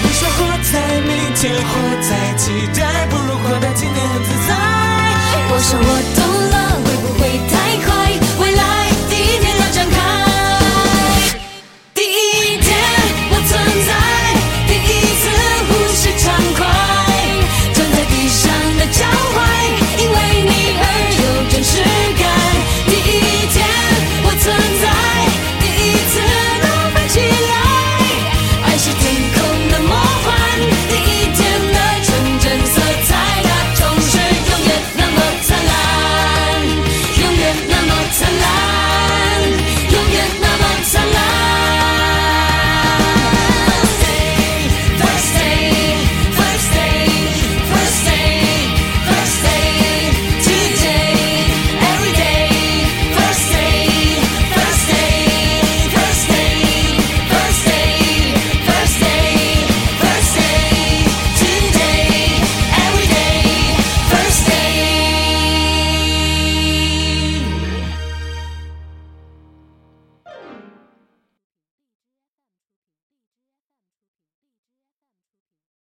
[SPEAKER 8] 你说活在明天，活在期待，不如活在今天，很自在。
[SPEAKER 6] 我说我的